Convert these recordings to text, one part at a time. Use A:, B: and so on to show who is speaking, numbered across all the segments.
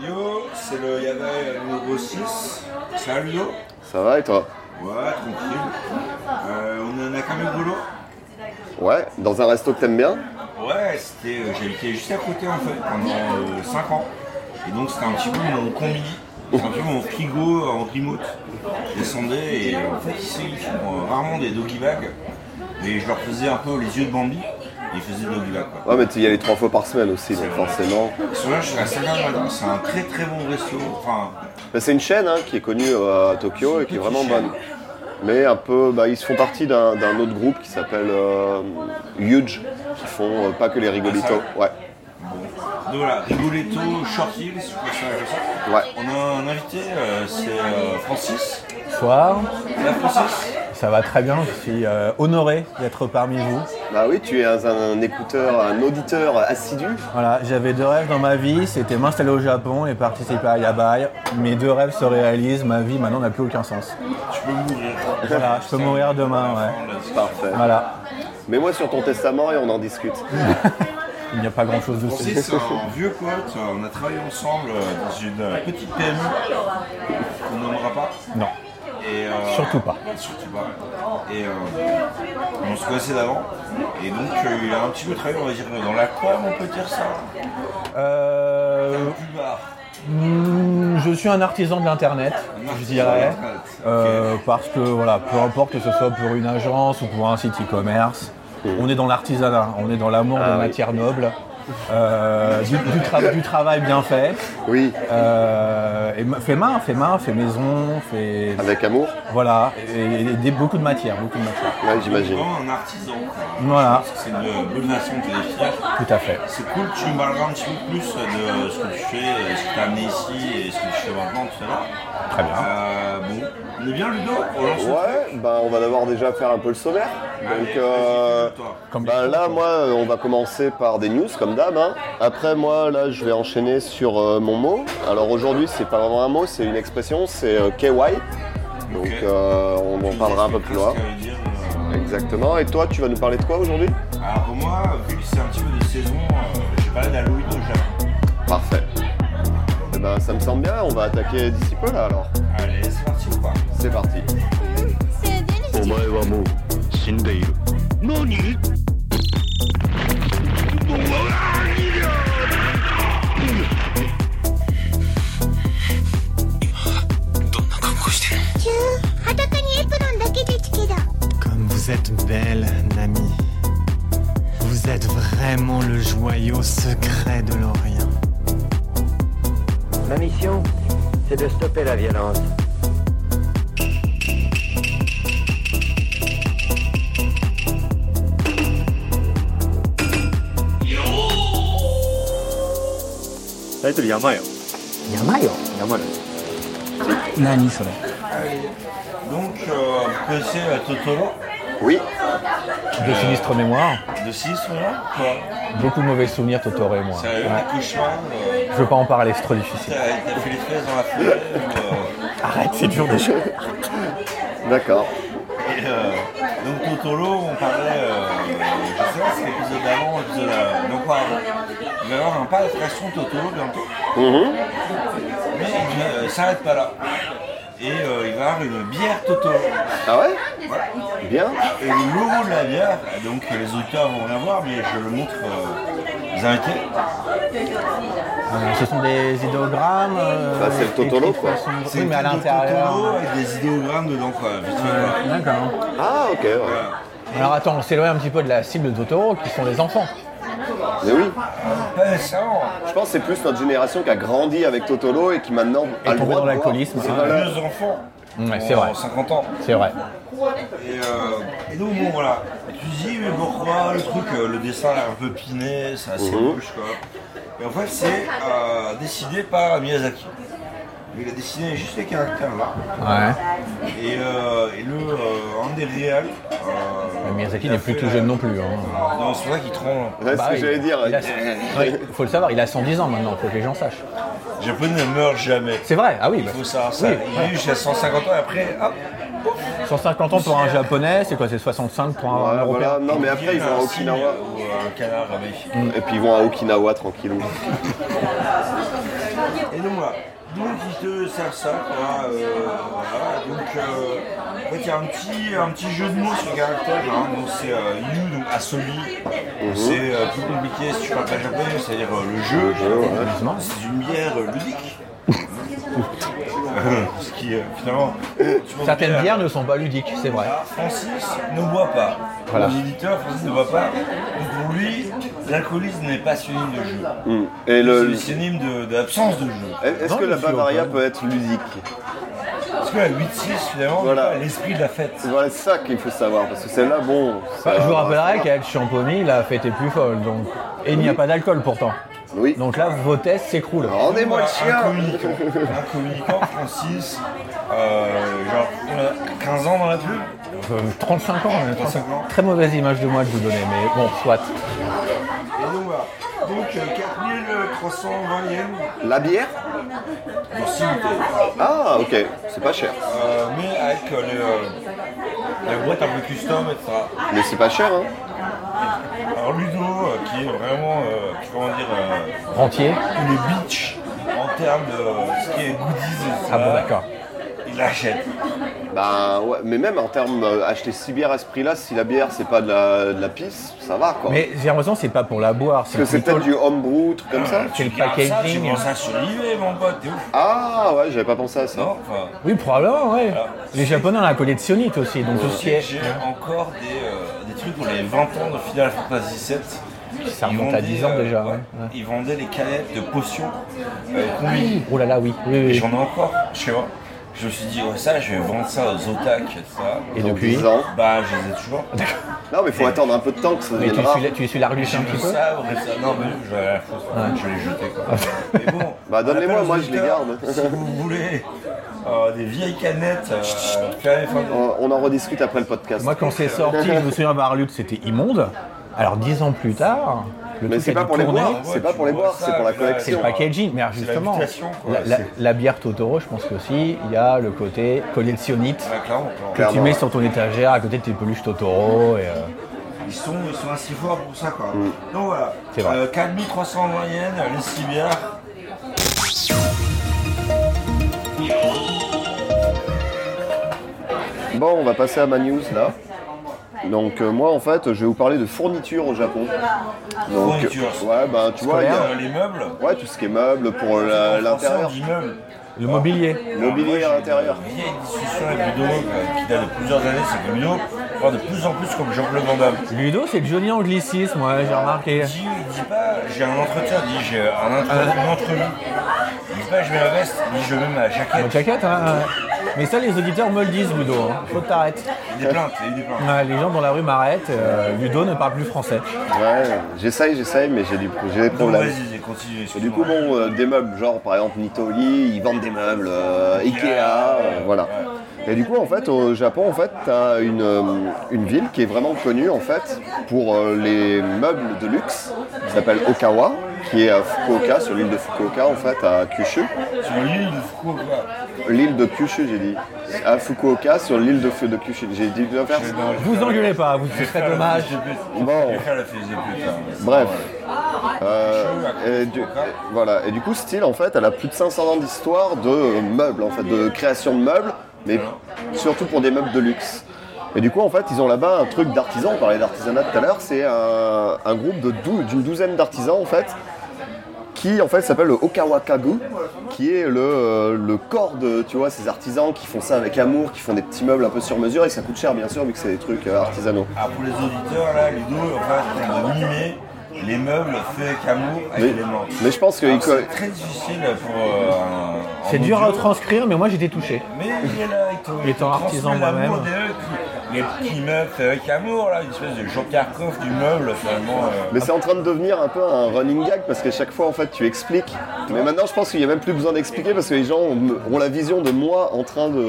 A: Yo, c'est le Yava numéro 6. Salut Ludo
B: Ça va et toi
A: Ouais, tranquille. Euh, on en a quand même boulot
B: Ouais, dans un resto que t'aimes bien
A: Ouais, c'était, euh, j'habitais juste à côté en fait pendant 5 ans. Et donc c'était un petit peu mon combi, un peu mon frigo en remote. Je descendais et euh, en fait ici ils font euh, rarement des doggy bags. Et je leur faisais un peu les yeux de Bambi. Et ils faisaient des doggy bags quoi.
B: Ouais, mais tu y allais trois fois par semaine aussi, donc forcément.
A: Sur là, je suis à Sagamada, c'est un très très bon resto. Enfin,
B: Mais C'est une chaîne hein, qui est connue euh, à Tokyo et qui est vraiment bonne. Mais un peu, bah, ils se font partie d'un d'un autre groupe qui s'appelle euh, Huge, qui font euh, pas que les rigolitos. Ouais.
A: Donc voilà, Rigoletto, Short Hills, je sais pas si on appelle ça.
B: Ouais.
A: On a un invité, euh, c'est euh, Francis.
C: Bonsoir,
A: Là, Francis,
C: ça va très bien, je suis euh, honoré d'être parmi vous.
B: Bah oui, tu es un, un écouteur, un auditeur assidu.
C: Voilà, j'avais deux rêves dans ma vie, c'était m'installer au Japon et participer à Yabai. Mes deux rêves se réalisent, ma vie maintenant n'a plus aucun sens.
A: tu peux mourir.
C: Voilà, je peux mourir demain, ouais.
B: Parfait.
C: Voilà,
B: Mets-moi sur ton testament et on en discute.
C: il n'y a pas grand chose de
A: Francis, c'est un vieux pote, euh, on a travaillé ensemble euh, dans une euh, petite PME qu'on nommera pas.
C: Non,
A: Et, euh,
C: Surtout pas.
A: Surtout pas. Et euh, on se connaissait d'avant. Et donc euh, il a un petit peu travaillé, on va dire, dans la com, on peut dire ça.
C: Euh,
A: Plus bar.
C: hmm, je suis un artisan de l'internet, je dirais. Euh, parce que voilà, peu importe que ce soit pour une agence ou pour un site e-commerce, on est dans l'artisanat, on est dans l'amour de
B: oui.
C: matières nobles, euh, du, du tra- du travail bien fait.
B: Oui,
C: Euh, et ma- fait main, fait main, fait maison, fait
B: avec amour.
C: voilà, et, et des- beaucoup de matières, beaucoup de matières.
B: Ouais, j'imagine.
A: Vraiment un artisan. quoi.
C: Voilà,
A: Je pense que C'est une euh, bonne façon de les faire.
C: tout à fait.
A: C'est cool, tu me parleras un petit peu plus de ce que tu fais, euh, ce que tu as amené ici et ce que tu fais maintenant, tout ça.
C: Très bien.
A: Euh, bon, on est bien Ludo On lance le
B: Ouais, bah on va d'abord déjà faire un peu le sommaire. Donc euh,
A: toi.
C: Comme
B: bah,
C: les
B: là,
C: autres,
B: moi, euh, on va commencer par des news comme d'hab. hein. Après, moi, là, je vais enchaîner sur euh, mon mot. Alors aujourd'hui, c'est pas vraiment un mot, c'est une expression, c'est euh, KY. Donc
A: Ok.
B: euh, on en parlera un peu plus loin.
A: Qu'est-ce qu'elle veut dire, euh,
B: Exactement. Et toi, tu vas nous parler de quoi aujourd'hui
A: Alors pour moi, vu que c'est un petit peu des saisons, euh, j'ai parlé d'Halloween au Japon.
B: Parfait. Eh ben, ça me semble bien. On va attaquer d'ici peu là. Alors,
A: Allez, c'est parti ou pas
B: c'est parti.
D: お前はもう死んでいる何
E: 急裸にエプロンだけで来けだ
F: Comme vous êtes belle, Nami. Vous êtes vraiment le joyau secret de l'Orient.
G: Ma mission, c'est de stopper la violence.
A: Donc, euh, vous connaissez euh, Totoro
B: Oui.
C: de sinistre mémoire,
A: de 6 voilà Quoi
C: beaucoup de mauvais souvenirs Totoro et moi.
A: Sérieux,
C: Ouais.
A: les cauchemars euh,
C: Je veux pas en parler, c'est trop difficile.
A: T'as t'as fait les fesses dans la forêt euh,
C: Arrête, c'est dur déjà.
B: D'accord.
A: Et, euh, donc Totoro, on parlait, euh, je sais pas si c'est l'épisode d'avant, l'épisode euh, non pas avant. Il va y avoir un pas d'attraction Totoro bientôt,
B: Mhm.
A: mais il ne euh, s'arrête pas là. Et euh, il va y avoir une bière Totoro.
B: Ah ouais Bien.
A: Et le logo de la bière, donc euh, les auteurs vont rien voir, mais je le montre euh, aux invités.
C: Euh, ce sont des idéogrammes. euh,
B: Bah, c'est le Totolo,
C: écrits de
B: quoi.
C: façon-
A: C'est
C: Oui,
A: une
C: mais à
A: tête de Totoro
C: l'intérieur. hein.
A: avec des idéogrammes dedans, quoi. vite fait,
C: Ouais,
A: quoi.
C: D'accord.
B: Ah ok. Ouais.
C: Alors attends, on s'éloigne un petit peu de la cible de Totoro, qui sont les enfants.
B: Mais oui.
A: Pas ça,
B: Je pense que c'est plus notre génération qui a grandi avec Totolo et qui maintenant
C: Est
B: a Ah, le droit
C: tombée dans
B: de boire.
C: l'alcoolisme.
B: C'est
C: Ah,
B: pas la-
A: deux enfants.
C: Ouais,
A: en
C: c'est vrai.
A: 50 ans.
C: C'est vrai.
A: Et, euh, et donc bon voilà, tu te dis mais pourquoi le truc, euh, le dessin a l'air un peu piné, c'est assez
B: Mhm.
A: moche quoi. Et en fait c'est euh, décidé par Miyazaki. Il a dessiné juste les caractères là.
C: Ouais.
A: Et, euh, et le euh, un des réels. euh,
C: Mais Miyazaki
A: il a
C: n'est plus
A: fait
C: tout
A: la-
C: jeune non plus. hein.
A: Non c'est pour ça qu'il tremble.
B: Ouais,
C: Bah,
B: c'est ce que
C: il-
B: j'allais dire. euh,
C: Il a- Ouais, faut le savoir, il a 110 ans maintenant, faut que les gens sachent.
A: Les Japonais ne meurent jamais.
C: C'est vrai, ah oui.
A: Il
C: bah,
A: faut ça, ça.
C: oui,
A: il
C: ouais.
A: vit jusqu'à 150 ans et après, hop,
C: 150 ans pour un japonais, c'est quoi C'est 65 pour un
B: Voilà,
C: européen
B: voilà. Non, mais après, ils
A: un
B: vont à
A: cygne
B: Okinawa.
A: ou
C: euh.
A: un canard avec.
B: Et puis, ils vont à Okinawa tranquillou.
A: Et donc voilà. Donc ils te servent ça, quoi. euh, voilà. Donc euh, en fait, il y a un petit, un petit jeu de mots sur le caractère. hein. Donc c'est euh, you, donc assobi. C'est euh, plus compliqué si tu parles pas japonais, c'est-à-dire euh, le jeu. C'est une bière euh, ludique. Euh, Ce qui euh, finalement. tu vois,
C: Certaines
A: bien,
C: bières ne sont pas ludiques, c'est vrai.
A: ah, Francis ne boit pas.
C: Voilà.
A: Mon éditeur, Francis ne boit pas. Donc pour lui, l'alcoolisme n'est pas synonyme de jeu.
B: Hmm. Et le.
A: C'est synonyme de- d'absence de, jeu.
B: Est-ce
C: Mmh. Non,
B: que la
C: je suis
B: Bavaria
C: open.
B: peut être ludique
A: Parce que la 8-6, finalement,
B: Voilà.
A: l'esprit de la fête.
B: Voilà, c'est ça qu'il faut savoir, parce que celle-là, bon.
C: Enfin,
B: ça-
C: Bah, je vous rappellerai qu'avec Champomie, la fête est plus folle, donc. Et il n'y a pas d'alcool pourtant.
B: Oui.
C: Donc là, vos tests s'écroulent.
B: Rendez-moi le
A: Un
B: chien
A: communicant, un communicant Francis, euh, genre on a 15 ans dans la pub.
C: Euh, 35 ans, mais
A: 35 ans.
C: Très mauvaise image de moi que vous donnez, mais bon, soit.
A: Et donc voilà. Donc euh, 4320 yens
B: La bière
A: pour 6 bouteilles.
B: Ah, ok, c'est pas cher.
A: Euh, mais avec euh, le, euh, la boîte un peu custom, etc.
B: Mais c'est pas cher, hein
A: Alors Ludo, euh, qui est vraiment, euh, comment dire, euh,
C: Rentier.
A: le beach en termes de euh, ce qui est goodies et
C: Ah
B: Euh.
C: bon,
A: ça,
C: d'accord.
A: il achète.
B: Bah ouais, mais même en termes, euh, acheter 6 bières à ce prix-là, si la bière c'est pas de la, de la pisse, ça va quoi.
C: Mais j'ai l'impression que c'est pas pour la boire, c'est
B: Parce que c'est
C: plutôt
B: peut-être du homebrew, truc comme ça
C: c'est le
A: Regarde ça, Tu
C: packaging. hein.
A: vois ça sur eBay, mon pote, t'es ouf.
B: Ah ouais, j'avais pas pensé à ça.
A: Non, enfin,
C: Oui, probablement, ouais.
B: Ah.
A: Voilà.
C: Les Japonais, on a collé de sionite aussi,
B: Euh.
C: donc tout ce qui
A: j'ai
C: est.
A: j'ai encore des, euh, des trucs pour les 20 ans de Final Fantasy VII.
C: Ça
A: Ils
C: remonte à
A: vendaient,
C: 10 ans
A: euh,
C: déjà,
A: ouais,
C: ouais, ouais.
A: Ils vendaient les canettes de potions euh, combi.
C: Oh là là, oui. oui,
A: Et
C: oui.
A: J'en ai encore chez moi. Je me suis dit, ouais, ça, je vais vendre ça aux otaques, ça.
C: Et depuis.
B: 10 ans.
A: Bah, je les ai toujours.
B: Non, mais faut attendre un peu de temps que ça
C: Mais tu
B: devienne rare.
C: suis, la- tu suis la reluche
A: J'ai
C: un
A: le
C: petit peu
A: sabre et ça. Non, mais je vais à la fausse, je vais les jeter quoi. Mais bon.
B: Bah, donnez-moi,
A: on appelle
B: moi,
A: aux
B: je les
A: auditeurs,
B: garde.
A: Si vous voulez euh, des vieilles canettes, euh, Final Fantasy.
B: On, on en rediscute après le podcast.
C: Moi, quand c'est sorti, je me souviens, Barlut, c'était immonde. Alors, 10 ans plus tard, le
B: Mais
C: truc
B: c'est
C: a
B: pas
C: dû
B: pour les
C: tourner.
B: boire,
A: Ah, Ouais,
B: c'est pas
A: tu
B: pour les
A: vois
B: boires,
A: ça,
B: c'est pour la
A: mais là, c'est
C: C'est le
B: collection.
C: packaging, mais alors
A: hein. C'est
C: justement,
A: l'invitation, quoi.
C: la, la-
A: C'est-
C: la bière Totoro, je pense qu'aussi, il y a le côté collectionnite
A: Bah, clairement, clairement.
C: que tu
B: Clairement,
C: mets
B: ouais.
C: sur ton étagère à côté de tes peluches Totoro. Et, euh,
A: Ils sont, ils sont assez forts pour ça quoi.
B: Mm.
A: Donc voilà.
C: C'est vrai.
A: Euh, 4320 yens, les 6 bières.
B: Bon, on va passer à ma news là. Donc euh, moi en fait, je vais vous parler de fourniture au Japon. Donc
A: Fourniture.
B: ouais, bah tu vois, il y
A: Euh,
B: a-
A: les meubles.
B: ouais tout ce qui est meuble pour la- l'intérieur.
A: L'immeuble.
C: le mobilier.
B: Mobilier à l'intérieur.
A: Vieille discussion avec Ludo, euh, qui date de plusieurs années, c'est que Ludo parle de plus en plus comme Jean-Claude Van Damme.
C: Ludo, c'est Johnny Anglicisme, ouais, j'ai remarqué.
A: Il dit, il dit pas j'ai un entretien, il dit j'ai un entre- une entrevue. Il dit pas je mets la veste, il dit je mets ma
C: Bonne
A: jaquette.
C: jaquette, hein Mais ça, les auditeurs me le disent, Ludo. hein. Faut que t'arrêtes.
A: Il est plainte, il est plainte.
C: Ouais, les gens dans la rue m'arrêtent. euh, Ludo ne parle plus français.
B: Ouais, j'essaye, j'essaye, mais j'ai du- j'ai des
A: Donc
B: problèmes.
A: vas-y, continue.
B: Et du coup, bon, euh, des meubles, genre par exemple Nitoli, ils vendent des meubles, euh, Ikea, euh, voilà. Et du coup, en fait, au Japon, en fait, t'as une, euh, une ville qui est vraiment connue, en fait, pour euh, les meubles de luxe, qui s'appelle Okawa, qui est à Fukuoka, sur l'île de Fukuoka, en fait, à Kyushu.
A: Sur l'île de Fukuoka.
B: L'île de Kyushu, j'ai dit. À Fukuoka, sur l'île de, Fu- de Kyushu. J'ai dit de faire ça.
C: Vous engueulez pas, vous, ce
A: Je vais
C: serait
A: faire la
C: dommage.
A: fille de pute.
B: Bon.
A: Je vais faire la fille de pute. hein.
B: Bref.
A: Ouais.
B: Euh, et du, et voilà. Et du coup, Style, en fait, elle a plus de 500 ans d'histoire de euh, meubles, en fait, de création de meubles, mais surtout pour des meubles de luxe. Et du coup, en fait, ils ont là-bas un truc d'artisan. On parlait d'artisanat tout à l'heure. C'est un, un groupe de dou- d'une douzaine d'artisans, en fait, qui en fait s'appelle le Okawakagu, qui est le, euh, le corps de tu vois ces artisans qui font ça avec amour, qui font des petits meubles un peu sur mesure et ça coûte cher bien sûr vu que c'est des trucs euh, artisanaux.
A: Ah, pour les auditeurs, là, Ludo est en train de mimer les meubles faits avec amour, avec
B: Mais-
A: les mains.
B: mais je pense que-
A: Alors, C'est très difficile pour. euh,
B: Oh
A: un-
C: C'est
A: en
C: dur à
A: audio.
C: retranscrire, mais moi j'étais touché.
A: Mais il est là, il te-
C: Il est en
A: te transmet
C: artisan
A: l'amour
C: moi-même.
A: des meubles, puis Les petits meubles faits avec amour, là, une espèce de Jean Carcoff du meuble, finalement. euh.
B: Mais c'est en train de devenir un peu un running gag parce qu'à chaque fois en fait tu expliques. Mais maintenant je pense qu'il n'y a même plus besoin d'expliquer parce que les gens ont, ont la vision de moi en train de.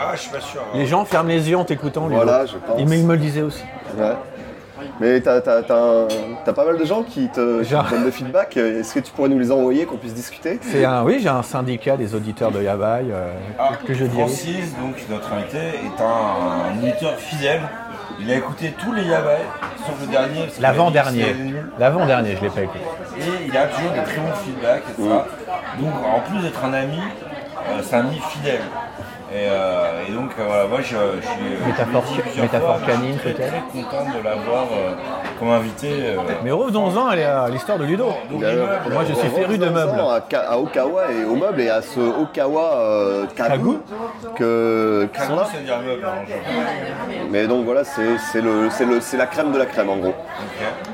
A: Ah, je suis pas sûr. hein.
C: Les gens ferment les yeux en t'écoutant, Ludo.
B: Voilà, je pense.
C: Et mais ils me le disaient aussi.
B: Ouais. Mais t'as t'as- t'as un- t'as pas mal de gens qui te, qui te
C: Genre.
B: donnent le feedback. Est-ce que tu pourrais nous les envoyer qu'on puisse discuter
C: C'est un, oui, j'ai un syndicat des auditeurs de Yabai euh,
A: Ah,
C: que je dirige.
A: Francis, donc notre invité, est un, un auditeur fidèle Il a écouté tous les Yabai, sauf le dernier. parce qu'il a dit que
C: L'avant-dernier.
A: c'était nul.
C: L'avant-dernier, je l'ai pas écouté.
A: Et il a toujours des très bons feedbacks, etc. Donc en plus d'être un ami, euh, c'est un ami fidèle. Et, euh, et donc euh, voilà, moi je, je suis euh, je lui ai
C: Métaphore-
A: dit plusieurs
C: métaphore
A: fois, mais
C: canine,
A: je suis très,
C: peut-être.
A: très content de l'avoir euh, comme invité. euh.
C: Mais revenons-en à la- à l'histoire de Ludo.
A: Donc,
B: Euh,
A: l'immeuble,
C: Moi, je suis féru de
B: revenons-en
C: meubles.
B: À, Ka- à Okawa et aux meubles et à ce Okawa euh, Kagu que, qui sont
A: Kagu,
B: là.
A: ça veut dire meuble en japonais.
B: Mais donc voilà, c'est c'est le, c'est le- c'est la crème de la crème en gros.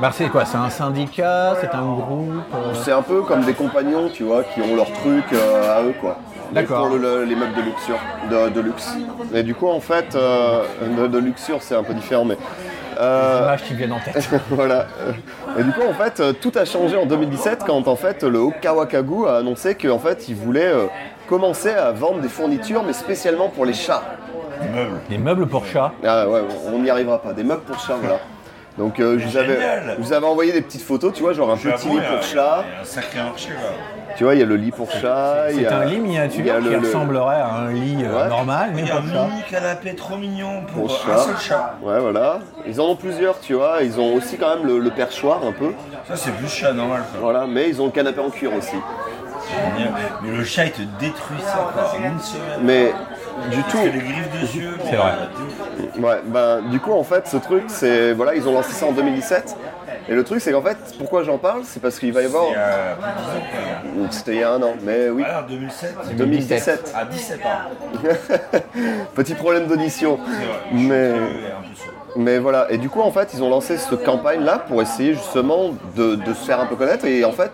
C: Bah, c'est quoi C'est un syndicat C'est un groupe euh,
B: C'est un peu comme des compagnons, tu vois, qui ont leur truc euh, à eux, quoi. Mais
C: D'accord.
B: Pour le- le- les meubles de luxure, de, de luxe. Et du coup, en fait, euh, de, de luxure, c'est un peu différent, mais. euh,
C: images qui me viennent en tête.
B: voilà. Et du coup, en fait, euh, tout a changé en 2017 quand en fait le Okawakagu a annoncé qu'en fait il voulait euh, commencer à vendre des fournitures, mais spécialement pour les chats.
C: Des meubles pour chat.
B: Ah ouais, on n'y arrivera pas. Des meubles pour chats, voilà. Donc euh, je, vous avais,
A: génial
B: je vous avais envoyé des petites photos, tu vois, genre un petit lit
A: hein.
B: pour chat.
A: Un sacré marché là.
B: Tu vois, il y a le lit pour chat. il y
C: C'est
B: a-
C: un lit
B: il y a
C: miniature
B: le-
C: qui
B: le-
C: ressemblerait à un lit euh,
B: Ouais.
C: normal, mais
A: Il y a un
C: pour chat.
A: mini canapé trop mignon pour,
B: Pour
A: un
B: chat.
A: seul chat.
B: Ouais, voilà. Ils en ont plusieurs, tu vois. Ils ont aussi quand même le, le perchoir un peu.
A: Ça c'est plus chat normal. ça.
B: Voilà, mais ils ont le canapé en cuir aussi.
A: Génial. Mais le chat il te détruit ça quoi, en une semaine.
B: Mais du
A: Parce
B: tout.
A: que les griffes des yeux.
C: C'est vrai.
B: Ouais, ben du coup en fait ce truc c'est voilà ils ont lancé ça en 2017 et le truc c'est qu'en fait pourquoi j'en parle c'est parce qu'il va y avoir
A: Il y a plus de 10 ans, quoi.
B: c'était il y a un an mais oui
A: euh, Voilà, en 2007.
B: 2017
A: À 17 ans.
B: petit problème d'audition
A: C'est vrai. Je suis
B: mais
A: très- un peu sûr.
B: mais voilà et du coup en fait ils ont lancé cette campagne là pour essayer justement de, de se faire un peu connaître et en fait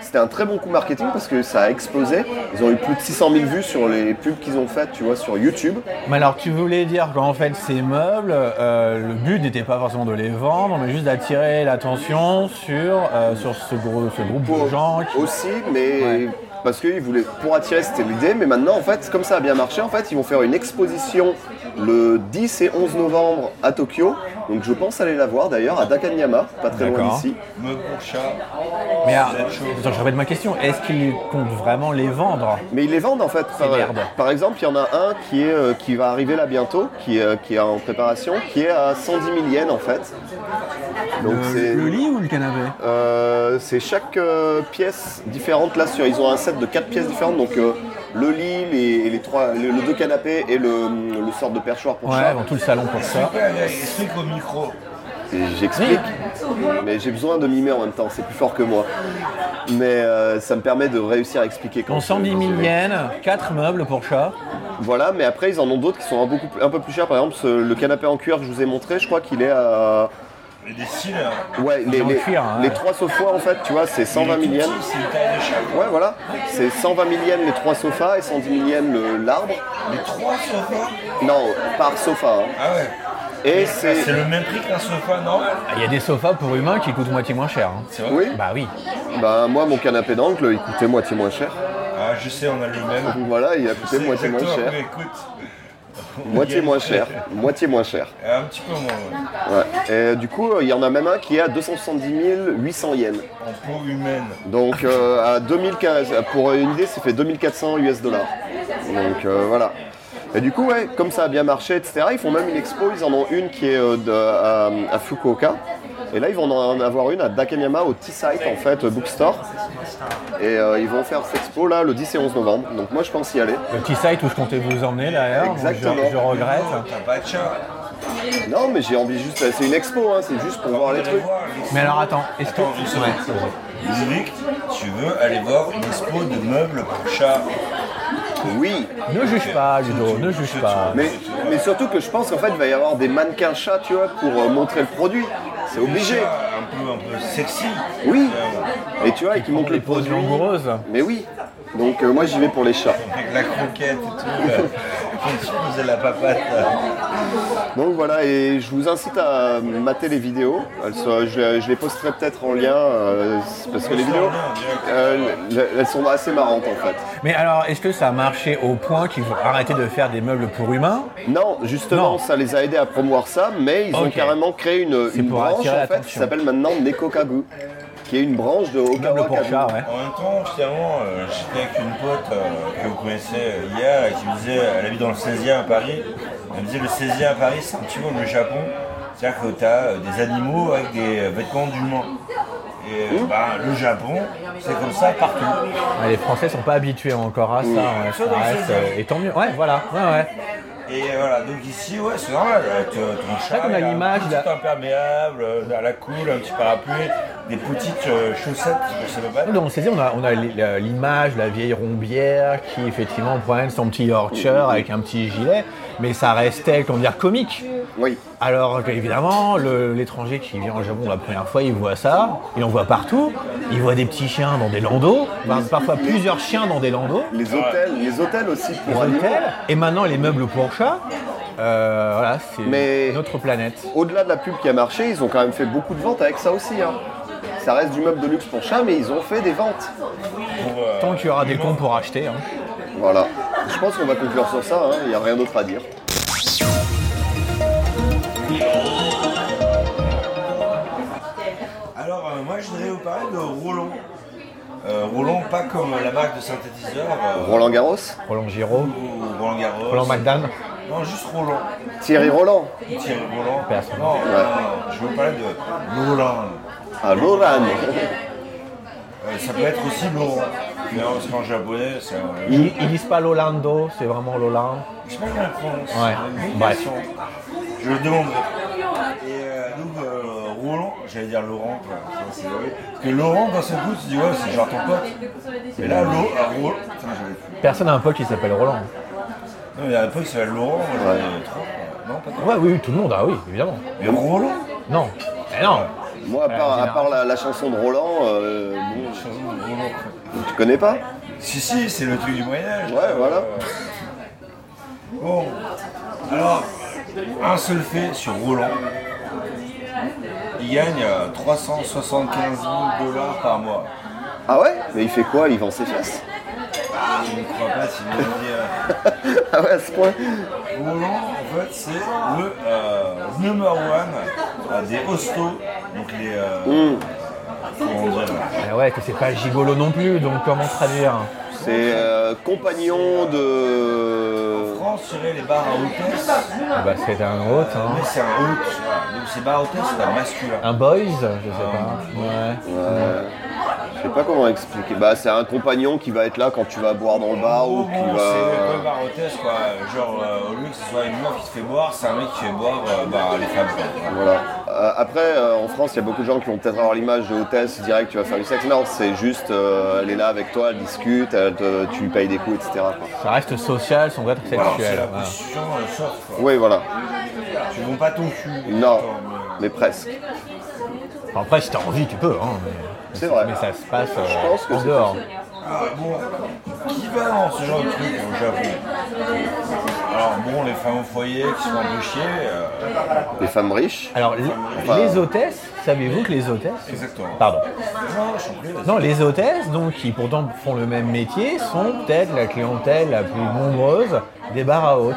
B: c'était un très bon coup marketing parce que ça a explosé ils ont eu plus de 600 000 vues sur les pubs qu'ils ont faites tu vois sur YouTube
C: Mais alors, tu voulais dire qu'en fait, ces meubles, euh, le but n'était pas forcément de les vendre, mais juste d'attirer l'attention sur, euh, sur ce, gros, ce groupe de gens qui...
B: aussi, mais
C: Ouais.
B: parce qu'ils voulaient pour attirer, c'était l'idée. Mais maintenant, en fait, comme ça a bien marché, en fait, ils vont faire une exposition le 10 et 11 novembre à Tokyo. Donc, je pense aller la voir d'ailleurs à Dakanyama, pas très loin
C: D'accord.
B: d'ici.
A: Meuble pour chat.
C: Mais alors,
A: Cette chose.
C: attends, je répète ma question, est-ce qu'ils comptent vraiment les vendre
B: Mais ils les vendent en fait. Par,
C: merde.
B: par exemple, il y en a un qui, est, euh, qui va arriver là bientôt, qui, est, euh, qui est en préparation, qui est à 110 000 yens en fait. Donc
C: le,
B: c'est-
C: Euh, le lit ou le canapé
B: Euh, c'est chaque euh, pièce différente là sur ils ont un set de quatre pièces différentes donc euh, le lit les, les trois le, le deux canapés et le, le sort de perchoir pour
C: Ouais,
B: chat
C: dans tout le salon pour ça.
A: Ouais, ouais, Explique au micro.
B: Et j'explique mais j'ai besoin de mimer en même temps c'est plus fort que moi mais euh, ça me permet de réussir à expliquer quand
C: Dans 110 000
B: je-
C: yens, 4 meubles pour chat.
B: voilà mais après ils en ont d'autres qui sont un, beaucoup, plus- un peu plus chers par exemple ce- le canapé en cuir que je vous ai montré je crois qu'il est à
A: Et des cils. hein.
B: ouais les,
C: en
B: les,
C: cuir, hein,
B: les
C: ouais.
B: trois sofas en fait tu vois c'est 120 000
A: Il est tout
B: yens
A: petit, C'est une taille de chat. quoi.
B: Ouais, voilà. C'est 120 000 yens les trois sofas et 110 000 yens le- l'arbre.
A: Les trois sofas.
B: Non, par sofa. hein.
A: Ah ouais.
B: Et
A: C'est
B: c'est.
A: le même prix qu'un sofa normal.
C: Ah, Il y a des sofas pour humains qui coûtent moitié moins cher. hein.
B: Oui,
C: Bah oui.
B: bah moi mon canapé d'angle il coûtait moitié moins cher.
A: Ah, je sais, on a le même.
B: Donc voilà, il a coûté
A: C'est
B: moitié moins
A: exactement,
B: cher.
A: mais écoute. euh,
B: Moitié moins cher. Moitié moins cher.
A: Un petit peu moins. ouais.
B: Ouais. Et du coup, il y en a même un qui est à 270 800 yens.
A: En peau humaine.
B: Donc euh, à 2015, pour une idée, c'est fait 2400 US dollars. Donc euh, voilà. Et du coup, ouais, comme ça a bien marché, etc., ils font même une expo, ils en ont une qui est euh, de- à, à Fukuoka. Et là, ils vont en avoir une à Dakanyama, au T-Site, en fait, euh, bookstore. Et euh, ils vont faire cette expo, là, le 10 et 11 novembre. Donc moi, je pense y aller.
C: Le petit site où je comptais vous emmener d'ailleurs, donc je-
B: Exactement.
C: je, regrette.
A: Non, T'as pas de chat.
B: Non, mais j'ai envie juste... C'est une expo, hein, c'est juste pour voir les trucs.
C: Mais alors attends, est-ce que...
A: Attends, une seconde.
C: Ouais, vas-y.
A: Eric, tu veux aller voir une expo de meubles pour chat
B: Oui,
C: ne juge pas Ludo, ne juge pas.
B: mais, mais surtout que je pense qu'en fait, il va y avoir des mannequins chats, tu vois, pour euh, montrer le produit. C'est obligé.
A: Un peu, un peu sexy.
B: Oui. Et tu vois, et qui montre les
C: Les poses
B: produits.
C: langoureuses.
B: Mais oui. Donc euh, moi j'y vais pour les chats.
A: Avec la croquette et tout. là. Quand tu poses la papate. là.
B: Donc voilà, et je vous incite à mater les vidéos. Elles sont- je, je les posterai peut-être en lien euh, parce que les vidéos, euh, elles- elles sont assez marrantes en fait.
C: Mais alors, est-ce que ça a marché au point qu'ils vont arrêter de faire des meubles pour humains
B: Non, justement,
C: Non.
B: ça les a aidés à promouvoir ça, mais ils ont
C: Ok.
B: carrément créé une,
C: C'est
B: une
C: pour
B: branche
C: attirer
B: en fait, qui
C: l'attention.
B: s'appelle maintenant Neko Kagu, qui est une branche de Okawa
C: Meubles pour
B: Kagu.
C: chat, ouais.
A: En même temps, finalement, euh, j'étais avec une pote euh, que vous connaissez euh, hier et qui me disait, elle habite dans le 16e à Paris, elle me disait le 16e à Paris, c'est un petit peu comme le Japon, C'est-à-dire que tu as des animaux avec des vêtements d'humains. Et euh, bah, le Japon, c'est comme ça partout.
C: Ouais, Ah, les Français sont pas habitués encore à ça. ouais, ça reste, euh, et tant mieux. Ouais, voilà. Ouais, ouais.
A: Et euh, voilà, donc ici, ouais, c'est normal. euh, t- Ton chat,
C: qu'on a
A: il a
C: l'image,
A: un
C: là.
A: petit imperméable, euh, à la cool, un petit parapluie, des petites euh, chaussettes pour se battre.
C: Donc, on s'est dit, on a, on a l- la- l'image de la vieille rombière qui, effectivement, prend son petit yorkshire avec un petit gilet, mais ça restait, comment dire, comique.
B: Oui.
C: Alors évidemment, l'étranger qui vient au Japon la première fois, il voit ça, et on voit partout. Il voit des petits chiens dans des landaux, par- parfois plusieurs chiens dans des landaux,
B: Les hôtels, les hôtels aussi
C: des
B: pour animaux.
C: hôtels, et maintenant les meubles pour chats. Euh, voilà, c'est
B: Mais-
C: notre planète.
B: Au-delà de la pub qui a marché, ils ont quand même fait beaucoup de ventes avec ça aussi. hein. Ça reste du meuble de luxe pour chat, mais ils ont fait des ventes.
A: Pour, euh,
C: Tant qu'il y aura des cons pour acheter. hein.
B: Voilà. Je pense qu'on va conclure sur ça, hein. il n'y a rien d'autre à dire.
A: Alors, euh, moi, je voudrais vous parler de Roland. Euh, Roland, pas comme la marque de synthétiseur, euh,
B: Roland Garros
C: Roland Giraud,
A: ou Roland Garros.
C: Roland McDan.
A: Non, juste Roland.
B: Thierry Roland
A: Thierry Roland.
C: Personne.
A: Non, non, non, je veux parler de Roland.
B: Ah, Roland
A: Euh, ça peut être aussi Laurent. Mais non, parce qu'en japonais, c'est un-
C: Ils, ils disent pas l'Olando, c'est vraiment l'Olande.
A: Je sais pas comment on prononce.
C: Ouais.
A: Euh, une
C: Bref.
A: question. Je le demanderai. Et euh, donc, euh, Roland, j'allais dire Laurent, quoi. Ça, c'est vrai. Parce que Laurent, dans ce coup, tu te dis, ouais, c'est genre ton pote. Mais là, Lo- euh, Roland. Putain, j'avais plus.
C: Personne n'a un pote qui s'appelle Roland.
A: Non, mais il y a un pote qui s'appelle Laurent, moi j'en ai trop. quoi. Non, pas trop.
C: Ouais, oui, oui, tout le monde, ah oui, évidemment.
A: Mais Roland
C: Non, Eh non.
B: Moi, à part, à part la, la chanson de Roland, euh, bon,
A: Chanson de Roland, quoi.
B: tu connais pas
A: Si, si, c'est le truc du Moyen-Âge.
B: Ouais, voilà.
A: Bon, alors, un seul fait sur Roland. Il gagne euh, 375 000 dollars par mois.
B: Ah ouais Mais il fait quoi Il vend ses fesses
A: Je ne crois pas si vous dit. euh,
B: Ah ouais, à ce point
A: Roland, en fait, c'est le euh, number one euh, des hostos. Donc les. euh,
B: Mm.
A: comment on euh, dirait, là
C: Eh ouais, que c'est pas gigolo non plus, donc comment traduire
B: C'est euh, compagnon de...
A: France-les bars à hôtesse.
C: Ah Bah c'est un hôte, hein.
A: Mais c'est un hôte. voilà. Donc c'est bar à hôtesse, c'est un masculin.
C: Un boys, je sais pas. Ouais.
B: Euh, je sais pas comment expliquer. Bah, c'est un compagnon qui va être là quand tu vas boire dans le bar ou
A: Oh,
B: qui
A: bon, c'est le
B: va.
A: bar hôtesse quoi, genre euh, au lieu que ce soit une meuf qui te fait boire, c'est un mec qui fait boire euh, bah, les femmes. quoi.
B: Voilà. Euh, après, euh, en France, il y a beaucoup de gens qui vont peut-être avoir l'image de hôtesse direct, tu vas faire du sexe. Non, c'est juste, euh, elle est là avec toi, elle discute, elle te- tu lui payes des coups, etc. quoi.
C: Ça reste social, sans être
A: Ou alors, c'est
C: sexuel.
A: la
C: voilà.
A: position euh, soft quoi.
B: Oui, voilà.
A: Tu vends pas ton cul.
B: Non,
A: Attends,
B: mais presque.
C: Enfin, après, si t'as envie, tu peux, hein. mais-
B: C'est vrai.
C: Mais ça se passe euh,
B: Je pense que
C: en
B: c'est
C: dehors.
A: Ah, bon, qui va dans ce genre de truc au Japon Alors bon, les femmes au foyer qui sont un peu chier, euh,
B: Les femmes riches.
C: Alors, les, les hôtesses, savez-vous que les hôtesses.
A: exactement.
C: Pardon.
A: Non, je suis plus.
C: Non, les hôtesses, donc, qui pourtant font le même métier, sont peut-être la clientèle la plus nombreuse des bars à hôtes.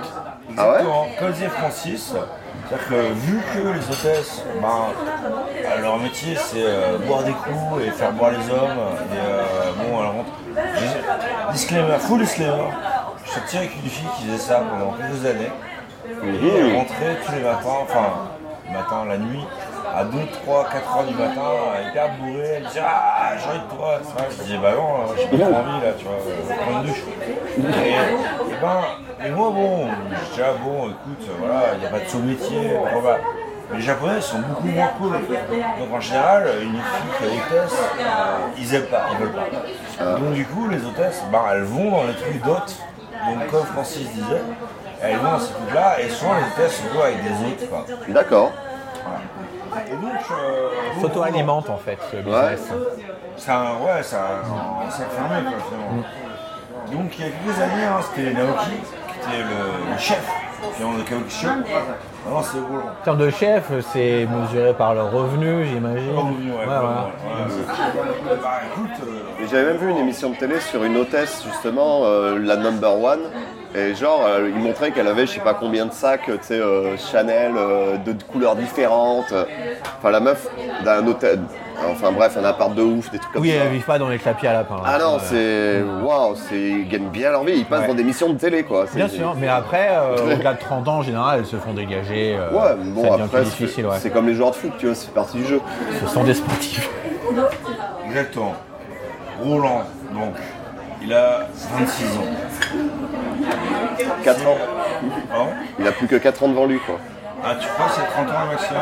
B: Ah ouais
A: Exactement, comme disait Francis, c'est-à-dire que vu que les hôtesses, ben, leur métier c'est euh, boire des coups et faire boire les hommes, et euh, bon, alors, on- disclaimer, full disclaimer, je sortais avec une fille qui faisait ça pendant quelques années, et elle
B: Hmm.
A: rentrait tous les matins, enfin, le matin, la nuit, à 2, 3, 4 heures du matin, euh, hyper bourrée, elle disait Ah, j'ai envie de toi, ça. Je disais Bah non, j'ai pas trop envie là, tu vois, euh, prends une douche. Et, et ben, et moi, bon, je dis Ah bon, écoute, euh, voilà, il n'y a pas de sous métier, bon, bah, les Japonais sont beaucoup moins cool. Donc en général, une fille qui est hôtesse, euh, ils aiment pas, ils veulent pas. Donc du coup, les hôtesses, ben, elles vont dans les trucs d'hôtes. Donc comme Francis disait, elles vont dans ces trucs-là, et souvent les hôtesses se voient avec des hôtes. quoi.
B: D'accord.
A: Et donc, euh, donc,
C: S'auto-alimente, en fait, ce business.
A: c'est un, ouais, c'est un, un cercle fermé, quoi, finalement. Donc, il y a quelques années, hein, c'était Naoki, qui était le, le chef, finalement, de Kaoki Show. Maintenant, c'est Roland.
C: En termes de chef, c'est mesuré par leur revenu, j'imagine.
A: Pas revenu, ouais,
C: Ouais,
A: ouais,
C: voilà.
A: ouais, ouais. Bah, écoute, euh,
B: Et J'avais même vu une émission de télé sur une hôtesse, justement, euh, la number one, Et genre, euh, il montrait qu'elle avait je sais pas combien de sacs, tu sais, euh, Chanel, euh, de, de couleurs différentes. Enfin, la meuf d'un hôtel. Enfin, bref, un appart de ouf, des trucs comme
C: Oui,
B: ça.
C: elles vivent pas dans les clapiers à lapin.
B: Ah non,
C: Euh,
B: c'est. Waouh, c'est- ils gagnent bien leur vie, ils passent
C: Ouais.
B: dans des missions de télé quoi. C'est-
C: Bien sûr, mais après, euh, au-delà de 30 ans, en général, elles se font dégager. euh,
B: Ouais, mais bon,
C: ça devient
B: après, c'est
C: plus difficile, ouais.
B: c'est comme les joueurs de foot, tu vois, c'est partie du jeu.
C: Ce sont des sportifs.
A: Exactement. Roland, donc, il a 26 ans.
B: 4 ans.
A: Hein
B: Il a plus que 4 ans devant lui, quoi.
A: ah, tu crois que c'est 30 ans le maximum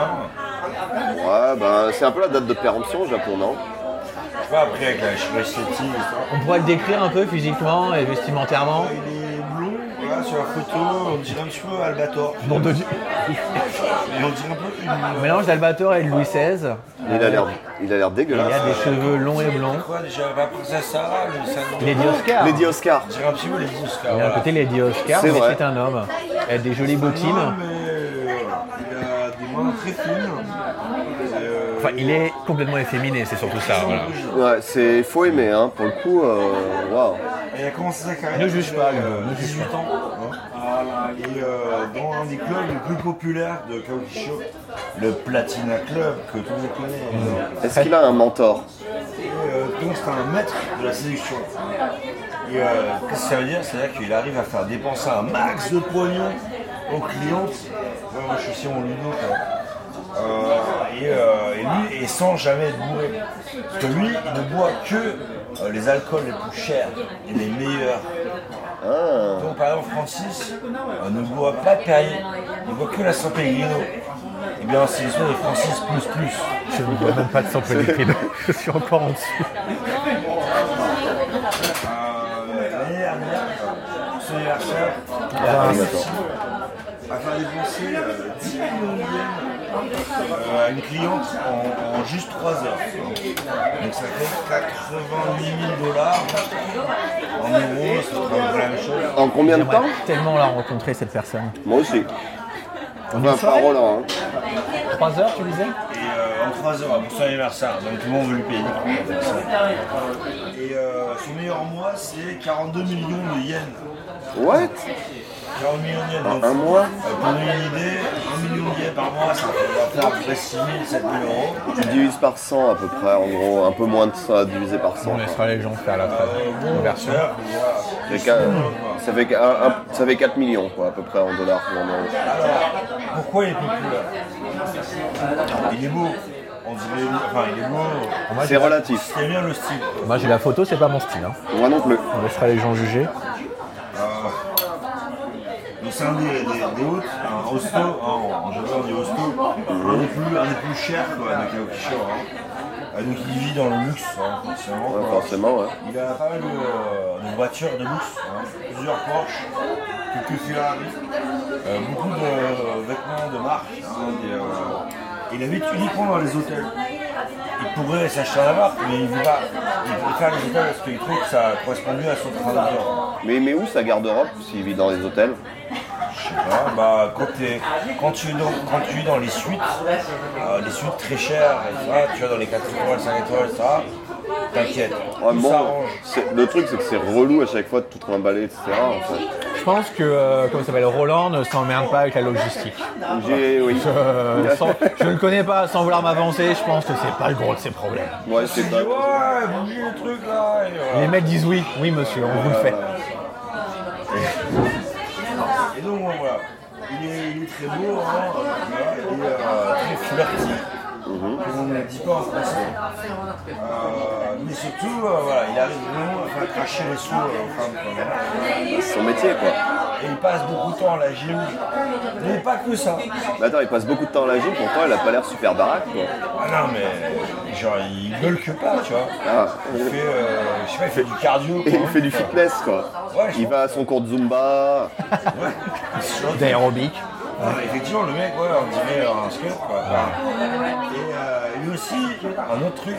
B: Ouais, ben c'est un peu la date de péremption au Japon, non
A: Je sais pas, après, avec la E chirurgie
C: On pourrait le décrire un peu physiquement et vestimentairement.
A: il est blond, là, sur la photo, on dirait un petit peu Albator.
C: Nom de Ah, Dieu.
A: Et on dirait un peu une...
C: Mélange d'Albator et de Louis XVI.
B: Il a l'air, il a l'air
C: Il
B: dégueulasse.
C: a des cheveux longs et blonds.
A: Quoi, déjà, la princesse Sarah, le salon...
C: Lady Oscar.
B: Lady Oscar.
A: On dirait un petit peu les Oscars,
C: Il a un
A: voilà.
C: côté Lady Oscar,
B: C'est
C: mais
B: vrai.
C: c'est un homme. Il a des jolies
A: Non,
C: bottines.
A: mais euh, il a des mains très fines. Euh,
C: Enfin, il est complètement efféminé, c'est surtout ça. Voilà.
B: Ouais, c'est faut aimer, hein. Pour le coup, euh, waouh.
A: Et il a commencé sa carrière.
C: Ne juge
A: il
C: pas,
A: avait,
C: Hugo, ne juge
A: 18
C: pas.
A: ans. hein. Et euh, dans un des clubs les plus populaires de Kaoshio, le Platina Club, que tout le monde connaît.
B: Est-ce qu'il a un mentor
A: Et euh, donc c'est un maître de la séduction. Et euh, qu'est-ce que ça veut dire C'est-à-dire qu'il arrive à faire dépenser un max de pognon aux clientes. Ouais, moi, je suis sur mon ludo, quoi. hein. Euh, et, euh, et lui, et sans jamais être bourré. Parce que lui, il ne boit que euh, les alcools les plus chers et les meilleurs.
B: Ah,
A: Donc par exemple Francis euh, ne boit pas de Perrier, il boit que la San Pellegrino. Et bien c'est l'histoire de Francis plus plus.
C: Je ne vois même pas de sang Pellegrino. Je suis encore en dessous.
A: Euh, L'année dernière, euh, son anniversaire, il a
B: Ah,
A: réussi
B: d'accord.
A: à faire dépenser euh, 10 millions de yens euh, à une cliente en, en juste 3 heures. Donc ça fait 88 000 dollars en euros, c'est pas vraiment la même chose.
B: en combien de temps
C: J'aimerais tellement la rencontrer, cette personne.
B: Moi aussi.
C: On
B: Enfin, pas Roland. Hein.
C: 3 heures, tu disais
A: Et euh, en 3 heures, pour son anniversaire, donc tout le monde veut lui payer. Et euh, son meilleur mois, c'est 42 millions de yens.
B: What
A: 40 millions de yens.
B: En
A: donc,
B: un mois
A: euh, pour donner une idée, 1 million de yens par mois, ça fait à peu près 6 000, 7 000 euros.
B: Tu divises par 100 à peu près, en gros, un peu moins de ça divisé par 100.
C: On
B: quoi.
C: laissera les gens faire la
A: Euh,
C: tra-
A: bon,
C: conversion.
A: voilà, voilà.
B: Ça fait qu'un- Ça fait, qu'un- un- ça fait 4 millions, quoi, à peu près en dollars. ou en euros.
A: Pourquoi il est populaire Il est beau. On dirait, enfin, il est beau.
B: C'est relatif.
A: C'est bien le style.
C: Moi, j'ai la photo, c'est pas mon style. hein.
B: Moi non plus.
C: On laissera les gens juger.
A: Donc c'est un des, des, des hôtes, un hosto, hein, en en japonais on dit hosto, un des plus, un des plus chers quoi, de Kaokisho. Hein. Ah, Donc il vit dans le luxe, hein, forcément.
B: Ouais,
A: quoi.
B: forcément, ouais.
A: Il a pas mal de, euh, de voitures de luxe, hein, plusieurs Porsche, quelques Ferrari, euh, beaucoup de euh, vêtements de marque. hein, des, euh, il habite uniquement dans les hôtels. Il pourrait s'acheter un appart, mais il veut pas. Il préfère les hôtels parce qu'il trouve que ça correspond mieux à son train de vie.
B: Mais il met où sa garde-robe s'il vit dans les hôtels
A: Je sais pas, bah, quand, t'es- quand tu es dans, quand tu es dans les suites, euh, les suites très chères, et ça, tu vois, dans les 4 étoiles, 5 étoiles, ça, t'inquiète,
B: Ouais,
A: tout
B: Ah, bon,
A: s'arrange.
B: c'est- le truc, c'est que c'est relou à chaque fois de tout trimballer, etc. en fait.
C: Je pense que, euh, comment il s'appelle, Roland ne s'emmerde pas avec la logistique.
B: J'ai- oui.
C: Euh, sans- je ne le connais pas, sans vouloir m'avancer, je pense que c'est pas le gros de ses problèmes.
B: Ouais, c'est pas.
A: Ouais, bougez le truc là, et, voilà.
C: Les mecs disent oui, oui monsieur, on vous le fait.
A: Euh, Et donc voilà, il est, il est très beau, hein, voilà, il est euh, très flirty.
B: Mhm.
A: Comme on ne le dit pas en français. Euh, mais surtout, euh, voilà, il arrive vraiment à faire cracher les sous euh, aux femmes. quoi, voilà.
B: C'est son métier, quoi.
A: Et il passe beaucoup de temps à la gym. Mais pas que ça.
B: Mais attends, il passe beaucoup de temps à la gym, pourtant elle a pas l'air super baraque, quoi.
A: Ah non, mais genre, il gueule que pas, tu vois.
B: Ah.
A: Il fait, euh, je sais pas, il fait du cardio.
B: Et
A: quoi.
B: il fait du fitness, quoi.
A: Ouais, je
B: Il
A: pense.
B: va à son cours de Zumba.
A: Ouais. C'est sûr.
C: D'aérobic.
A: Ouais, Ah, bah, effectivement, le mec, ouais, on dirait un skate, quoi. Enfin, Et euh, lui aussi, un autre truc,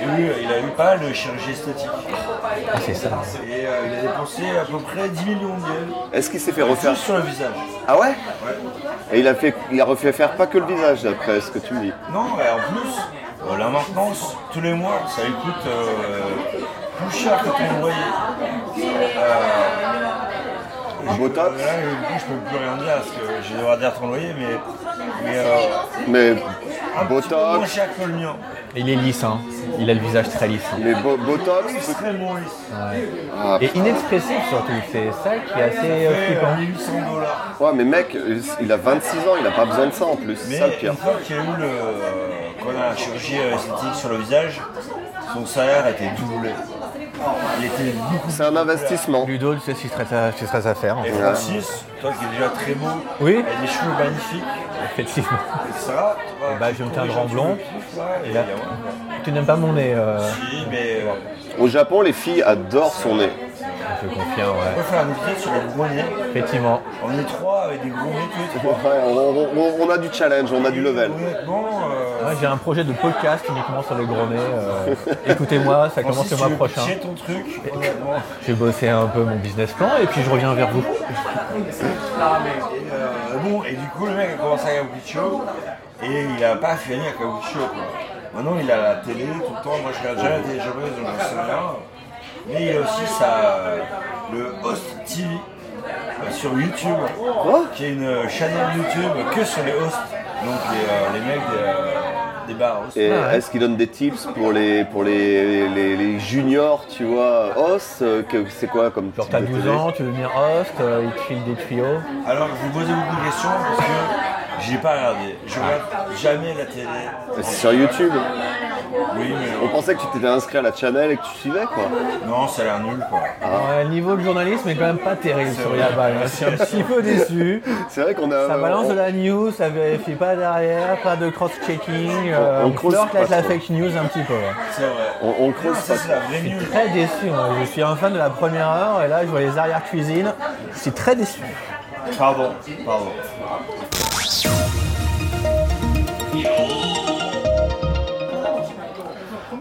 A: lui, il a eu pas le chirurgie esthétique.
C: Ah, c'est ça.
A: Et euh, il a dépensé à peu près 10 millions de yens.
B: Est-ce qu'il s'est fait
A: Tout
B: refaire
A: sur le visage.
B: Ah ouais
A: Ouais.
B: Et il a, fait, il a refait faire pas que le visage, d'après ce que tu me dis.
A: Non, et en plus, euh, la maintenance, tous les mois, ça lui coûte euh, plus cher que ton loyer. Euh,
B: Botox.
A: Là, du coup, je peux plus rien dire parce que je vais devoir dire ton loyer, mais. mais euh,
B: Mais
A: un petit peu moins
B: Botox,
A: cher que le mien.
C: Il est lisse, hein. il a le visage très lisse. hein.
B: mais bo- Botox,
A: Extrêmement lisse.
B: ah,
C: Et inexpressif surtout, c'est ça qui est assez euh,
A: Et, euh,
C: flippant.
A: 1800 dollars.
B: Ouais, mais mec, il a 26 ans, il a pas besoin de ça en plus. C'est
A: Mais
B: ça le pire.
A: une fois qu'il y a eu le, quand on a la chirurgie euh, esthétique sur le visage, son salaire était doublé. Il était beaucoup
B: C'est un investissement.
C: Ludo, tu sais ce qui serait à, ce qui serait à faire en
A: Et
C: fait.
A: Francis, toi qui es déjà très beau,
C: Oui.
A: avec des cheveux magnifiques,
C: Effectivement.
A: ça, tu vas-
C: Et bah, je vais me
A: tu
C: faire un
A: corriges
C: grand
A: petit
C: blond.
A: peu le truc, là, et
C: Là.
A: il y a- ouais.
C: Tu n'aimes pas mon nez, euh,
A: Si, mais euh,
B: Au Japon, les filles adorent son nez.
C: je confirme,
A: on
C: ouais.
A: peut faire un épisode sur les gros nez.
C: Effectivement.
A: On est trois avec des gros nez, tous les
B: Ouais,
A: trois.
B: on, on- on a du challenge, on a du level.
A: Honnêtement, euh,
C: Moi j'ai un projet de podcast uniquement sur les gros nez. euh, Écoutez-moi, ça commence
A: Francis,
C: le
A: tu
C: mois
A: veux
C: prochain.
A: pitcher ton truc, honnêtement.
C: J'ai bossé un peu mon business plan et puis je reviens vers vous.
A: Et, euh, bon, et du coup, le mec a commencé à Kabukicho et il a pas fini à Kabukicho. quoi. Maintenant, il a la télé tout le temps. Moi, je regarde jamais la télé japonaise, donc j'en sais rien. Mais il a aussi sa, euh, le Host TV euh, sur YouTube, qui est une euh, chaîne YouTube que sur les hosts, donc les, euh, les mecs des, euh, des bars hosts.
B: Et
C: Ah
B: est-ce qu'il donne des tips pour les, pour les, les- les juniors, tu vois Oh, c'est que- c'est quoi comme
C: Genre
B: type
C: t'as
B: de
C: 12
B: télé
C: ans, tu veux devenir host, euh, il te file des tuyaux.
A: Alors, je vous posez beaucoup de questions parce que j'ai pas regardé. Je regarde jamais la télé.
B: C'est sur YouTube.
A: Oui,
B: On
A: mais
B: pensait que tu t'étais inscrit à la channel et que tu suivais, quoi.
A: non, ça a l'air nul quoi.
B: Ah.
C: Ouais, le niveau de journalisme est quand même pas terrible sur
A: Ah. vrai.
C: Yabal. hein. Je suis un petit peu déçu.
B: C'est vrai qu'on a.
C: Ça balance
B: on-
C: de la news, ça vérifie pas derrière, pas de cross-checking. euh,
B: On- on
C: on
B: creuse
C: flirte
B: pas
C: avec la
B: trop.
C: fake news un petit peu. ouais.
A: C'est vrai.
B: On, on
A: Non,
C: Ah,
B: creuse
A: Ah, ça
B: pas.
A: c'est la vraie nulle.
C: Très déçu, moi. je suis un fan de la première heure et là je vois les arrières-cuisines. Je suis très déçu.
A: Pardon, pardon.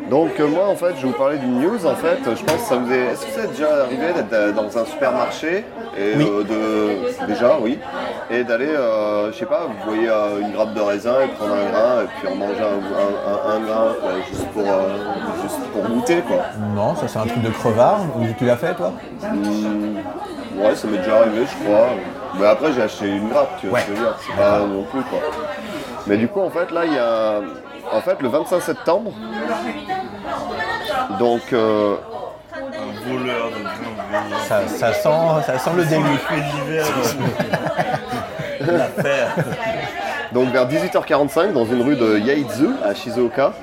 B: Donc euh, moi en fait je vais vous parler d'une news en fait, je pense que ça vous est. Est-ce que ça vous est déjà arrivé d'être euh, dans un supermarché et euh, de déjà oui et d'aller euh, je sais pas vous voyez euh, une grappe de raisin et prendre un grain et puis en manger un, un- un- un grain quoi, juste pour euh, juste pour goûter quoi.
C: Non, ça c'est un truc de crevard. Tu l'as fait toi
B: Ouais ça m'est déjà arrivé je crois. Mais après j'ai acheté une grappe tu vois ce que je veux dire, c'est pas non plus quoi. Mais du coup en fait là il y a en fait le 25 septembre donc euh,
A: Un voleur de grains
C: ça, ça sent, ça sent le
A: Le
C: déluge.
A: fait d'hiver. euh, L'affaire.
B: Donc vers 18h45 dans une rue de Yaizu à Shizuoka.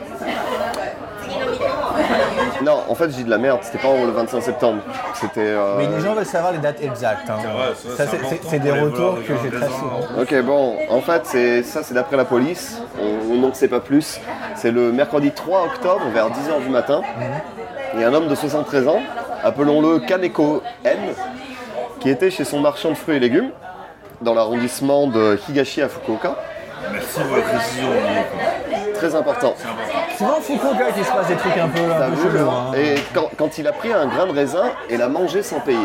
B: Non, en fait, je dis de la merde, c'était pas le 25 septembre. C'était. euh,
C: Mais les gens veulent savoir les dates exactes. hein.
A: vrai, ça, c'est
C: Ça, c'est-
A: important
C: c'est c'est des
A: pour les
C: retours
A: voleurs de
C: que j'ai très
A: grains.
C: souvent.
B: Ok, bon, en fait, c'est ça, c'est d'après la police. On on n'en sait pas plus. C'est le mercredi 3 octobre vers 10h du matin. Il y a un homme de 73 ans, appelons-le Kaneko N, qui était chez son marchand de fruits et légumes dans l'arrondissement de Higashi à Fukuoka.
A: Merci pour la précision. Olivier, quoi.
B: Très important.
C: Souvent Fukuoka qui se passe des trucs un peu, un
B: T'as
C: peu
B: vu, le-
C: chelous. hein.
B: Et quand, quand il a pris un grain de raisin et l'a mangé sans payer.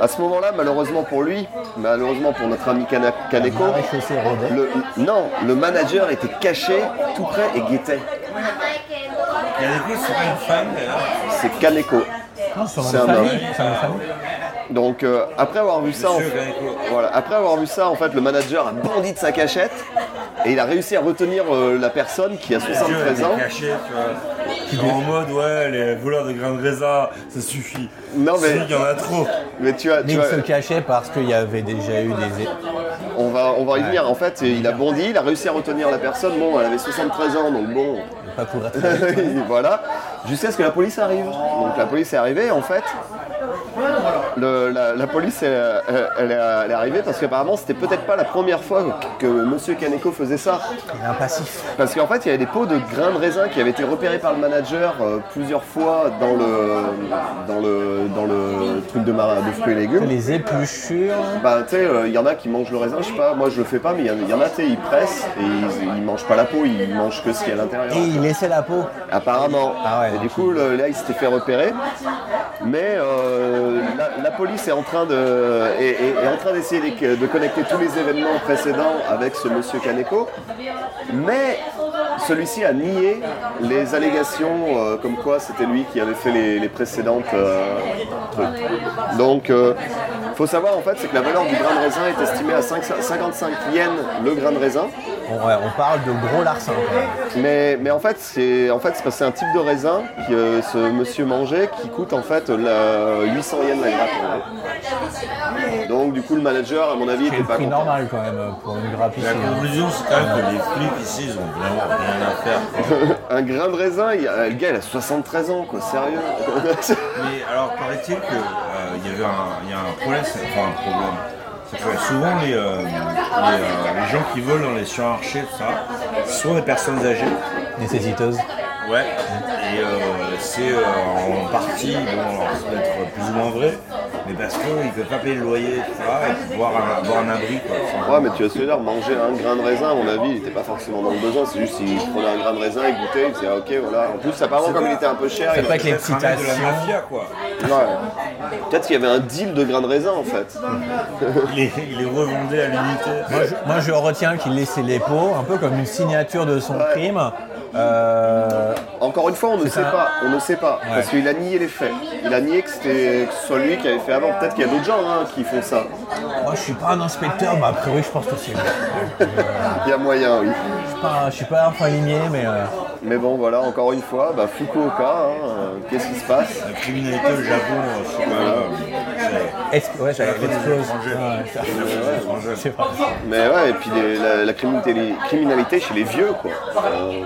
B: À ce moment-là, malheureusement pour lui, malheureusement pour notre ami Kana- Kaneko,
C: Maréchaussée Rodet.
B: le, non, le manager était caché tout près et guettait.
A: Il y a des coups, c'est pas une femme d'ailleurs.
B: C'est Kaneko.
C: Non, c'est un nom
B: C'est
C: de
B: un
C: famille.
B: homme.
C: C'est un nom de famille.
B: Donc euh, après avoir vu ça, en
A: Monsieur
B: fait-
A: Kaneko.
B: voilà, après avoir vu ça, en fait, le manager a bandi de sa cachette et il a réussi à retenir euh, la personne qui a
A: Les yeux, elle
B: 73
A: est
B: ans.
A: cachée, tu vois. Genre en mode, ouais, les voleurs de grains de raisin, ça suffit.
B: Non, mais-
A: C'est, Il y en a trop.
B: Mais tu as,
C: Mais
B: tu
C: il
B: as-
C: se cachait parce qu'il y avait déjà eu des.
B: on va, on va y venir. En fait, il a bondi, il a réussi à retenir la personne. Bon, elle avait 73 ans, donc bon,
C: Pas courir très vite.
B: Et voilà, jusqu'à ce que la police arrive. Donc la police est arrivée, en fait. le- la, la police, elle, elle- elle est elle est arrivée parce qu'apparemment, c'était peut-être pas la première fois que Monsieur Kaneko faisait ça.
C: Il est impassif.
B: Parce qu'en fait, il y avait des pots de grains de raisin qui avaient été repérés par le manager euh, plusieurs fois dans le, dans le, dans le truc de, mara- de fruits et légumes.
C: Les épluchures.
B: Bah, tu sais, il y en a qui mangent le raisin, je sais pas, moi je le fais pas, mais il y, en a, tu sais, ils pressent et ils, ils mangent pas la peau, ils mangent que ce qui est à l'intérieur.
C: Et il laissait la peau.
B: Apparemment.
C: Ah ouais,
B: et du
C: donc
B: coup, le- là, il s'était fait repérer. Mais euh, la, la police est en train de, est, est- est en train d'essayer de, de connecter tous les événements précédents avec ce monsieur Kaneko. Mais celui-ci a nié les allégations euh, comme quoi c'était lui qui avait fait les, les précédentes euh, trucs. Donc, euh, faut savoir en fait, c'est que la valeur du grain de raisin est estimée à 5 55 yens le grain de raisin.
C: On, ouais, on parle de gros larcins. quand même.
B: Mais, mais en fait, c'est en fait, c'est parce que c'est un type de raisin que euh, ce monsieur mangeait qui coûte en fait la- 800 yens la grappe. en gros. Donc du coup, le manager, à mon avis,
C: C'est
B: était
C: le
B: pas
C: prix
B: content.
C: normal quand même euh, pour une grappe ici.
A: La
C: hein.
A: conclusion, c'est quand même que les flics ici, ils ont vraiment rien à faire. quoi.
B: Un grain de raisin, il y a- le gars, il a 73 ans, quoi, sérieux.
A: Mais alors, paraît-il qu'il y avait un, il y a un problème, c'est- enfin un problème. C'est que souvent, les, euh, les, euh, les gens qui volent dans les surmarchés, tout ça, ce sont des personnes âgées.
C: Nécessiteuse.
A: Ouais, et euh, c'est euh, en partie, bon, alors ça peut être plus ou moins vrai, mais parce qu'ils ne peuvent pas payer le loyer, tout ça, et puis boire un, boire un abri, quoi. Enfin,
B: Ouais, mais tu vas se dire, manger un grain de raisin, à mon avis, il était pas forcément dans le besoin. C'est juste qu'il prenait un grain de raisin, il goûtait, il disait, ah, ok, voilà. En plus, apparemment, comme il était un peu cher, il
C: pas que les
A: peut-être un mec de la
C: citations.
A: mafia, quoi.
B: Ouais. Peut-être qu'il y avait un deal de grain de raisin, en fait.
A: Il est, il est revendé à l'unité.
C: Moi je, moi, je retiens qu'il laissait les pots, un peu comme une signature de son crime. Euh,
B: Encore une fois, on ne sait
C: ça.
B: pas, on ne sait pas, parce qu'il a nié les faits. Il a nié que, c'était- que ce soit lui qui avait fait avant. Peut-être qu'il y a d'autres gens hein, qui font ça.
C: moi, je suis pas un inspecteur, mais a priori, je pense que c'est.
B: Il y a moyen, oui.
C: Je suis pas, je suis pas un familier, mais euh,
B: Mais bon, voilà, encore une fois, bah, Fukuoka, hein, euh, qu'est-ce qui se passe
A: La criminalité au Japon, euh, c'est pas... euh, c'est-
C: ex- ouais, ça
A: c'est la faute des
C: explose.
A: étrangers.
C: Ouais, ça-
A: C'est la faute des étrangers.
C: je sais pas.
B: Mais ouais, et puis les- la, la criminalité, criminalité chez les vieux, quoi. Euh,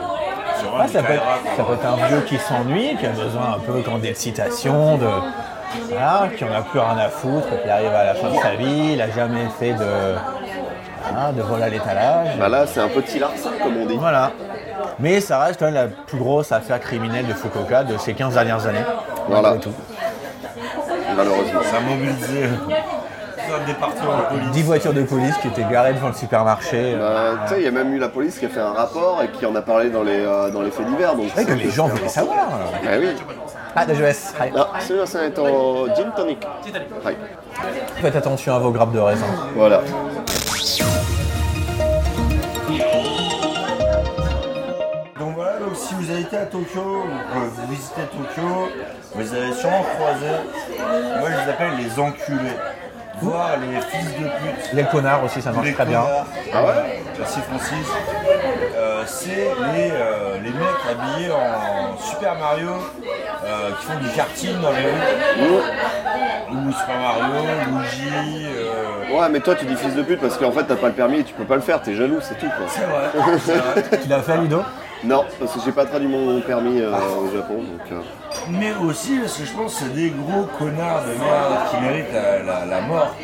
A: C'est
C: Ouais,
A: vraiment
C: ça,
A: une
C: peut être,
A: carrière,
C: ça
A: quoi.
C: peut être un vieux qui s'ennuie, qui a besoin un peu quand des citations, de, voilà, qui en a plus rien à foutre, qui arrive à la fin de sa vie, il a jamais fait de, voilà, de vol à l'étalage.
B: bah là, c'est un petit larcin, comme on dit.
C: Voilà. Mais ça reste quand même la plus grosse affaire criminelle de Fukuoka de ces 15 dernières années.
B: Voilà.
C: Malgré tout.
B: Malheureusement.
A: Ça a mobilisé euh, tout un département de police.
C: 10 voitures de police qui étaient garées devant le supermarché. euh,
B: Euh, tu sais, il y a même eu la police qui a fait un rapport et qui en a parlé dans les, euh, dans les faits divers. Donc
C: C'est vrai que les gens voulaient savoir. hein.
B: Ah oui.
C: Ah, de jeunesse. Ouais.
B: Ah, celui-là, c'est au gin tonic. Ouais.
C: Faites attention à vos grappes de raisin.
B: Voilà.
A: Donc voilà, donc si vous habitez à Tokyo, ou que vous visitez Tokyo, vous avez sûrement croisé, moi je les appelle les enculés, voire les fils de pute.
C: Les connards aussi, ça marche
A: les
C: très bien.
A: connards.
B: Ah ouais
A: Merci Francis. Euh, c'est les, euh, les mecs habillés en Super Mario euh, qui font du karting dans les rues. Ou Super Mario, Luigi. euh,
B: Ouais, mais toi, tu dis fils de pute parce qu'en fait, t'as pas le permis et tu peux pas le faire. T'es jaloux, c'est tout. quoi.
A: C'est vrai, c'est vrai.
C: Tu l'as fait, Ludo
B: Non, parce que j'ai pas traduit mon permis euh, au Japon. Donc, euh,
A: Mais aussi parce que je pense que c'est des gros connards de merde qui méritent la, la- la mort.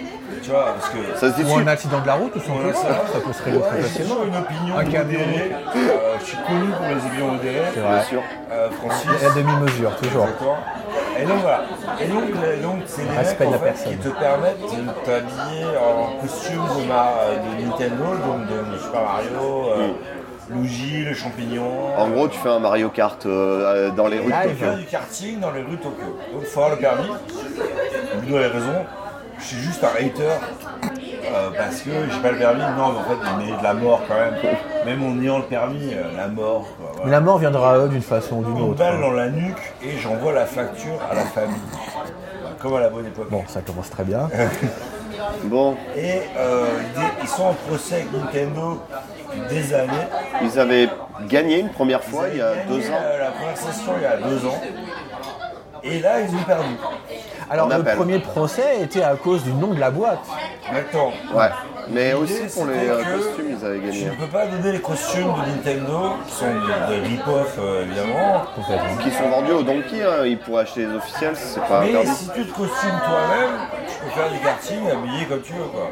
A: Tu vois, parce que
B: Ça se dit
C: Ou un
B: dessus.
C: accident de la route, tout simplement. hein,
A: Ouais, ça va.
C: Ça peut se régler très
A: Ouais, j'ai
C: facilement.
A: toujours une opinion
C: Un camion.
A: modérée. Euh, je suis connu pour les opinions modérées.
C: C'est
B: Bien
C: vrai.
B: sûr.
A: Euh, Francis.
C: La demi-mesure, toujours.
A: Exactement. Et donc voilà. Et donc, euh, donc, c'est des mecs
C: Respect de
A: en
C: la
A: fait,
C: personne.
A: qui te permettent de t'habiller en costume de, ma- de Nintendo, donc de Super Mario, euh, Luigi, le champignon.
B: En gros, tu fais un Mario Kart euh, euh, dans les rues de
C: Live.
A: Tu fais
B: Tokyo.
A: du karting dans les rues de Tokyo. Donc il faut avoir le permis. Ludo a raison. Je suis juste un hater. euh, parce que j'ai pas le permis, non mais en fait on est de la mort quand même. Même en ayant le permis, euh, la mort quoi.
C: Mais
A: Voilà.
C: la mort viendra à eux d'une façon ou d'une
A: Une
C: autre.
A: balle
C: hein.
A: dans la nuque et j'envoie la facture à la famille. Comme à la bonne époque.
C: Bon, ça commence très bien.
B: Bon,
A: Et euh, des- ils sont en procès avec Nintendo depuis des années.
B: ils avaient gagné une première
A: Ils
B: fois il y
A: avaient
B: a
A: gagné,
B: deux ans.
A: euh, La première session il y a deux ans. Et là ils ont perdu.
C: Alors,
B: On
C: le
B: appelle.
C: premier procès était à cause du nom de la boîte.
A: Maintenant,
B: Ouais. Mais
A: L'idée,
B: aussi pour les
A: c'était
B: euh,
A: que
B: costumes, ils avaient
A: Tu
B: gagné.
A: ne peux pas donner les costumes de Nintendo, qui sont des, des rip-off euh, évidemment.
B: Qui sont vendus au Donkey, hein, ils pourraient acheter les officiels, c'est pas
A: Mais
B: interdit.
A: si tu te costumes toi-même, tu peux faire des kartings habillés comme tu veux. quoi.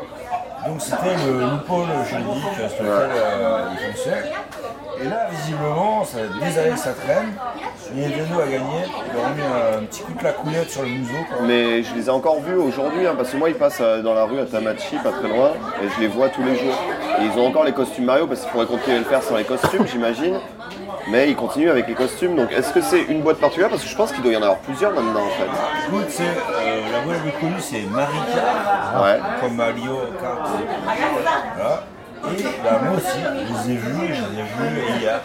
A: Donc c'était le loophole juridique sur lequel euh, ils fonçaient. Et là, visiblement, ça fait des années que ça traîne. Nintendo a gagné. Ils ont mis un petit coup de la coulette sur le museau. quoi.
B: Mais je les ai encore vus aujourd'hui, hein, parce que moi ils passent euh, dans la rue à Tamachi, pas très loin, et je les vois tous les jours. Et ils ont encore les costumes Mario, parce qu'ils pourraient continuer à le faire sans les costumes, j'imagine. Mais ils continuent avec les costumes, donc est-ce que c'est une boîte particulière Parce que je pense qu'il doit y en avoir plusieurs maintenant en fait.
A: Écoute, c'est, euh, la
B: Ah,
A: voix la plus connue, c'est Marika,
B: Ouais.
A: comme Mario Kart. Voilà. Ah. Et bah, moi aussi, je les ai vus, je les ai vus hier.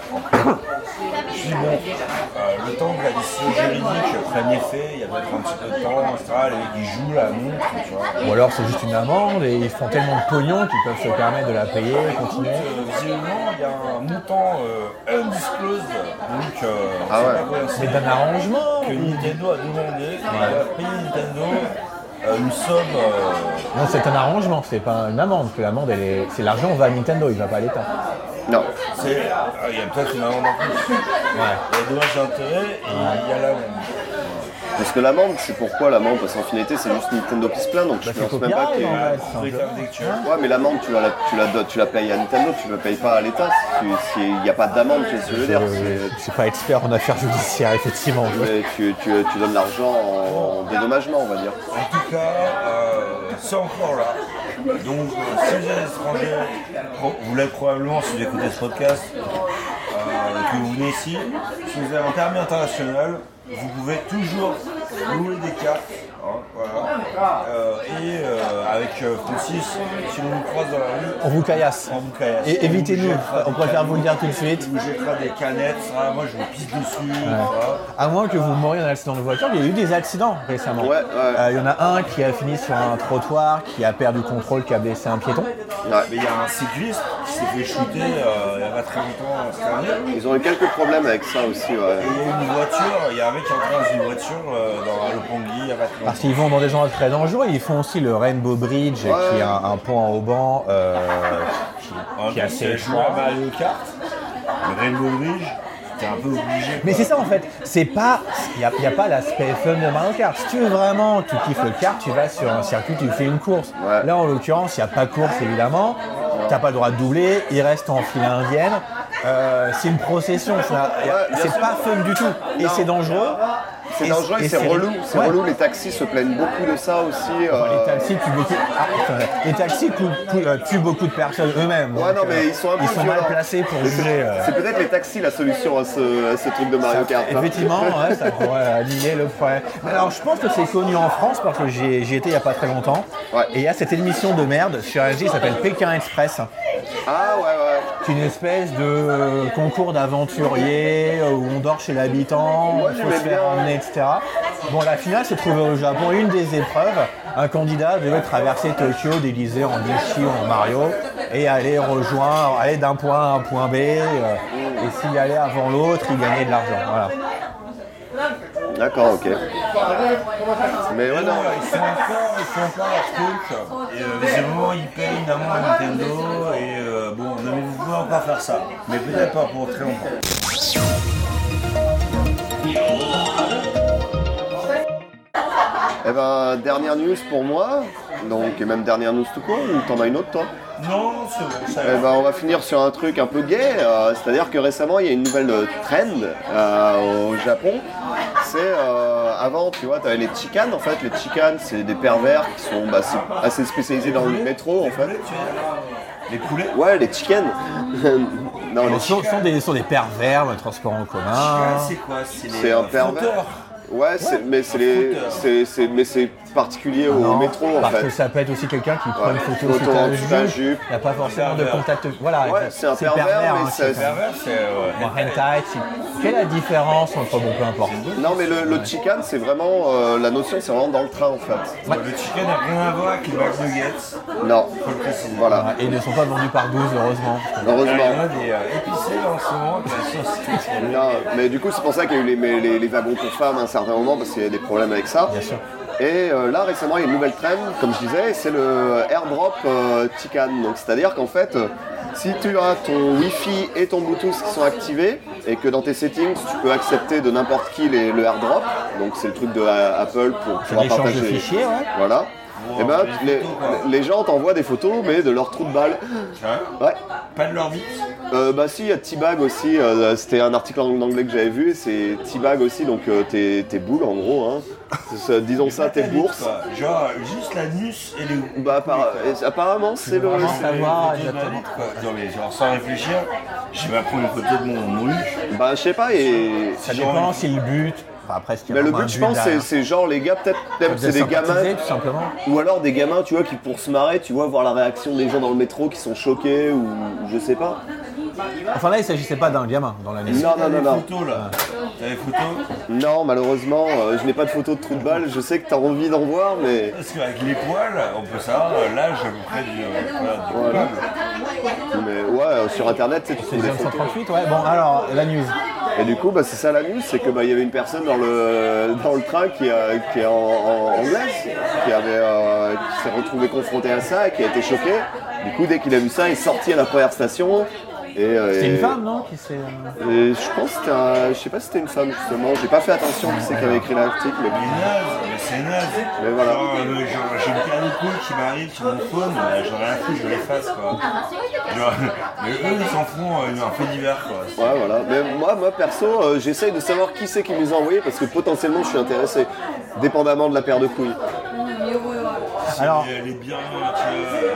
A: Je suis bon, euh, le temps de la décision juridique, après l'effet, il y a peut-être un petit peu de temps, etc. Les mecs, ils jouent la montre, tu vois.
C: Ou alors c'est juste une amende et ils font tellement de pognon qu'ils peuvent se permettre de la payer et
A: Écoute,
C: continuer.
A: euh, visiblement, il y a un montant euh, undisclosed, donc euh,
B: Ah
A: on sait
B: ouais.
A: pas combien c'est.
C: Mais d'un arrangement
A: que Nintendo a demandé, et il a payé Nintendo euh, une somme. euh,
C: Non, c'est un arrangement, c'est pas une amende, parce que l'amende, elle est... c'est l'argent, on va à Nintendo, il va pas à l'État.
B: Non.
A: c'est- ah, il y a peut-être une amende en plus. Il y a dommages d'intérêt et il y a l'amende.
B: Parce que l'amende, c'est pourquoi l'amende Parce qu'en finalité, c'est juste Nintendo qui se plaint, donc tu
C: Bah, c'est
B: penses même pas
C: copyright,
B: qu'il y
C: en
B: ait-
C: vrai,
A: Pour les
C: c'est
A: femmes
C: simple.
A: dès que tu veux.
B: Ouais, mais l'amende, tu, la, tu, la, donnes- tu la payes à Nintendo, tu ne payes pas à l'État. Tu- S'il n'y a pas d'amende, tu sais ce que je veux dire.
C: Je je suis pas expert en affaires judiciaires, effectivement.
B: c'est- ouais, tu, tu- tu donnes l'argent en, en dédommagement, on va dire.
A: En tout cas, euh, c'est encore là. Donc, euh, si vous êtes étranger, pro- vous l'êtes probablement si vous écoutez ce podcast, euh, que vous venez ici. Si vous êtes en termes international, vous pouvez toujours louer des cartes. hein, voilà. Euh, et euh, avec euh, Francis, si on vous croise dans la rue,
C: On vous caillasse.
A: on vous caillasse.
C: Et
A: On
C: évitez-nous,
A: vous jettera
C: on
A: des
C: préfère vous le dire
A: canettes,
C: tout de suite.
A: On vous jettera des canettes, ça, moi je vous pisse dessus. voilà.
C: À moins que vous mouriez d'un accident de voiture, il y a eu des accidents récemment.
B: Ouais, ouais.
C: Euh, Il y en a un qui a fini sur un trottoir, qui a perdu le contrôle, qui a blessé un piéton.
A: Mais
B: Ouais.
A: il y a un cycliste qui s'est fait shooter euh, il n'y a pas très longtemps euh, cette année.
B: Ils ont eu quelques problèmes avec ça aussi, ouais.
A: Et il y a une voiture, il y a un mec qui est entré dans une voiture euh, dans le Pongui il n'y a pas très
C: Parce
A: longtemps.
C: qu'ils vont dans des endroits très dangereux, ils font aussi le Rainbow Bridge,
B: Ouais.
C: qui est un, un pont en hauban. euh,
A: En même
C: qui
A: temps,
C: a ses
A: il a joué
C: choix.
A: à Mario Kart, le Rainbow Bridge, t'es un peu obligé.
C: Mais
A: quoi.
C: c'est ça en fait, c'est pas, il n'y a, y a pas l'aspect fun de Mario Kart. Si tu veux vraiment, tu kiffes le kart, tu vas sur un circuit, tu fais une course.
B: Ouais.
C: Là en l'occurrence, il n'y a pas de course évidemment, t'as pas le droit de doubler, il reste en file indienne. Euh, c'est une procession, ça- y a-
B: Ouais, bien
C: c'est
B: sûr.
C: pas fun du tout. Et c'est dangereux.
B: C'est dangereux et c'est relou. C'est
C: Ouais.
B: relou, les taxis se plaignent beaucoup de ça aussi. euh,
C: Les taxis tuent beaucoup, ah, putain, les taxis cou- cou- euh, tuent beaucoup de personnes eux-mêmes.
B: Ouais,
C: Donc,
B: non, mais
C: euh,
B: ils sont un peu
C: ils sont mal
B: violents.
C: placés pour
B: Mais
C: juger.
B: c'est-
C: euh,
B: C'est peut-être les taxis la solution à ce, à ce truc de Mario Kart. hein.
C: Effectivement, ouais, ça pourrait allier le problème. Mais alors, je pense que c'est connu en France parce que j'y ai- j'y étais il n'y a pas très longtemps.
B: Ouais.
C: Et il y a cette émission de merde sur LG qui s'appelle Pékin Express.
B: Ah ouais, ouais.
C: C'est une espèce de euh, concours d'aventuriers euh, où on dort chez l'habitant,
B: Moi,
C: il faut
B: j'aimais
C: se faire
B: bien.
C: emmener, etc. Bon, la finale s'est trouvée au Japon. Une des épreuves, un candidat devait traverser Tokyo déguisé en Yoshi ou en Mario et aller rejoindre, aller d'un point A à un point B. euh, et s'il allait avant l'autre, il gagnait de l'argent. Voilà.
B: D'accord, ok. Mais
A: Et
B: ouais,
A: non,
B: non.
A: ils font encore, ils font encore leur truc. Et euh, visiblement, ils payent une amende à Nintendo. Et euh, bon, ne vous pouvez encore faire ça. Mais peut-être pas pour très longtemps.
B: Eh ben, dernière news pour moi. Donc, et même dernière news tout court, ou t'en as une autre, toi
A: Non, c'est bon, ça
B: Eh
A: va.
B: ben, on va finir sur un truc un peu gay. euh, C'est-à-dire que récemment, il y a une nouvelle euh, trend euh, au Japon. C'est euh, avant, tu vois, t'avais les chicanes. En fait, les chicanes, c'est des pervers qui sont bah, c'est assez spécialisés dans le métro, en fait.
A: Les poulets
B: Ouais, les chicanes. non, les
C: Ce sont, sont des, sont des pervers, le transport en commun.
A: C'est quoi C'est les,
B: Ah. C'est un
A: euh,
B: pervers.
A: flotteurs.
B: Ouais, c'est- mais c'est les,
A: Scooter.
B: c'est- c'est- mais c'est particulier au
C: Non,
B: métro en
C: parce
B: fait.
C: que ça peut être aussi quelqu'un qui prend une photo
B: photo
C: sur ta
B: en dessous de ta
C: jupe.
B: jupe.
C: Il n'y a pas forcément de
A: Pervers.
C: contact. Voilà,
B: Ouais, c'est un pervers, mais
C: hein,
B: ça-
C: c'est
B: ça-
C: pervers.
A: Pervers, c'est. euh,
C: Bon, hentai, c'est- Quelle est la différence entre bon, peu importe.
B: Non, mais le, le chicane, c'est vraiment euh, la notion, c'est vraiment dans le train en fait.
A: Ouais, Le chicken n'a rien à voir avec les McNuggets.
B: Non,
A: le préciser.
B: voilà,
C: Et ils ne sont pas vendus par 12, heureusement.
A: Il y en a
B: heureusement.
A: des euh, épicés en ce moment, de la sauce.
B: Non, mais du coup, c'est pour ça qu'il y a eu les, mais les- les wagons pour femmes à un certain moment parce qu'il y a des problèmes avec ça.
C: sûr.
B: Et euh, là, récemment, il y a une nouvelle trend, comme je disais, c'est le airdrop euh, chicane. Donc, c'est-à-dire qu'en fait, euh, si tu as ton Wi-Fi et ton Bluetooth qui sont activés et que dans tes settings, tu peux accepter de n'importe qui les- le airdrop, donc c'est le truc de euh, Apple pour pouvoir
C: l'échange de
B: partager.
C: fichiers, ouais.
B: Voilà. et ben,
A: mais
B: les,
A: les photos, quoi.
B: les gens t'envoient des photos, mais de leur trou de balle.
A: Hein
B: Ouais.
A: Pas de leur vie.
B: Euh, bah si, il y a T-Bag aussi, euh, c'était un article en anglais que j'avais vu, et c'est T-Bag aussi, donc euh, tes, tes boules en gros, hein. C'est ça, disons ça, tes bourses.
A: Quoi. Genre, juste l'anus et les.
B: Bah appara-
A: Oui,
B: et- apparemment c'est le...
A: quoi.
C: vraiment
A: C'est
C: ça
A: les
C: va,
A: photos de
C: exactement.
A: ma bite, quoi. Genre, les- genre, sans réfléchir, je vais prendre une photo de mon mon huc.
B: Bah je sais pas et...
C: Ça
A: Genre,
C: dépend si le but Enfin, après, ce qu'il y a
B: Mais le
C: vraiment
B: but,
C: un
B: je pense, c'est-
C: derrière.
B: c'est genre les gars, peut-être, peut-être
C: Vous
B: c'est
C: êtes
B: des
C: sympathisés,
B: gamins.
C: tout simplement.
B: Ou alors des gamins, tu vois, qui pour se marrer, tu vois, voir la réaction des gens dans le métro qui sont choqués ou ou je sais pas.
C: Enfin là, il s'agissait pas d'un gamin dans l'année.
B: Non, non, non, non.
A: Photo là. T'as les photos
B: Non, malheureusement, euh, je n'ai pas de photo de trou de balle. Je sais que t'as envie d'en voir, mais
A: Parce qu'avec les poils, on peut savoir euh, l'âge à peu près du, euh, voilà, du
B: Voilà.
A: coupable.
B: Mais ouais, euh, sur internet, tu sais, tu
C: C'est
B: trouves des photos.
C: 1938, ouais. Bon, alors, la news.
B: Et du coup, bah, c'est ça la news, c'est que bah, il y avait une personne dans le dans le train qui, euh, qui est en, en- anglaise, qui avait euh, qui s'est retrouvée confrontée à ça et qui a été choquée. Du coup, dès qu'il a vu ça, il est sorti à la première station. Et, euh,
C: C'est
B: et-
C: une femme, non qui s'est, euh,
B: et Je pense que c'était un- je sais pas si c'était une femme justement. J'ai pas fait attention qui c'est qui avait écrit l'article, mais
A: Mais naze, mais c'est naze.
B: Mais voilà.
A: Genre, euh, genre, j'ai une paire de couilles qui m'arrive sur mon phone, euh, j'en ai rien à foutre, je l'efface quoi. Genre, mais eux ils s'en font euh, un fait divers quoi.
B: Ouais, voilà. Mais moi, moi perso, euh, j'essaye de savoir qui c'est qui nous a envoyé parce que potentiellement je suis intéressé, dépendamment de la paire de couilles.
C: Alors,
A: Elle est bien, tu vois,
B: Ouais,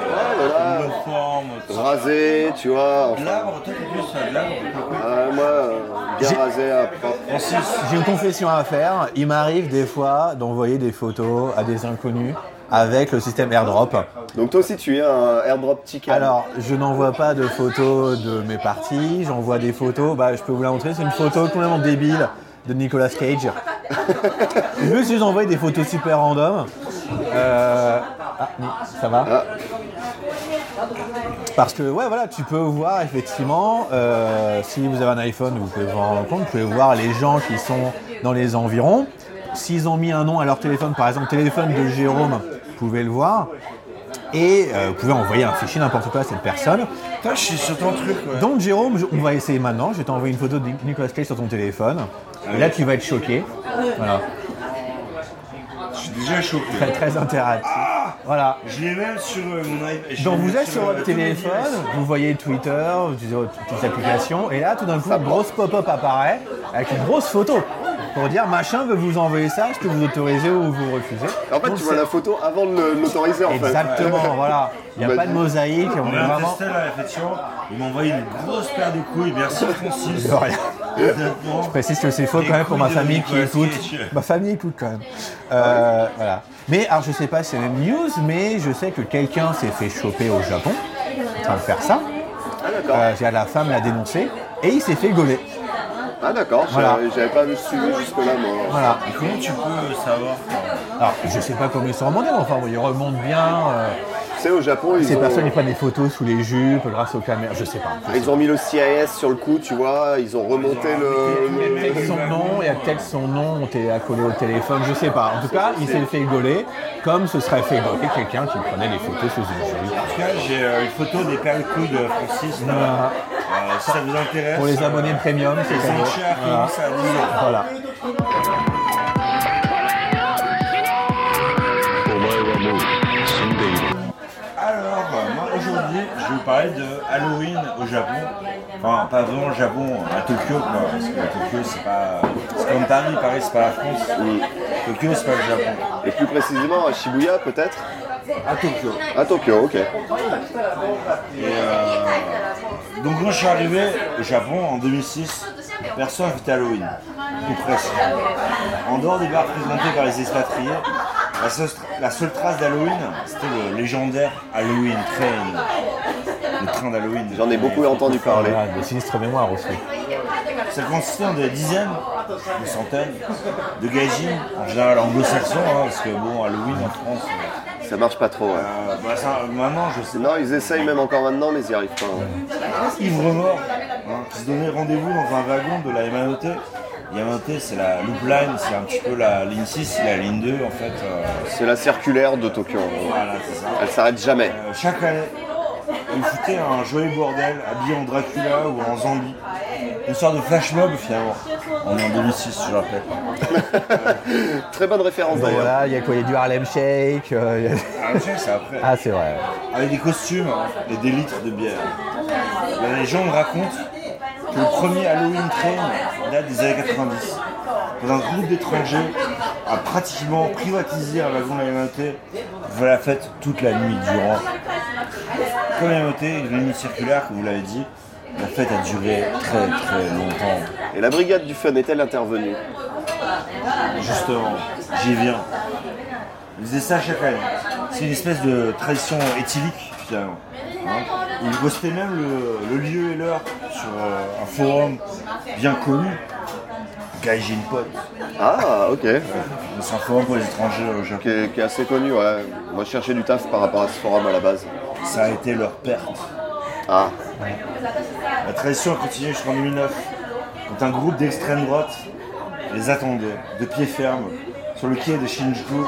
B: voilà.
A: bonne euh, forme. tout ça.
B: Rasé, tu vois.
A: De
B: enfin,
A: L'arbre, toi t'es plus euh, de l'arbre.
B: euh, moi, euh, bien
C: J'ai-
B: rasé à propre.
A: Francis,
C: j'ai une confession à faire. Il m'arrive des fois d'envoyer des photos à des inconnus avec le système airdrop.
B: Donc toi aussi, tu es un airdrop ticket.
C: Alors, je n'envoie pas de photos de mes parties, j'envoie des photos, bah, je peux vous la montrer, c'est une photo complètement débile de Nicolas Cage. je me suis envoyé des photos super random. Euh, ah, non, ça va Parce que, ouais, voilà, tu peux voir effectivement, euh, si vous avez un iPhone, vous pouvez vous en rendre compte, vous pouvez voir les gens qui sont dans les environs. S'ils ont mis un nom à leur téléphone, par exemple, téléphone de Jérôme, vous pouvez le voir. Et euh, vous pouvez envoyer un fichier n'importe quoi à cette personne.
A: putain, je suis sur ton truc ouais.
C: Donc Jérôme, je- on va essayer maintenant. Je vais t'envoyer une photo de Nicolas Cage sur ton téléphone. Et là, tu vas être choqué. Voilà.
A: Je suis déjà choqué.
C: Très, très interactif. Voilà.
A: Je l'ai même sur euh, mon iPad. je
C: Donc
A: l'ai
C: vous
A: même
C: êtes sur votre
A: euh, tous mes
C: téléphone,
A: devices.
C: vous voyez Twitter, vous utilisez votre- toutes les applications, et là tout d'un coup une grosse pop-up apparaît avec une grosse photo pour dire machin veut vous envoyer ça, est-ce que vous autorisez ou vous refusez
B: En fait,
C: Donc,
B: tu vois
C: c'est-
B: la photo avant de le- l'autoriser en fait. Bah,
C: Exactement, voilà. Il n'y a pas de
B: Imagine.
C: mosaïque, on
A: On
C: est
A: a un
C: vraiment.
A: testé la réflexion, il m'a envoyé une grosse paire de couilles, merci Francis.
C: De rien.
A: Honnêtement.
C: Je précise que c'est faux
A: Les
C: quand même pour ma
A: couilles de
C: famille qui
A: Nicolas
C: écoute.
A: Cage.
C: Ma famille écoute quand même. Euh, voilà. Mais alors je sais pas si c'est la même news, mais je sais que quelqu'un s'est fait choper au Japon en train de faire ça.
B: Ah d'accord.
C: Euh, c'est-à-dire la femme l'a dénoncé et il s'est fait gauler.
B: Ah d'accord.
C: Voilà.
B: J'avais- J'avais pas suivi jusque là moi.
C: Voilà.
A: Mais comment tu peux euh, savoir
C: Alors je sais pas comment ils sont remontés, mais enfin bon, ils remontent bien. euh,
B: Tu sais, au Japon, ils
C: ces
B: ont,
C: personnes ils prennent des photos sous les jupes grâce aux caméras, je sais pas.
B: ils ont mis le CIS sur le coup, tu vois. Ils ont remonté le.
C: Peut-être son nom, il y a peut-être son nom on t'est accolé au téléphone, je sais pas. En tout cas, il s'est fait gauler comme ce serait fait gauler quelqu'un qui prenait des photos sous une jupe.
A: En tout cas, j'ai euh, une photo des paires de couilles de Francis. là. Euh, si ça vous intéresse.
C: Pour les
A: euh,
C: abonnés premium, c'est
A: Ils
C: cadeau.
A: sont chers,
C: Voilà.
A: commencent à 10 euros.
C: Voilà.
D: はもう死んでいる。
A: Alors, euh, moi aujourd'hui, je vais vous parler de Halloween au Japon. Enfin, pas vraiment au Japon, à Tokyo, quoi. Parce que Tokyo, c'est pas. C'est comme Paris, Paris, c'est pas la France. Tokyo, c'est pas le Japon.
B: Et plus précisément à Shibuya peut-être.
A: À Tokyo.
B: À Tokyo, ok.
A: Et, euh, donc quand je suis arrivé au Japon en 2006, personne fêtait Halloween, ou presque. En dehors des bars présentés par les expatriés, la seule, la seule trace d'Halloween, c'était le légendaire Halloween Train. Le train d'Halloween.
B: J'en ai beaucoup entendu parler.
C: Voilà, de sinistre mémoire aussi.
A: Ça consistait en des dizaines, des centaines de gaijins, en général anglo-saxons, hein, parce que bon, Halloween en France, euh,
B: Ça marche pas trop. ouais.
A: euh, bah, ça, maintenant je sais
B: Non, ils essayent même encore maintenant, mais ils y arrivent pas. hein.
A: Ivre mort, hein, qui se donnait rendez-vous dans un wagon de la MAOT. MAOT, c'est la loop line, c'est un petit peu la ligne 6, c'est la ligne 2 en fait. euh,
B: C'est la circulaire de Tokyo.
A: voilà, c'est ça.
B: Elle s'arrête jamais.
A: Euh, chaque année, ils foutaient un joyeux bordel habillé en Dracula ou en zombie. Une sorte de flash mob finalement. On est en 2006, je rappelle.
B: Très bonne référence
C: Donc
B: d'ailleurs.
C: voilà, il y a quoi Il y a du Harlem Shake. euh, il y a-
A: Ah, le chien, c'est après.
C: Ah, c'est vrai.
A: avec des costumes et des litres de bière. La légende raconte que le premier Halloween train date des années 90, quand un groupe d'étrangers a pratiquement privatisé un wagon de la MAT pour faire la fête toute la nuit durant. Comme la MAT est une ligne circulaire, comme vous l'avez dit, la fête a duré très très longtemps.
B: Et la brigade du fun est-elle intervenue
A: Justement, j'y viens. Ils faisaient ça chaque année. C'est une espèce de tradition éthylique, finalement. hein. Ils postaient même le, le lieu et l'heure sur euh, un forum bien connu. Guy Gene Pot.
B: Ah, ok.
A: C'est un forum pour les étrangers au Japon.
B: Qui est, qui est assez connu, ouais. Moi, je cherchais du taf par rapport à ce forum à la base.
A: Ça a été leur perte.
B: Ah,
A: La tradition a continué jusqu'en 2009, quand un groupe d'extrême droite les attendait, de pied ferme, sur le quai de Shinjuku,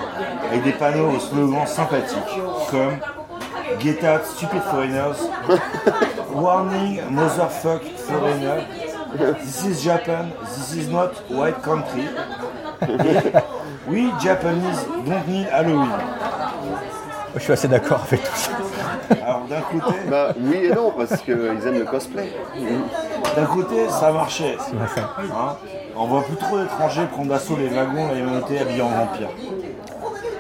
A: avec des panneaux aux slogans sympathiques, comme Get out, stupid foreigners, Warning, motherfuck, foreigner, This is Japan, this is not white country. Et We Japanese don't need Halloween.
C: Je suis assez d'accord avec tout ça.
A: Alors d'un côté,
B: bah oui et non, parce qu'ils aiment le cosplay.
A: D'un côté, ça marchait. Hein On voit plus trop d'étrangers prendre d'assaut les wagons et monter habillés en vampire.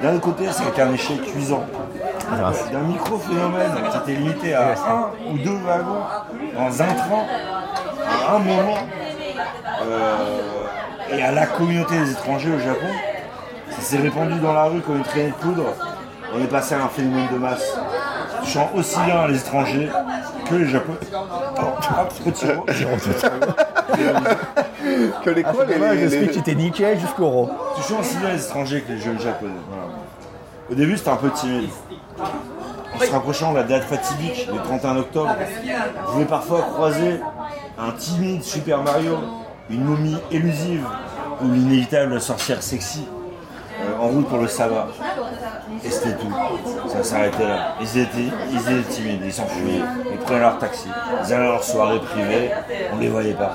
A: D'un autre côté, c'était un échec cuisant. D'un micro-phénomène qui était limité à un ou deux wagons dans un train, à un moment, euh, et à la communauté des étrangers au Japon, ça s'est répandu dans la rue comme une traînée de poudre. On est passé à un phénomène de masse, touchant aussi bien les étrangers que les Japonais. Pardon, petit mot.
B: Que les quoi,
C: Ah, C'est
B: les,
C: dommage, le
B: les-
C: speech était nickel jusqu'au rond.
A: Touchant aussi bien les étrangers que les jeunes japonais. Voilà. Au début, c'était un peu timide. En se rapprochant de la date fatidique, le 31 octobre, on pouvait parfois croiser un timide Super Mario, une momie élusive ou l'inévitable sorcière sexy euh, en route pour le sabbat. Et c'était tout. Ça s'arrêtait là. Ils étaient, ils étaient timides, ils s'enfuyaient, ils prenaient leur taxi, ils allaient à leur soirée privée, on les voyait pas.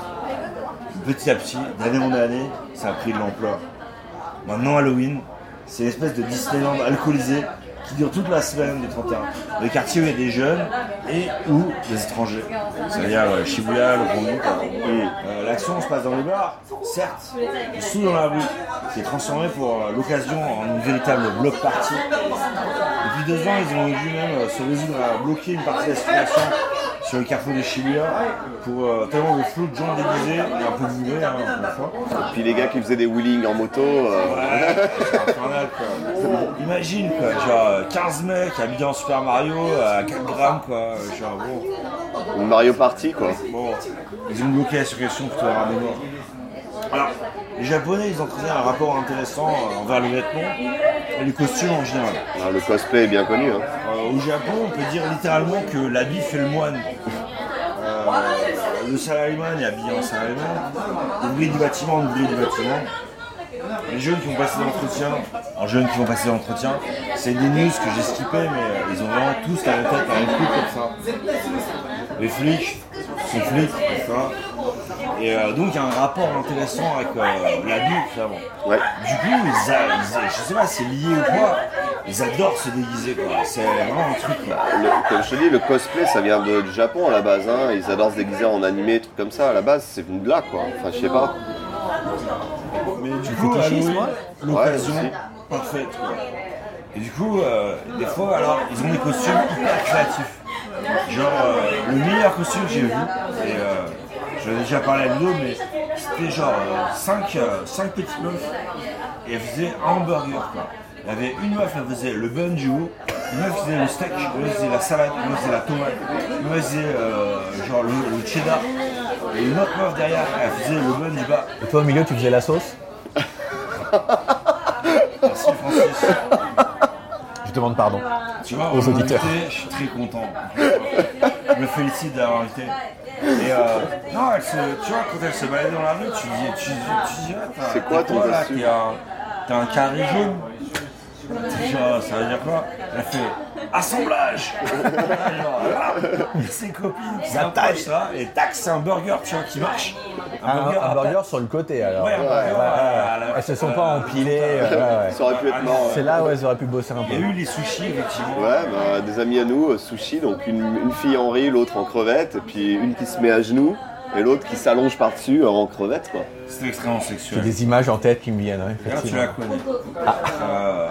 A: Petit à petit, d'année en année, ça a pris de l'ampleur. Maintenant, Halloween, c'est l'espèce de Disneyland alcoolisé qui dure toute la semaine des 31. Le quartier où il y a des jeunes et ou des étrangers. C'est-à-dire euh, Shibuya, le Rondu, quoi. Euh, L'action se passe dans les bars, certes, mais sous dans la rue, qui est transformé pour euh, l'occasion en une véritable bloc party. Depuis deux ans, ils ont dû même euh, se résoudre à bloquer une partie de la situation sur le carrefour de Shibuya pour euh, tellement de flou de gens déguisés et un peu bourrés, hein, encore une fois.
B: Puis les gars qui faisaient des wheelings en moto. euh,
A: C'est infernal, quoi. Imagine quoi, genre euh, 15 mecs habillés en Super Mario euh, à 4 grammes quoi, euh, genre bon,
B: Mario Party, quoi.
A: bon, ils ont bloqué la circulation pour avoir des morts. Alors, les japonais ils entretiennent un rapport intéressant euh, envers le vêtement et les costumes en général.
B: Ah, le cosplay est bien connu. Hein.
A: Euh, au Japon on peut dire littéralement que l'habit fait le moine. Euh, le salaryman est habillé en salaryman, l'ouvrier du bâtiment, l'ouvrier du bâtiment. Les jeunes qui ont passé l'entretien, en jeunes qui ont passé l'entretien, c'est des news que j'ai skippé, mais euh, ils ont vraiment tous la même tête, la même coupe comme ça. Les flics sont flics, comme ça. Et euh, donc il y a un rapport intéressant avec euh, l'habit, finalement.
B: Ouais.
A: Du coup, ils, a- ils- je sais pas, c'est lié ou quoi, ils adorent se déguiser, quoi. C'est vraiment un truc, quoi.
B: Le- comme je te dis, le cosplay, ça vient de- du Japon à la base. Hein. Ils adorent se déguiser en animé, trucs comme ça. À la base, c'est venu de là, quoi. Enfin, je sais pas.
A: Mais du coup,
C: fétichisme,
A: Halloween,
C: ouais.
A: l'occasion
B: Ouais, aussi.
A: parfaite. quoi. Et du coup, euh, des fois, alors, ils ont des costumes hyper créatifs. Genre, euh, le meilleur costume que j'ai vu, et euh, j'en ai déjà parlé à Ludo, mais c'était genre euh, 5 petites meufs, et elles faisaient un hamburger, quoi. Il y avait une meuf, elle faisait le bun du haut, une meuf faisait le steak, une meuf faisait la salade, une meuf faisait la tomate, une meuf faisait euh, genre le, le cheddar, et une autre meuf derrière, elle faisait le bun du bas.
C: Et toi au milieu, tu faisais la sauce
A: Merci Francis.
C: Je demande pardon.
A: Tu vois,
C: Aux
A: on m'a
C: auditeurs.
A: invité, je suis très content. Je me félicite d'avoir invité. Et euh, non, elle se- tu vois, quand elle se baladait dans la rue, tu dis, tu, dis- tu dis, ah, t'as-
B: C'est quoi
A: t'es
B: ton
A: là
B: costume
A: T'es un, t'es un carré jaune. Tu dis, ah, ça veut dire quoi Elle fait assemblage. Genre, ah, et ses copines qui s'approchent ça et tac, c'est un burger, tu vois, qui marche. Un,
C: Ah, Un,
A: burger,
C: un
A: à
C: burger
A: tac.
C: sur le côté alors.
A: Ah, Ouais, ah, un burger, à la-
C: Elles se sont
A: à
C: pas
A: la-
C: empilées. euh, ouais, ouais.
B: Ça aurait pu être marrant.
C: C'est
B: Ah, Ouais,
C: là où elles auraient pu bosser un peu.
A: ah, Il y a eu les sushis, effectivement.
B: Ouais, bah, des amis à nous, euh, sushi. Donc, une, une fille en riz, l'autre en crevette. Et puis, une qui se met à genoux. Et l'autre qui s'allonge par-dessus euh, en crevette, quoi.
A: C'était extrêmement sexuel.
C: J'ai des images en tête qui me viennent. ouais,
A: Regarde, Ah, tu
C: effectivement.
A: la connais. Euh,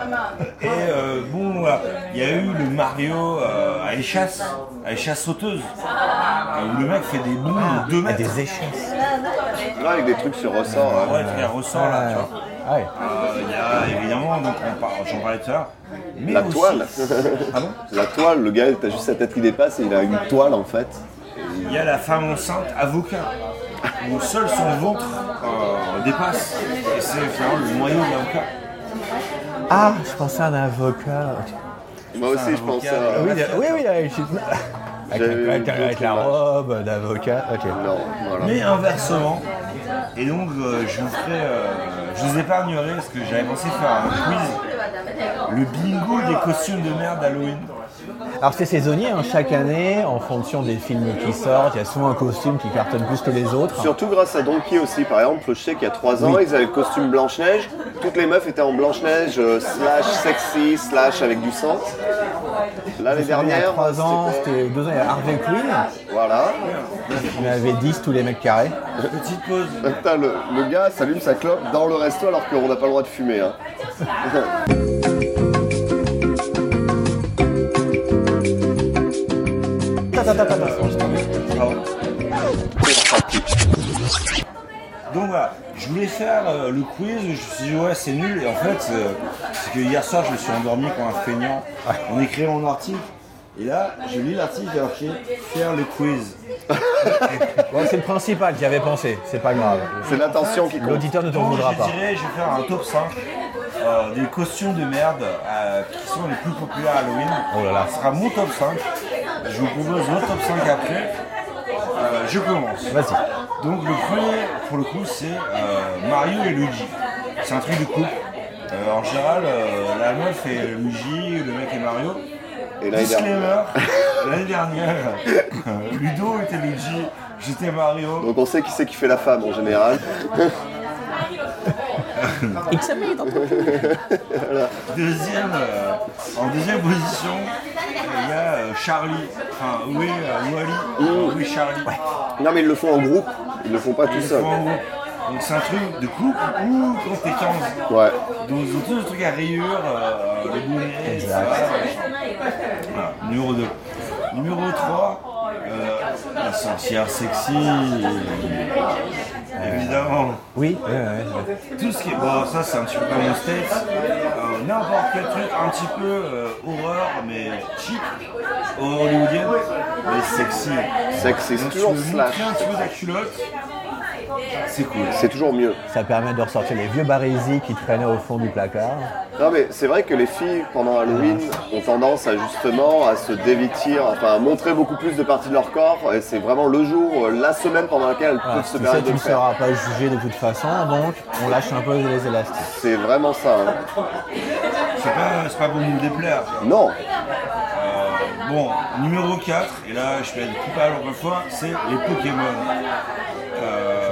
A: et euh, bon, voilà. il y a eu le Mario euh, à échasse, à échasse sauteuse. où le mec fait des bonds de 2
C: à
A: mètres.
C: des échéances.
B: Là, avec des trucs sur ressort. hein.
A: Ouais, très ressort là, tu vois.
C: Ah ouais.
A: Euh, Il y a évidemment, donc on par- j'en parlais tout à l'heure. mais
B: La
A: aussi-
B: toile.
A: Ah bon
B: La toile, le gars, t'as juste sa tête qui dépasse et il a une toile en fait.
A: Il y a la femme enceinte avocat, où seul son ventre euh, dépasse. Et c'est finalement le noyau de l'avocat.
C: Ah, je pensais à un avocat.
B: Moi aussi, je pense à.
C: Oui, il y a- oui, oui, avec, avec,
B: J'avais
C: avec-
B: une
C: avec la
B: autre
C: robe d'avocat. ok.
B: Non, voilà.
A: Mais inversement, et donc euh, je vous ferai, euh, je vous épargnerai parce que j'avais pensé faire un quiz, le bingo des costumes de merde d'Halloween.
C: Alors c'est saisonnier, hein, chaque année, en fonction des films qui sortent, il y a souvent un costume qui cartonne plus que les autres.
B: Surtout grâce à Donkey aussi, par exemple, je sais qu'il y a 3 ans, ils avaient le costume Blanche-Neige, toutes les meufs étaient en Blanche-Neige, euh, slash sexy, slash avec du sang. Là, les
C: Il y a
B: dernières,
C: 3 ans,
B: c'était-
C: c'était 2 ans, il y a Harvey Quinn,
B: Voilà.
C: il y en avait 10 tous les mecs carrés.
A: Petite pause.
B: Putain, le, le gars s'allume sa clope dans le resto alors qu'on n'a pas le droit de fumer. hein.
A: Donc voilà, je voulais faire euh, le quiz, je me suis dit ouais c'est nul et en fait euh, c'est que hier soir je me suis endormi comme un feignant en écrivant mon article et là je lis l'article et marqué faire le quiz.
C: Bon, c'est le principal, j'y avais pensé, c'est pas grave.
B: C'est l'attention qui compte.
C: L'auditeur ne te
A: Donc
C: voudra
A: je
C: pas.
A: dirais je vais faire un top 5 euh, des costumes de merde euh, qui sont les plus populaires à Halloween.
C: Oh là là.
A: Ce sera mon top 5. Je vous propose votre top 5 après. Euh, je commence.
C: Vas-y.
A: Donc le premier, pour le coup, c'est euh, Mario et Luigi. C'est un truc de couple. Euh, en général, euh, la meuf est Luigi, le mec est Mario.
B: Et l'année
A: Disclaimer,
B: dernière.
A: l'année dernière, euh, Ludo était Luigi, j'étais Mario.
B: Donc on sait qui c'est qui fait la femme en général.
A: Deuxième, euh, en deuxième position, il y a euh, Charlie. Enfin, oui, euh, Wally. Enfin, Oui, Charlie.
B: Non mais ils le font en groupe, ils le font pas tout
A: Ils font
B: seuls.
A: en gros. Donc c'est un truc de couple ou quand t'es 15.
B: Ouais.
A: Donc ils ont tous des trucs à rayures, euh, les bonnets, etc. Voilà, numéro 2. Numéro 3, euh, la sorcière sexy. Évidemment.
C: Oui, ouais, ouais, ouais.
A: Tout ce qui est. Bon, ça c'est un petit peu comme aux States. Euh, N'importe quel truc un petit peu euh, horreur, mais cheap, hollywoodienne, mais sexy.
B: Sexy, c'est
A: Donc, tu
B: toujours
A: veux
B: slash.
A: montrer un petit peu ta culotte. C'est cool.
B: C'est toujours mieux.
C: ça permet de ressortir les vieux barésies qui traînaient au fond du placard.
B: Non mais c'est vrai que les filles pendant Halloween ont tendance à justement à se dévêtir, enfin à montrer beaucoup plus de parties de leur corps et c'est vraiment le jour, euh, la semaine pendant laquelle elles peuvent
C: Voilà,
B: se
C: tu sais,
B: permettre Ah, de
C: tu
B: le
C: ne
B: faire.
C: seras pas jugé de toute façon, donc on lâche un peu les élastiques.
B: C'est vraiment ça. hein.
A: C'est pas, c'est pas pour nous déplaire.
B: Non,
A: Bon, numéro 4, et là je vais être coupable encore une fois, c'est les Pokémon. Euh,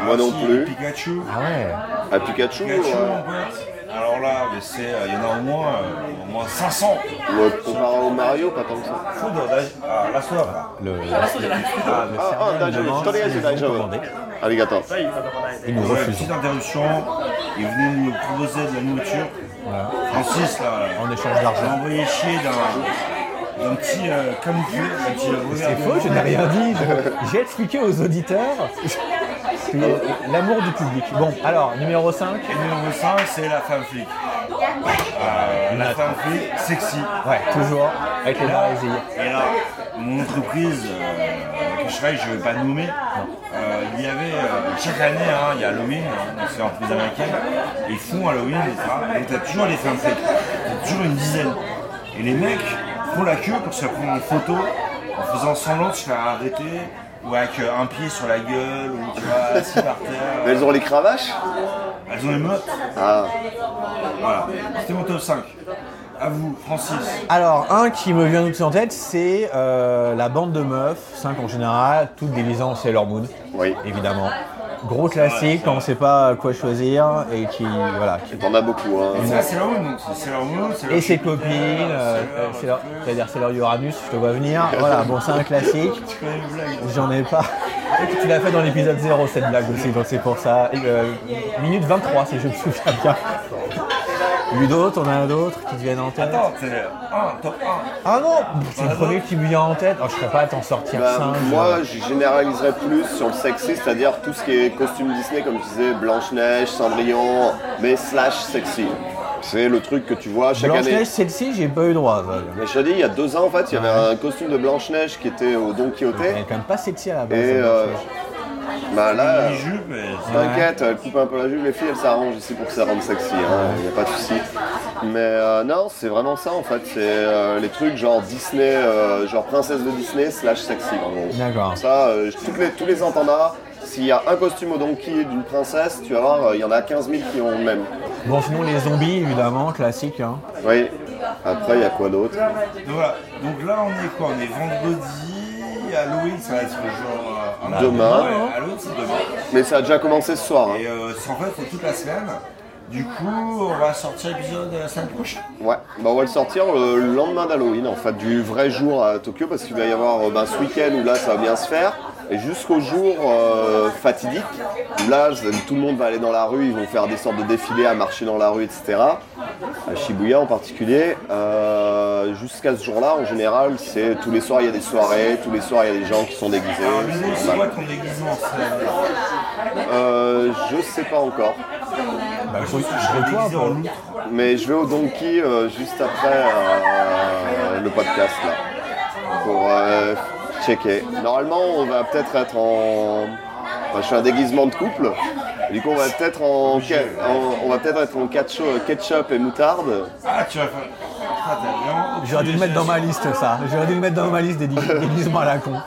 B: Moi non
A: si,
B: plus.
A: Pikachu.
C: Ah ouais
B: à Pikachu,
A: Pikachu,
B: euh,
A: mon pote. Alors là, mais c'est, euh, il y en a au moins, euh, au moins 500.
B: le- euh, comparé au Mario, pas tant que ça.
A: Foudre, là, ah, la soif.
C: Le,
B: Ah, ah, Daijoubu, je t'en ai dit, Daijoubu. Allez, attends.
C: Ils nous
A: Ouais,
C: refusent.
A: petite interruption, il venait nous proposer de la nourriture. Francis, là,
C: En échange
A: j'ai
C: d'argent.
A: envoyé chier d'un d'un petit euh, camouflet, un petit
C: C'est faux, je n'ai rien dit. je- J'ai expliqué aux auditeurs que l'amour du public. Bon, alors, numéro 5.
A: Et numéro 5, c'est la femme flic. Euh, la femme flic, sexy.
C: Ouais, toujours avec les
A: Là,
C: barésies.
A: Et là, mon entreprise, euh, que je travaille, je ne vais pas nommer, euh, il y avait euh, chaque année, hein, il y a Halloween, hein, donc c'est l'entreprise américaine, et ils font Halloween, etc. Donc t'as toujours les femmes flics, t'as toujours une dizaine. Et les mecs font la queue pour se prendre en photo en faisant semblant de se faire arrêter ou avec euh, un pied sur la gueule ou tu vois assis par
B: Mais
A: terre.
B: elles ont les cravaches
A: Elles ont les meutes.
B: Ah,
A: Voilà. C'était mon top 5. À vous, Francis.
C: Alors, un qui me vient tout en tête, c'est euh, la bande de meufs, 5 en général, toutes déguisées en Sailor Moon.
B: oui.
C: évidemment. Gros classique, quand on sait pas quoi choisir et qui voilà. qui-
B: T'en as beaucoup, hein.
A: Ça, c'est leur mot, c'est leur mot, c'est leur
C: Et ses
A: Jupiter,
C: copines, euh, euh,
A: c'est
C: c'est
A: leur...
C: leur, c'est-à-dire c'est leur Uranus, je te vois venir. Voilà, bon c'est un classique. J'en ai pas. Tu l'as fait dans l'épisode 0 cette blague aussi, donc c'est pour ça. Et, euh, minute 23 si je me souviens bien. Ludo, t'en as un autre qui te vienne en tête
A: Attends, c'est le 1, top 1.
C: Ah non C'est le premier qui me vient en tête. Oh, je serais pas à t'en sortir
B: Bah,
C: 5.
B: moi, je généraliserais plus sur le sexy, c'est-à-dire tout ce qui est costume Disney, comme je disais, Blanche-Neige, Cendrillon, mais slash sexy. C'est le truc que tu vois chaque année.
C: Blanche-Neige, celle-ci, j'ai pas eu droit. voilà.
B: Mais je te dis, il y a deux ans, en fait, il y avait un costume de Blanche-Neige qui était au Don Quixote.
C: Elle est quand même pas sexy à la
B: Et
C: base. la
B: euh,
C: Blanche-Neige.
B: bah
C: Euh.
B: là,
A: Les jupes, mais c'est-
B: t'inquiète, elle coupe un peu la jupe, les filles elles s'arrangent ici pour que ça rende sexy, il n'y a pas de souci. Mais euh, non, c'est vraiment ça en fait, c'est euh, les trucs genre Disney, euh, genre princesse de Disney slash sexy en gros.
C: D'accord.
B: Ça, euh, toutes les, tous les ans t'en as. S'il y a un costume au donkey d'une princesse, tu vas voir, euh, il y en a 15 000 qui ont le même.
C: Bon, sinon, les zombies, évidemment, classique. Hein.
B: Oui. Après, il y a quoi d'autre
A: Donc voilà. Donc là, on est quoi On est vendredi. Halloween, ça va être genre. euh, un-
B: Demain.
A: Ouais, Halloween, c'est demain.
B: Mais ça a déjà commencé ce soir. hein.
A: Et euh, c'est- en fait, c'est toute la semaine. Du coup, on va sortir l'épisode la semaine prochaine.
B: Ouais, bah on va le sortir le lendemain d'Halloween, en fait, du vrai jour à Tokyo, parce qu'il va y avoir euh, ben, ce week-end où là ça va bien se faire, et jusqu'au jour euh, fatidique, où là je- tout le monde va aller dans la rue, ils vont faire des sortes de défilés à marcher dans la rue, etc. À Shibuya en particulier, euh, jusqu'à ce jour-là, en général, c'est tous les soirs il y a des soirées, tous les soirs il y a des gens qui sont déguisés.
A: Alors, Ludo,
B: c'est
A: Bah, c'est quoi
B: normal.
A: ton déguisement c'est-
B: Euh, je sais pas encore,
C: Bah, je,
A: Je
C: je
A: vais
C: toi,
A: déguiser en
C: Paul.
A: loup.
B: mais je vais au Donkey euh, juste après euh, le podcast là, pour euh, checker. Normalement, on va peut-être être en. enfin, je fais un déguisement de couple. Du coup, on va peut-être en... en- on va peut-être être en catch- ketchup et moutarde.
A: Ah, tu vas faire. Ah, t'as vraiment aucune
C: J'aurais dû le mettre dans ma
A: imagination.
C: liste, ça. J'aurais dû le mettre dans ma liste des dé- déguisements à la con.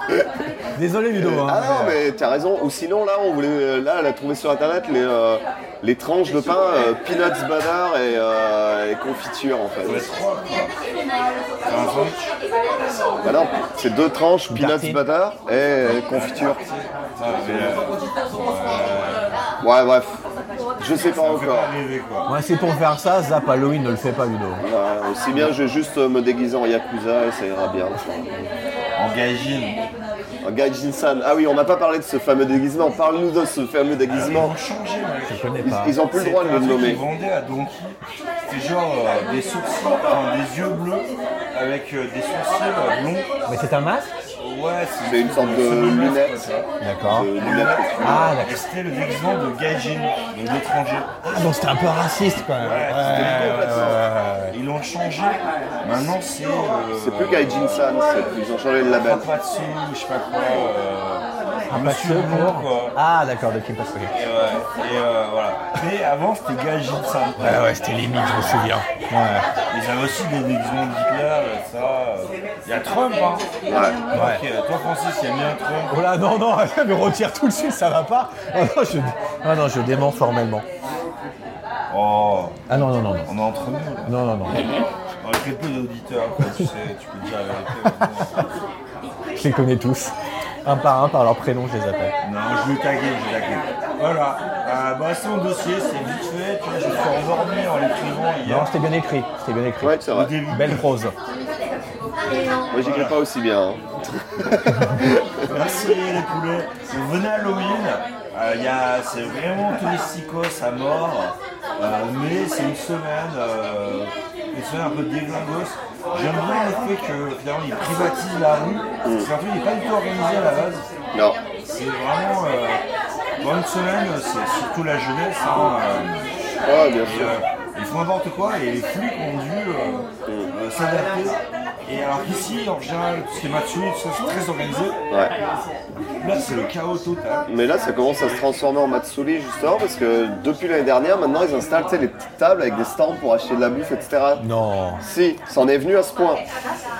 C: Désolé, Ludo. hein,
B: Ah non, mais t'as raison. Ou sinon, là, on voulait, euh, là, elle a trouvé sur internet les, euh, les tranches de pain euh, peanuts butter et, euh, et confiture en fait.
A: Ça va être trois, quoi. T'as un sandwich
B: Bah non, c'est deux tranches peanuts
C: Tartine.
B: butter et euh, confiture.
A: Ça, mais, euh,
B: Ouais, bref. Je sais
A: ça fait
B: pas
A: pas
B: encore.
A: rêver, quoi.
C: euh, Moi, c'est pour faire ça, Zap Halloween, ne le fais pas, Ludo.
B: Ouais, aussi bien, je vais juste euh, me déguiser en Yakuza et ça ira bien.
A: En gaijin.
B: Un Gaijin-san. Ah oui, on n'a pas parlé de ce fameux déguisement. Parle-nous de ce fameux
A: Ils
B: déguisement.
A: ont changé, mec.
C: Je connais
B: Ils,
C: pas.
B: ils ont plus le droit de
A: C'était
B: le
A: un truc
B: nommer.
A: qu'ils vendaient à Donkey. C'était genre euh, des sourcils, enfin, des yeux bleus avec euh, des sourcils euh, longs.
C: Mais c'est un masque
A: Ouais,
B: C'est une sorte de
A: c'est le masque,
B: lunette.
A: quoi, ça.
C: D'accord.
B: De lunettes.
C: Ah,
A: Et
C: d'accord.
A: c'était le déguisement de Gaijin, donc l'étranger.
C: Ah, donc c'était un peu raciste, quand même.
A: Ouais, c'était complètement Euh, Ils l'ont changé. Maintenant, c'est. euh,
B: C'est plus Gaijin-san, c'est- ils ont changé le label.
A: Trapatsu, je sais pas quoi. euh,
C: Un
A: Monsieur
C: pasteur
A: Blond,
C: pour-
A: quoi.
C: Ah, d'accord, de Kim Pascal.
A: Et, ouais, et, euh, voilà. Mais avant, c'était Gaijin, ça.
C: Ouais, ouais, c'était limite, je me souviens. Ouais.
A: Ils avaient aussi des déguisements d'Hitler, ça. euh, Il y a Trump, hein. Donc,
C: Ouais.
A: euh, toi, Francis, il y a bien Trump.
C: Oh là, non, non, mais retire tout de suite, ça va pas. Ah non, je, ah non, je dément formellement.
A: Oh,
C: Ah non, non, non, non.
A: on est entre nous. là.
C: Non, non, non.
A: On a très peu d'auditeurs, quoi, tu sais, tu peux dire la vérité.
C: Je les connais tous. Un par un, par leur prénom, je les appelle.
A: Non, je vais taguer, je vais taguer. Voilà. Euh, bah, c'est mon dossier, c'est vite fait. Tu vois, je me suis endormi en l'écrivant
C: Non,
A: hier.
C: c'était bien écrit. C'était bien écrit.
B: Ouais, c'est
A: Au
B: vrai.
A: début.
C: Belle prose.
B: Moi, j'écris pas aussi bien. hein.
A: Merci les poulets. Vous venez à Halloween. Euh, il y a- c'est vraiment touristicos à mort. Euh, mais c'est une semaine, euh, une semaine un peu déglingos. J'aime bien le fait que finalement ils privatisent la rue. Parce que la rue n'est pas du tout organisée à la base.
B: Non.
A: C'est vraiment. euh, dans une semaine, c'est surtout la jeunesse. hein, euh,
B: Ah, bien
A: et,
B: sûr.
A: euh, ils font n'importe quoi et les flics ont dû euh, euh, s'adapter. Et alors qu'ici, en général, tout ce qui est match nul, tout ça, c'est très organisé.
B: Ouais.
A: Là, c'est le chaos total.
B: Mais là, ça commence à se transformer en Matsuri, justement, parce que depuis l'année dernière, maintenant, ils installent tu sais, les petites tables avec des stands pour acheter de la bouffe, etc.
C: Non.
B: Si, ça en est venu à ce point.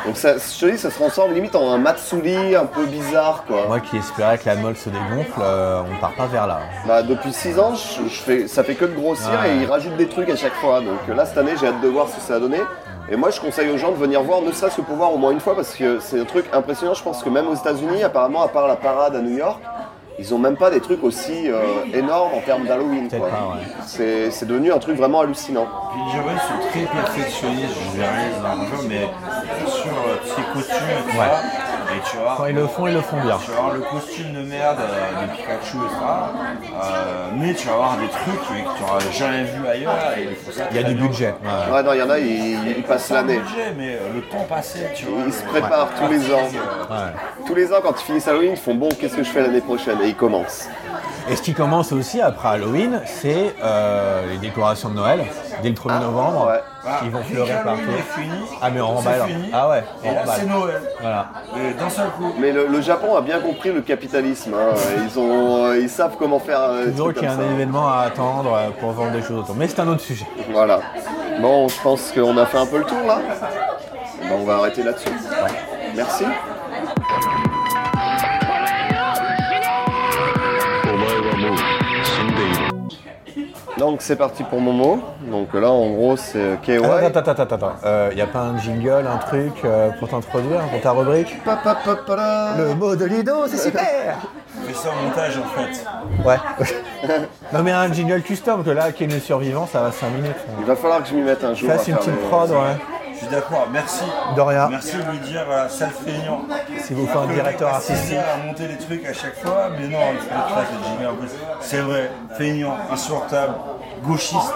B: Donc, ça, je te dis, ça se transforme limite en un Matsuri un peu bizarre, quoi.
C: Moi qui espérais que la molle se dégonfle, euh, on part pas vers là.
B: Bah, depuis 6 ans, je, je fais, ça fait que de grossir et ils rajoutent des trucs à chaque fois. Donc euh, là, cette année, j'ai hâte de voir ce que ça a donné. Et moi, je conseille aux gens de venir voir, ne serait-ce que pour voir au moins une fois, parce que c'est un truc impressionnant. Je pense que même aux États-Unis, apparemment, à part la parade à New York, ils ont même pas des trucs aussi euh, énormes en termes d'Halloween. quoi.
C: Peut-être pas, ouais.
B: C'est c'est devenu un truc vraiment hallucinant.
A: Puis les Japonais sont très perfectionnistes, je les réalise dans le jeu, mais sur euh, tous ces costumes et tout ça, Et tu vois,
C: Quand ils le font, ils le font bien.
A: tu vas avoir le costume de merde euh, de Pikachu et ça, euh, mais tu vas avoir des trucs mais que tu n'auras jamais vu ailleurs. et ils font ça
C: Il y a
A: très
C: du
A: bien.
C: budget. ouais.
B: Ouais, non, il y en a, ils, ils passent
A: Pas
B: l'année.
A: le budget, mais euh, le temps passé, tu vois. euh,
B: Ils se
A: le-
B: préparent tous les ans.
C: Ouais.
B: Tous les ans, quand ils finissent Halloween, ils font bon, qu'est-ce que je fais l'année prochaine Et ils commencent.
C: Et ce qui commence aussi après Halloween, c'est euh, les décorations de Noël, dès le 1er novembre,
B: ouais.
C: qui vont
A: Dès
C: fleurir
A: qu'Halloween
C: partout.
A: est fini,
C: ah mais on
A: c'est
C: remballe.
A: fini.
C: Ah ouais, on
A: Et là,
C: remballe.
A: c'est Noël.
C: Voilà.
A: Et D'un seul coup.
B: Mais le, le Japon a bien compris le capitalisme. hein. Ils, ont, euh, ils savent comment faire. euh, des
C: Toujours
B: trucs
C: qu'il y a
B: comme
C: un
B: ça.
C: événement à attendre euh, pour vendre des choses autour. Mais c'est un autre sujet.
B: Voilà. Bon, je pense qu'on a fait un peu le tour là. Ben, on va arrêter là-dessus. Merci.
D: お前はもう死んでいる
B: Donc c'est parti pour Momo. Donc là, en gros, c'est euh, KY.
C: Ah, Attends, attends, attends, attends. Il n'y a pas un jingle, un truc euh, pour t'introduire, pour ta rubrique
B: Pa, pa, pa, pa, la.
C: Le mot de Ludo, c'est super
A: Fais ça au montage en fait.
C: Ouais. non mais un jingle custom, que là, qui est le survivant, ça va 5 minutes. hein.
B: Il va falloir que je m'y mette un jour. à
C: Fasse une
B: faire
C: petite
B: les-
C: prod, ouais.
A: Je suis d'accord, merci.
C: De rien.
A: Merci de me dire euh, sale feignant.
C: Si vous faites un
A: Le mec
C: directeur
A: passe ses
C: artistique.
A: heures à monter les trucs à chaque fois, mais non, il faut que tu fasses le jingle en plus. C'est vrai, feignant, insupportable, gauchiste.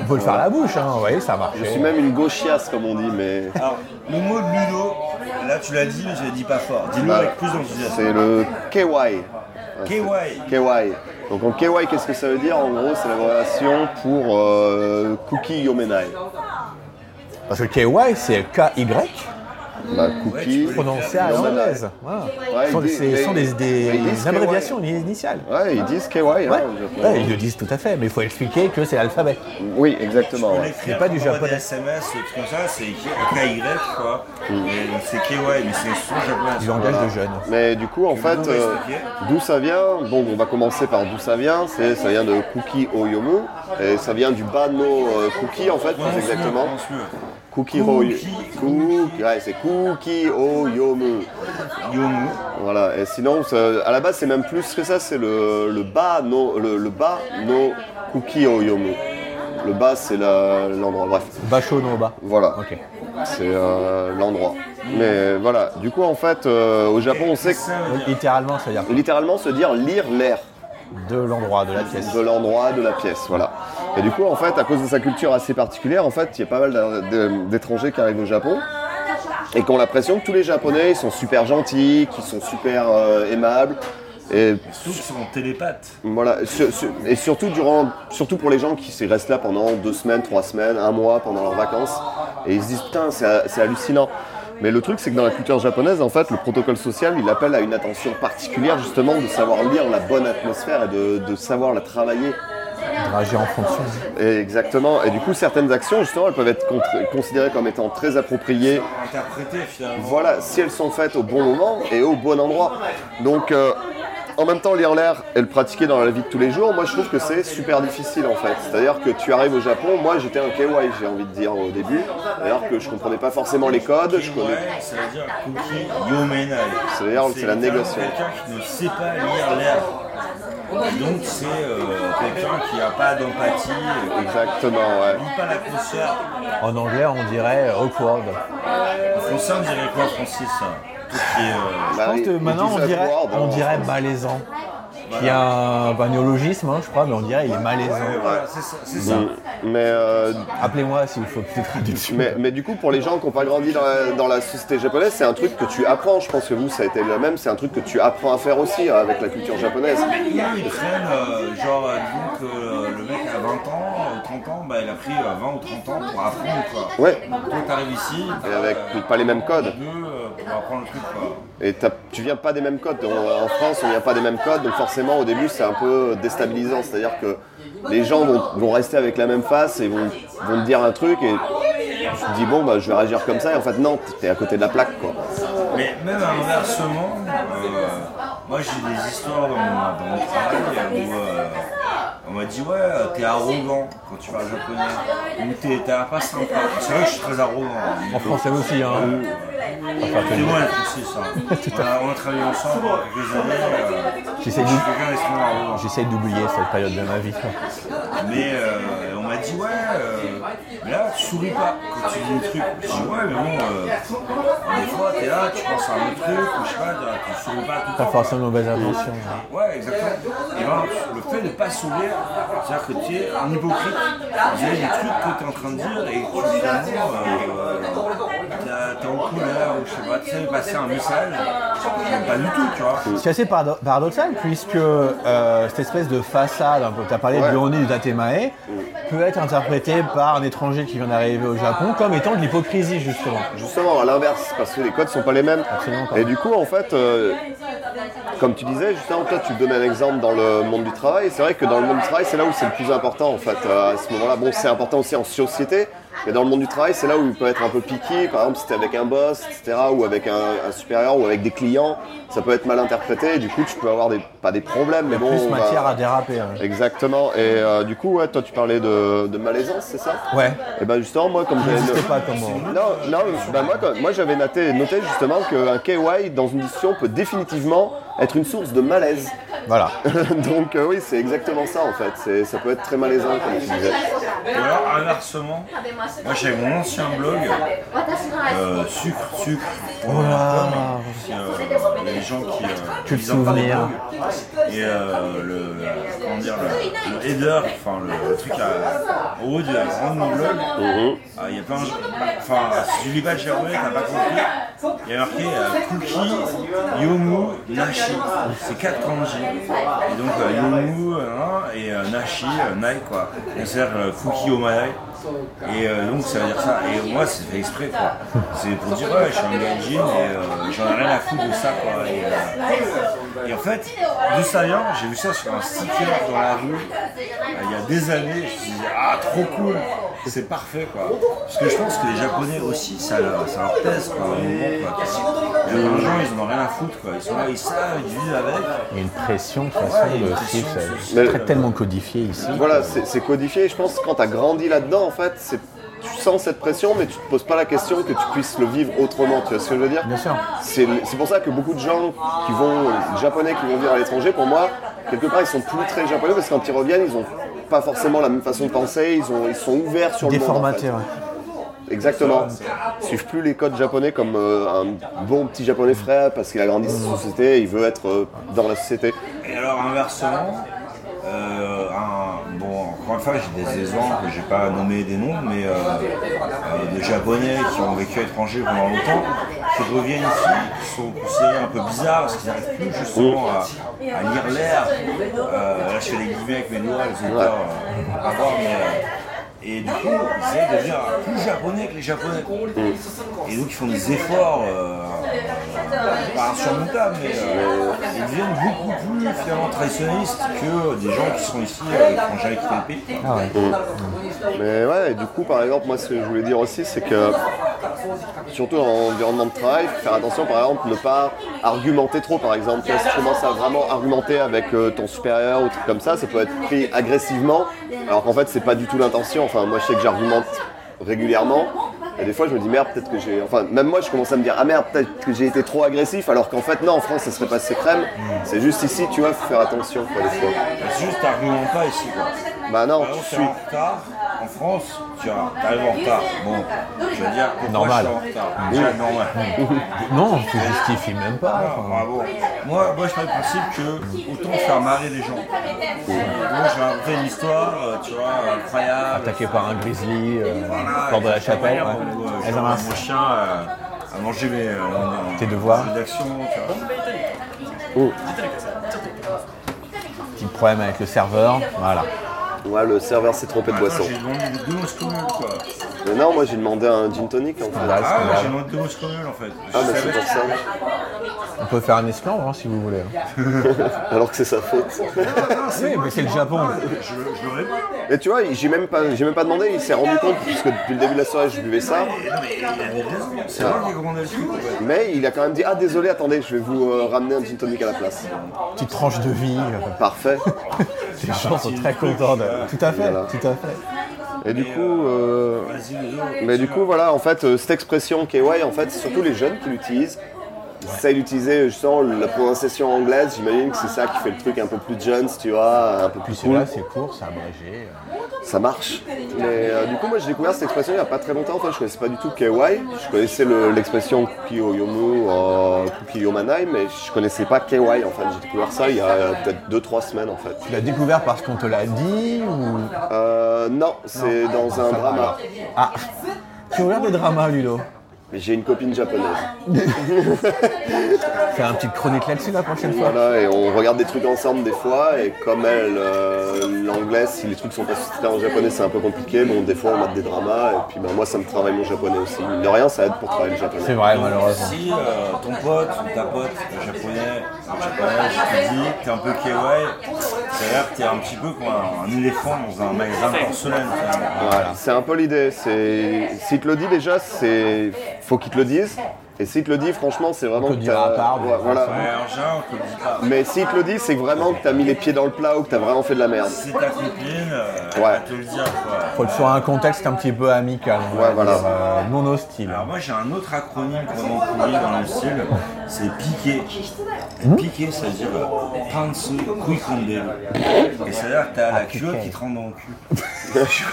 C: On peut le faire à la bouche, hein, vous voyez, ça marche.
B: Je suis même une gauchiasse, comme on dit, mais
A: Alors, le mot de Ludo, là tu l'as dit, mais je l'ai dit pas fort. Dis-le
B: Voilà.
A: avec plus d'enthousiasme.
B: c'est le KY.
A: KY.
B: KY. Donc en KY, qu'est-ce que ça veut dire En gros, c'est l'abréviation pour euh, Cookie Yomenai.
C: Parce que KY, c'est KY,
B: Bah, cookie.
C: prononcé à
B: Yomenai.
C: l'anglaise. Voilà.
B: Ouais,
C: Ce sont,
B: ils
C: des,
B: disent-
C: c'est- ce sont des, des
B: mais ils disent
C: abréviations initiales.
B: Ouais, ils disent KY. hein,
C: Ouais.
B: au Japon.
C: Ouais, ils le disent tout à fait, mais il faut expliquer que c'est l'alphabet.
B: Oui, exactement. ouais.
A: C'est
C: pas du japonais.
A: SMS, des trucs comme ça, c'est KY quoi. Et donc, C'est KY, mais c'est son japonais.
C: Du langage de jeunes.
B: Mais du coup, en
A: Tu
B: fait,
A: nous l'as
B: euh,
A: expliqué.
B: d'où ça vient Bon, on va commencer par d'où ça vient. C'est, ça vient de Cookie Oyomu. Et ça vient du Bano euh, Cookie, en fait, plus
A: Prononce-le,
B: exactement.
A: prononce-le.
B: Cookie Oyomu. Cookie, ouais, c'est Cookie Oyomu.
A: Yomu.
B: Voilà. Et sinon, ça- à la base, c'est même plus que ça. C'est le, le bas no, le, le bas no Cookie Oyomu. Le bas, c'est la- l'endroit. Bref.
C: Bacho no ba.
B: Voilà.
C: Ok.
B: C'est euh, l'endroit. Mais voilà. Du coup, en fait, euh, au Japon, on sait que
A: Ça veut
C: Donc,
A: dire
C: littéralement, ça veut dire
B: littéralement se dire lire l'air
C: de l'endroit, de la pièce.
B: de l'endroit de la pièce voilà et du coup en fait à cause de sa culture assez particulière en fait il y a pas mal d'a- de- d'étrangers qui arrivent au Japon et qui ont l'impression que tous les japonais ils sont super gentils qu'ils sont super euh, aimables et
A: tous sont télépathes.
B: voilà sur- sur- et surtout durant surtout pour les gens qui se- restent là pendant deux semaines trois semaines un mois pendant leurs vacances et ils se disent putain c'est ha- c'est hallucinant mais le truc, c'est que dans la culture japonaise, en fait, le protocole social, il appelle à une attention particulière, justement, de savoir lire la bonne atmosphère et de- de savoir la travailler.
C: Dragé en fonction.
B: Et exactement. Et du coup, certaines actions, justement, elles peuvent être contre- considérées comme étant très appropriées.
A: Interprété finalement.
B: Voilà, si elles sont faites au bon moment et au bon endroit. Donc, euh, en même temps, lire l'air et le pratiquer dans la vie de tous les jours, moi, je trouve que c'est super difficile, en fait. C'est-à-dire que tu arrives au Japon, moi, j'étais un KY, j'ai envie de dire au début, alors que je comprenais pas forcément les codes, je connais...
A: Ouais, ça veut dire cookie yomenai.
B: Ça veut dire que c'est la négociation.
A: quelqu'un qui ne sait pas lire l'air. Et Donc c'est euh, quelqu'un qui n'a pas d'empathie, euh,
B: Exactement, ouais.
A: qui ne lit pas l'atmosphère.
C: En anglais, on dirait euh, awkward.
A: En français, on dirait quoi, Francis hein Tout ce qui est, euh,
B: Ah
C: Je pense que maintenant, on dirait,
B: hein.
C: on dirait malaisant. Il y a un, pas un néologisme, hein, je crois, mais on dirait il est
A: ouais,
C: malaisant.
A: voilà, c'est ça. c'est ça.
B: Mais euh,
C: Appelez-moi s'il faut peut-être traduction.
B: Mais, mais du coup, pour les gens qui n'ont pas grandi dans la, dans la société japonaise, c'est un truc que tu apprends. Je pense que vous, ça a été le même. C'est un truc que tu apprends à faire aussi euh, avec la culture japonaise.
A: Là, ils prennent, euh, genre, euh, disons que euh, le mec a 20 ans, euh, 30 ans, bah, il a pris euh, 20 ou 30 ans pour apprendre. Quoi.
B: Ouais.
A: Toi, t'arrives ici,
B: Et
A: t'as
B: avec
A: euh,
B: pas les mêmes codes.
A: deux euh, pour apprendre le truc. Quoi.
B: Et t'as- tu viens pas des mêmes codes. En, en France, on vient pas des mêmes codes. Donc forcément, au début, c'est un peu déstabilisant. C'est-à-dire que les gens vont, vont rester avec la même face et vont, vont te dire un truc. Et tu te dis, bon, bah, je vais réagir comme ça. Et en fait, non, t'es à côté de la plaque. quoi.
A: Mais même inversement, euh, moi j'ai des histoires dans mon, dans mon travail où euh, on m'a dit ouais euh, t'es arrogant quand tu parles japonais ou t'es t'es pas sympa. C'est vrai que je suis très arrogant. Euh,
C: En français aussi, hein.
A: C'est moi le français ça. on, a, on a travaillé ensemble quelques années. euh,
C: J'essaie
A: je suis
C: d'ou-
A: quelqu'un d'extrêmement arrogant.
C: j'essaie d'oublier cette période de ma vie.
A: Mais euh, on m'a dit dit ouais, euh, mais là tu souris pas quand tu dis des trucs. Je dis ouais, mais bon, euh, des fois t'es là, tu penses à un autre truc, ou je sais pas, tu souris pas tout le
C: Pas
A: temps.
C: forcément de hein. mauvaise intention.
A: Ouais, exactement. Et ben, le fait de ne pas sourire, c'est-à-dire que tu es un hypocrite. Il y a des trucs que tu es en train de dire et que tu finalement, euh, t'es en couleur ou je sais pas, tu sais passer un message. Pas du tout, tu vois.
C: Ce qui est assez parado- paradoxal, puisque euh, cette espèce de façade, tu as parlé
B: Ouais.
C: du Honey du Tatemae, peut être interprétée par un étranger qui vient d'arriver au Japon comme étant de l'hypocrisie, justement.
B: Justement, à l'inverse, parce que les codes sont pas les mêmes.
C: Absolument pas.
B: Et du coup, en fait, euh, comme tu disais, justement, toi, tu donnais un exemple dans le monde du travail. C'est vrai que dans le monde du travail, c'est là où c'est le plus important, en fait. Euh, à ce moment-là, bon, c'est important aussi en société, mais dans le monde du travail, c'est là où il peut être un peu piqué. Par exemple, si t'es avec un boss, etc., ou avec un, un supérieur, ou avec des clients, ça peut être mal interprété. Et du coup, tu peux avoir des, pas des problèmes, mais bon.
C: Plus
B: on va-
C: matière à déraper. hein.
B: Exactement. Et euh, du coup, ouais, toi, tu parlais de, de malaisance, c'est ça
C: Ouais.
B: et ben justement, moi, comme j'avais.
C: n'existe pas comme moi.
B: Non, non, bah moi, comme- moi j'avais noté, noté justement qu'un KY dans une discussion peut définitivement être une source de malaise.
C: Voilà.
B: Donc, euh, oui, c'est exactement ça en fait. C'est- Ça peut être très malaisant, comme tu disais.
A: Ou alors inversement, moi j'avais mon ancien blog, euh, sucre, sucre. C'est, euh, les gens qui. euh,
C: Que de
A: ils en parlent
C: souvenirs.
A: au blog. Et euh, le. le- Comment dire Le, le header, enfin le, le truc à, au haut de la grande mon blog,
B: Mhm.
A: ah, il y a plein de gens. Enfin, si tu lis pas le japonais, t'as pas compris. Il y a marqué euh, Cookie, Yomu, Nashi. C'est quatre kanji. Et donc euh, Yomu euh, hein, et euh, Nashi, euh, Nai quoi. Et C'est-à-dire euh, Fuki Omanai. Et euh, donc ça veut dire ça. Et moi c'est fait exprès quoi. C'est pour dire ouais, je suis un gaijin et euh, j'en ai rien à foutre de ça quoi. Et, euh, et en fait, d'où ça vient J'ai vu ça sur un sticker dans la rue euh, il y a des années. Je me suis dit ah trop cool, c'est parfait quoi. Parce que je pense que les japonais aussi ça leur, ça leur pèse quoi. au moment, quoi. Il y a plein de gens ils en ont rien à foutre quoi. Ils sont là, ils savent, ils vivent avec.
C: Il y a une pression, de toute façon,
A: Ouais, il y a une
C: le
A: pression,
C: truc, ça-
A: c'est-
C: c'est
B: Mais-
C: très- tellement codifié ici.
B: Voilà, c'est c'est codifié. Je pense que quand tu as grandi là-dedans, en fait, c'est- tu sens cette pression, mais tu te poses pas la question que tu puisses le vivre autrement. Tu vois ce que je veux dire
C: Bien sûr.
B: C'est c'est pour ça que beaucoup de gens qui vont, les japonais qui vont vivre à l'étranger, pour moi, quelque part, ils sont plus très japonais parce que quand ils reviennent, ils ont pas forcément la même façon de penser, ils, ont, ils sont ouverts sur le monde. en
C: Déformaté,
B: fait.
C: ouais.
B: Exactement. Ils suivent plus les codes japonais comme euh, un bon petit japonais frère parce qu'il a grandi dans la société, et il veut être euh, dans la société.
A: Et alors inversement, euh, un- bon, encore une fois, j'ai des exemples, j'ai pas nommé des noms, mais euh, euh, des Japonais qui ont vécu à l'étranger pendant longtemps, qui reviennent ici, qui sont considérés un peu bizarres parce qu'ils n'arrivent plus justement à, à lire l'air. Euh, là, je fais des guillemets avec mes doigts, les auditeurs euh, vont pas voir, mais. euh, et du coup, ils essayent de devenir plus japonais que les japonais. Et donc, ils font des efforts euh, pas insurmontable, mais euh, ils deviennent beaucoup plus finalement traditionnalistes que des gens qui sont ici euh, étrangers avec quitté le pays.
C: Ah
A: quoi.
B: Mais ouais, et du coup, par exemple, moi, ce que je voulais dire aussi, c'est que surtout en environnement de travail, faut faire attention, par exemple, ne pas argumenter trop, par exemple. Tu vois, Si tu commences à vraiment argumenter avec euh, ton supérieur ou truc comme ça, ça peut être pris agressivement, alors qu'en fait, c'est pas du tout l'intention. Enfin, moi, je sais que j'argumente régulièrement. Et des fois, je me dis merde, peut-être que j'ai. Enfin, même moi, je commence à me dire ah merde, peut-être que j'ai été trop agressif, alors qu'en fait, non, en France, ça serait pas ces crème. C'est juste ici, tu vois, faut faire attention, quoi, des fois.
A: C'est juste t'argumentes pas ici quoi.
B: Bah non,
A: Par exemple,
B: tu
A: t'es
B: suis.
A: en retard en France, tu vois, t'arrives en retard. Bon, je veux dire, pourquoi
C: Normal.
A: je suis en retard Déjà normal.
C: Non, tu justifies même
A: Ah,
C: pas. enfin.
A: bravo. Moi, moi, je fais le principe que autant faire marrer les gens. Moi, je vais inventer une histoire, euh, tu vois, incroyable.
C: Attaqué par un grizzly, euh,
A: Voilà,
C: porte de la
A: et c'est
C: chapelle.
A: moyen
C: ouais.
A: pour, euh,
C: Eh,
A: genre,
C: non, mince.
A: mon chien euh, a mangé mes, euh, mes-
C: Tes devoirs.
A: mes actions, tu vois.
C: Petit problème avec le serveur. Voilà.
B: Ouais, le serveur s'est trompé de
A: Bah, Attends,
B: boisson.
A: J'ai demandé deux onces communes quoi.
C: Ah,
B: Mais non, moi j'ai demandé un gin tonic en fait.
C: Scandale,
A: Ah, moi, j'ai
C: scandale.
A: demandé deux onces communes en fait.
B: Ah,
A: Je
B: mais c'est
A: savais-
B: pour ça.
C: On peut faire un esclandre hein, si vous voulez. hein.
B: Alors que c'est sa faute.
C: Oui, mais c'est le Japon.
A: Je, je l'aurais pas.
B: Et tu vois, j'ai même pas, j'ai même pas demandé. Il s'est rendu compte puisque depuis le début de la soirée, je buvais ça.
A: Et non, mais il avait raison. C'est moi qui ai commandé le truc en fait.
B: Mais il a quand même dit ah désolé, attendez, je vais vous euh, ramener un gin tonic à la place.
C: Petite tranche de vie. euh,
B: Parfait.
C: Les gens sont très contents. de- Tout à fait,
B: Voilà.
C: tout à fait.
B: Et du coup, euh,
A: Vas-y, les autres.
B: mais du coup voilà, en fait, euh, cette expression KY, en fait, c'est surtout les jeunes qui l'utilisent. ça, il utilisait justement la prononciation anglaise. J'imagine que c'est ça qui fait le truc un peu plus Jones, tu vois, un peu
C: Puis
B: plus
C: c'est
B: cool.
C: là, c'est court, c'est abrégé.
B: Ça marche. Mais euh, du coup, moi, j'ai découvert cette expression il n'y a pas très longtemps. Enfin, je connaissais pas du tout KY. Je connaissais le- l'expression Kuki Oyomu, euh, Kuki Yomanai, mais je connaissais pas KY en fait. J'ai découvert ça il y a euh, peut-être 2-3 semaines en fait.
C: Tu l'as découvert parce qu'on te l'a dit ou.
B: Euh, non, c'est dans un
C: Ça va,
B: drama.
C: alors. Ah Tu regardes des dramas, Ludo
B: Mais J'ai une copine japonaise.
C: Fais un petite chronique là-dessus la prochaine fois.
B: Voilà, et on regarde des trucs ensemble des fois, et comme elle, euh, l'anglais, si les trucs sont pas sous-titrés en japonais, c'est un peu compliqué. Bon, des fois, on mate des dramas, et puis bah, moi, ça me travaille mon japonais aussi. Mine De rien, ça aide pour travailler le japonais.
C: C'est vrai, malheureusement.
A: Si euh, ton pote ou ta pote est japonais, ou japonaise, tu te dis, t'es un peu kawaii, ça a l'air que t'es un petit peu comme un, un éléphant dans un magasin de porcelaine. finalement.
B: Voilà, Ah, c'est un peu l'idée. C'est s'il te le dit déjà, c'est faut qu'il te le dise. Et s'il te le dit, franchement, c'est vraiment
C: te
B: que
C: dira
B: t'as-
C: à part,
B: Ouais,
C: mais
B: voilà.
A: Ouais, alors, j'ai un, on te le dit pas.
B: Mais s'il te le dit, c'est vraiment que t'as mis les pieds dans le plat ou que t'as vraiment fait de la merde.
A: C'est ta copine, euh, elle
B: Ouais.
A: va te le dire quoi.
C: Faut que ce soit un contexte un petit peu amical, on va
B: Ouais, voilà.
C: dire, euh, non hostile.
A: Alors moi j'ai un autre acronyme vraiment pourri dans le style, c'est piqué.
B: Hmm
A: Piqué, ça veut dire Pansu Kuikondel. Et ça veut dire que t'as
B: Ah,
A: la culotte qui te rentre dans le cul.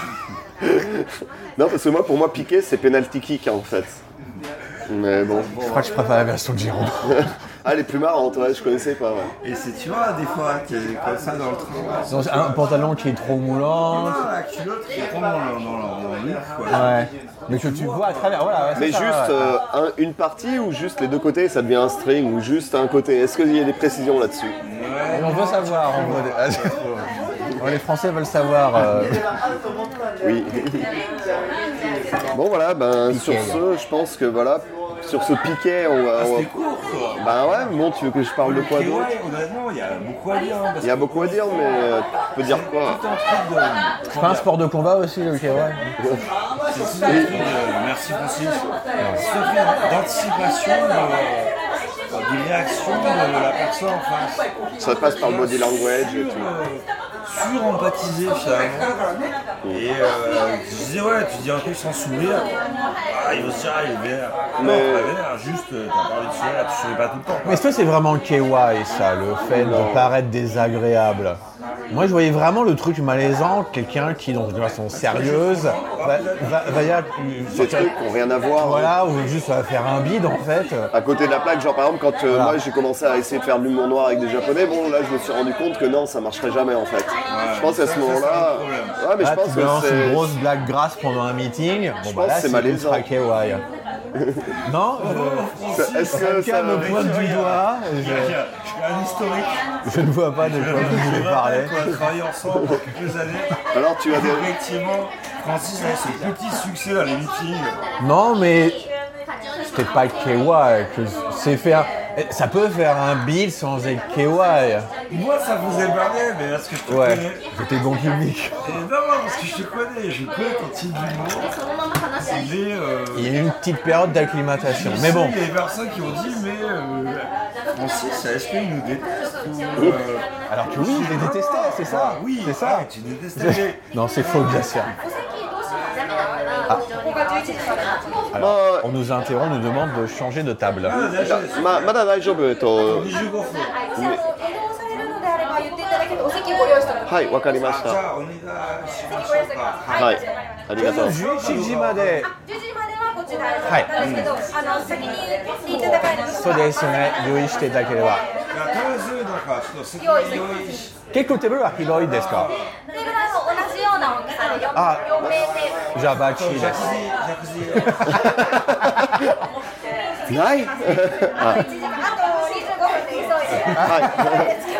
B: Non, parce que moi, pour moi, piquer, c'est penalty kick hein, en fait. Mais bon,
C: Je crois que je préfère la version de Jérôme.
B: ah, elle est plus marrante, ouais, je connaissais pas. ouais.
A: Et c'est tu vois des fois t'es comme ça dans le train. là, c'est-
C: Dans un pantalon qui est trop moulant.
A: Ah, La culotte qui te rentre dans le dans le- dans le cul, quoi.
B: Ah,
C: Ouais. Mais que tu vois à travers, voilà. ouais, c'est
B: Mais
C: ça,
B: juste
C: ouais.
B: euh, un- une partie ou juste les deux côtés, ça devient un string ou juste un côté. Est-ce qu'il y a des précisions là-dessus
C: Et On veut savoir. on veut- Ouais, les Français veulent savoir. euh,
B: Oui. bon voilà, ben sur ce, je pense que voilà, sur ce piquet, on va. on va-
A: C'était court quoi.
B: Bah ouais, bon, tu veux que je parle de quoi
A: Et
B: d'autre
A: ouais, honnêtement, il y a beaucoup à dire. hein, parce
B: Il y a
A: que
B: beaucoup à dire, mais euh, tu peux dire quoi
A: C'est un truc de.
C: C'est pas un sport de combat aussi, le kawaii
A: C'est aussi un truc de- euh, Merci Francis. Ce fait d'anticipation de- des réactions de la personne en face.
B: Ça passe par le body language et tout.
A: sur-empathisé finalement. Et euh, tu disais, ouais, tu dis un truc sans sourire, ah, il va se dire, ah, il est vénère. Non,
B: Mais-
A: pas vénère, juste, euh, t'as pas envie de sourire, tu souris pas tout le temps. quoi.
C: Mais est-ce que c'est vraiment le kawaii, ça, le fait de paraître désagréable Moi, je voyais vraiment le truc malaisant, quelqu'un qui, dans une façon sérieuse, va, va, va y aller-
B: Ces trucs qui n'ont rien à voir. hein.
C: Voilà, ou juste va faire un bide, en fait.
B: À côté de la plaque, genre par exemple, quand euh, moi j'ai commencé à essayer de faire de l'humour noir avec des japonais, bon là je me suis rendu compte que non, ça marcherait jamais en fait. je pense qu'à
A: ça, ça,
B: ce
A: c'est
B: moment-là.
A: un problème.
B: Ouais, mais
C: Ah,
B: je pense
C: tu
B: que
C: balances
B: c'est.
C: une grosse blague grasse pendant un meeting. Bon,
B: pense
C: bah là,
B: que c'est
C: c'est
B: malaisant.
C: ultra kawaii. non
B: c'est- Est-ce que
C: Quelqu'un
B: ça.
C: me pointe du doigt. Je,
A: Je suis un historique.
C: je ne vois pas de quoi vous voulez parler.
A: On a travaillé ensemble pendant quelques années.
B: Alors tu as des.
A: Effectivement, Francis a ses petits succès dans les meetings.
C: Non, mais c'était pas KY. Que c'est faire. Ça peut faire un bill sans être KY.
A: Moi, ça vous est barré, mais parce que je te
C: Ouais,
A: connais.
C: j'étais bon public.
A: Et non, non, parce que je te connais, je peux ton type d'humour. Il est. euh,
C: Il y a eu une petite période d'acclimatation. Mais bon,
A: Il y a des personnes qui ont dit, mais euh, Francis, est-ce qu'il nous déteste ou, euh,
C: alors que oui, je les détestais, c'est ça.
A: Ah oui,
C: c'est ça.
A: ah, tu détestais.
C: Non, c'est faux, bien sûr.
B: Ma-
C: On nous interrompt, on nous demande de changer de table.
A: ah,
B: Ma- Madame Daijobu, to-
A: mais- Bijou gonflé.
B: はい、わかりまし
A: Ah,
B: た。
A: ça, Ah, on est là, je suis pas sûr, quoi.
B: はい、ありがとう。
C: Jujimade. So desu ne, yui shite itakereba.
A: Ah, t'as raison, d'accord, c'est- c'est- c'est-
C: Keiko tebu wa hiroi desu ka? Ah, jabachi desu.
A: Jacuzzi, jacuzzi.
B: ない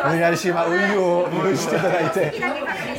C: Onegai shimasu. Oui, yo, yui shite itadakaite.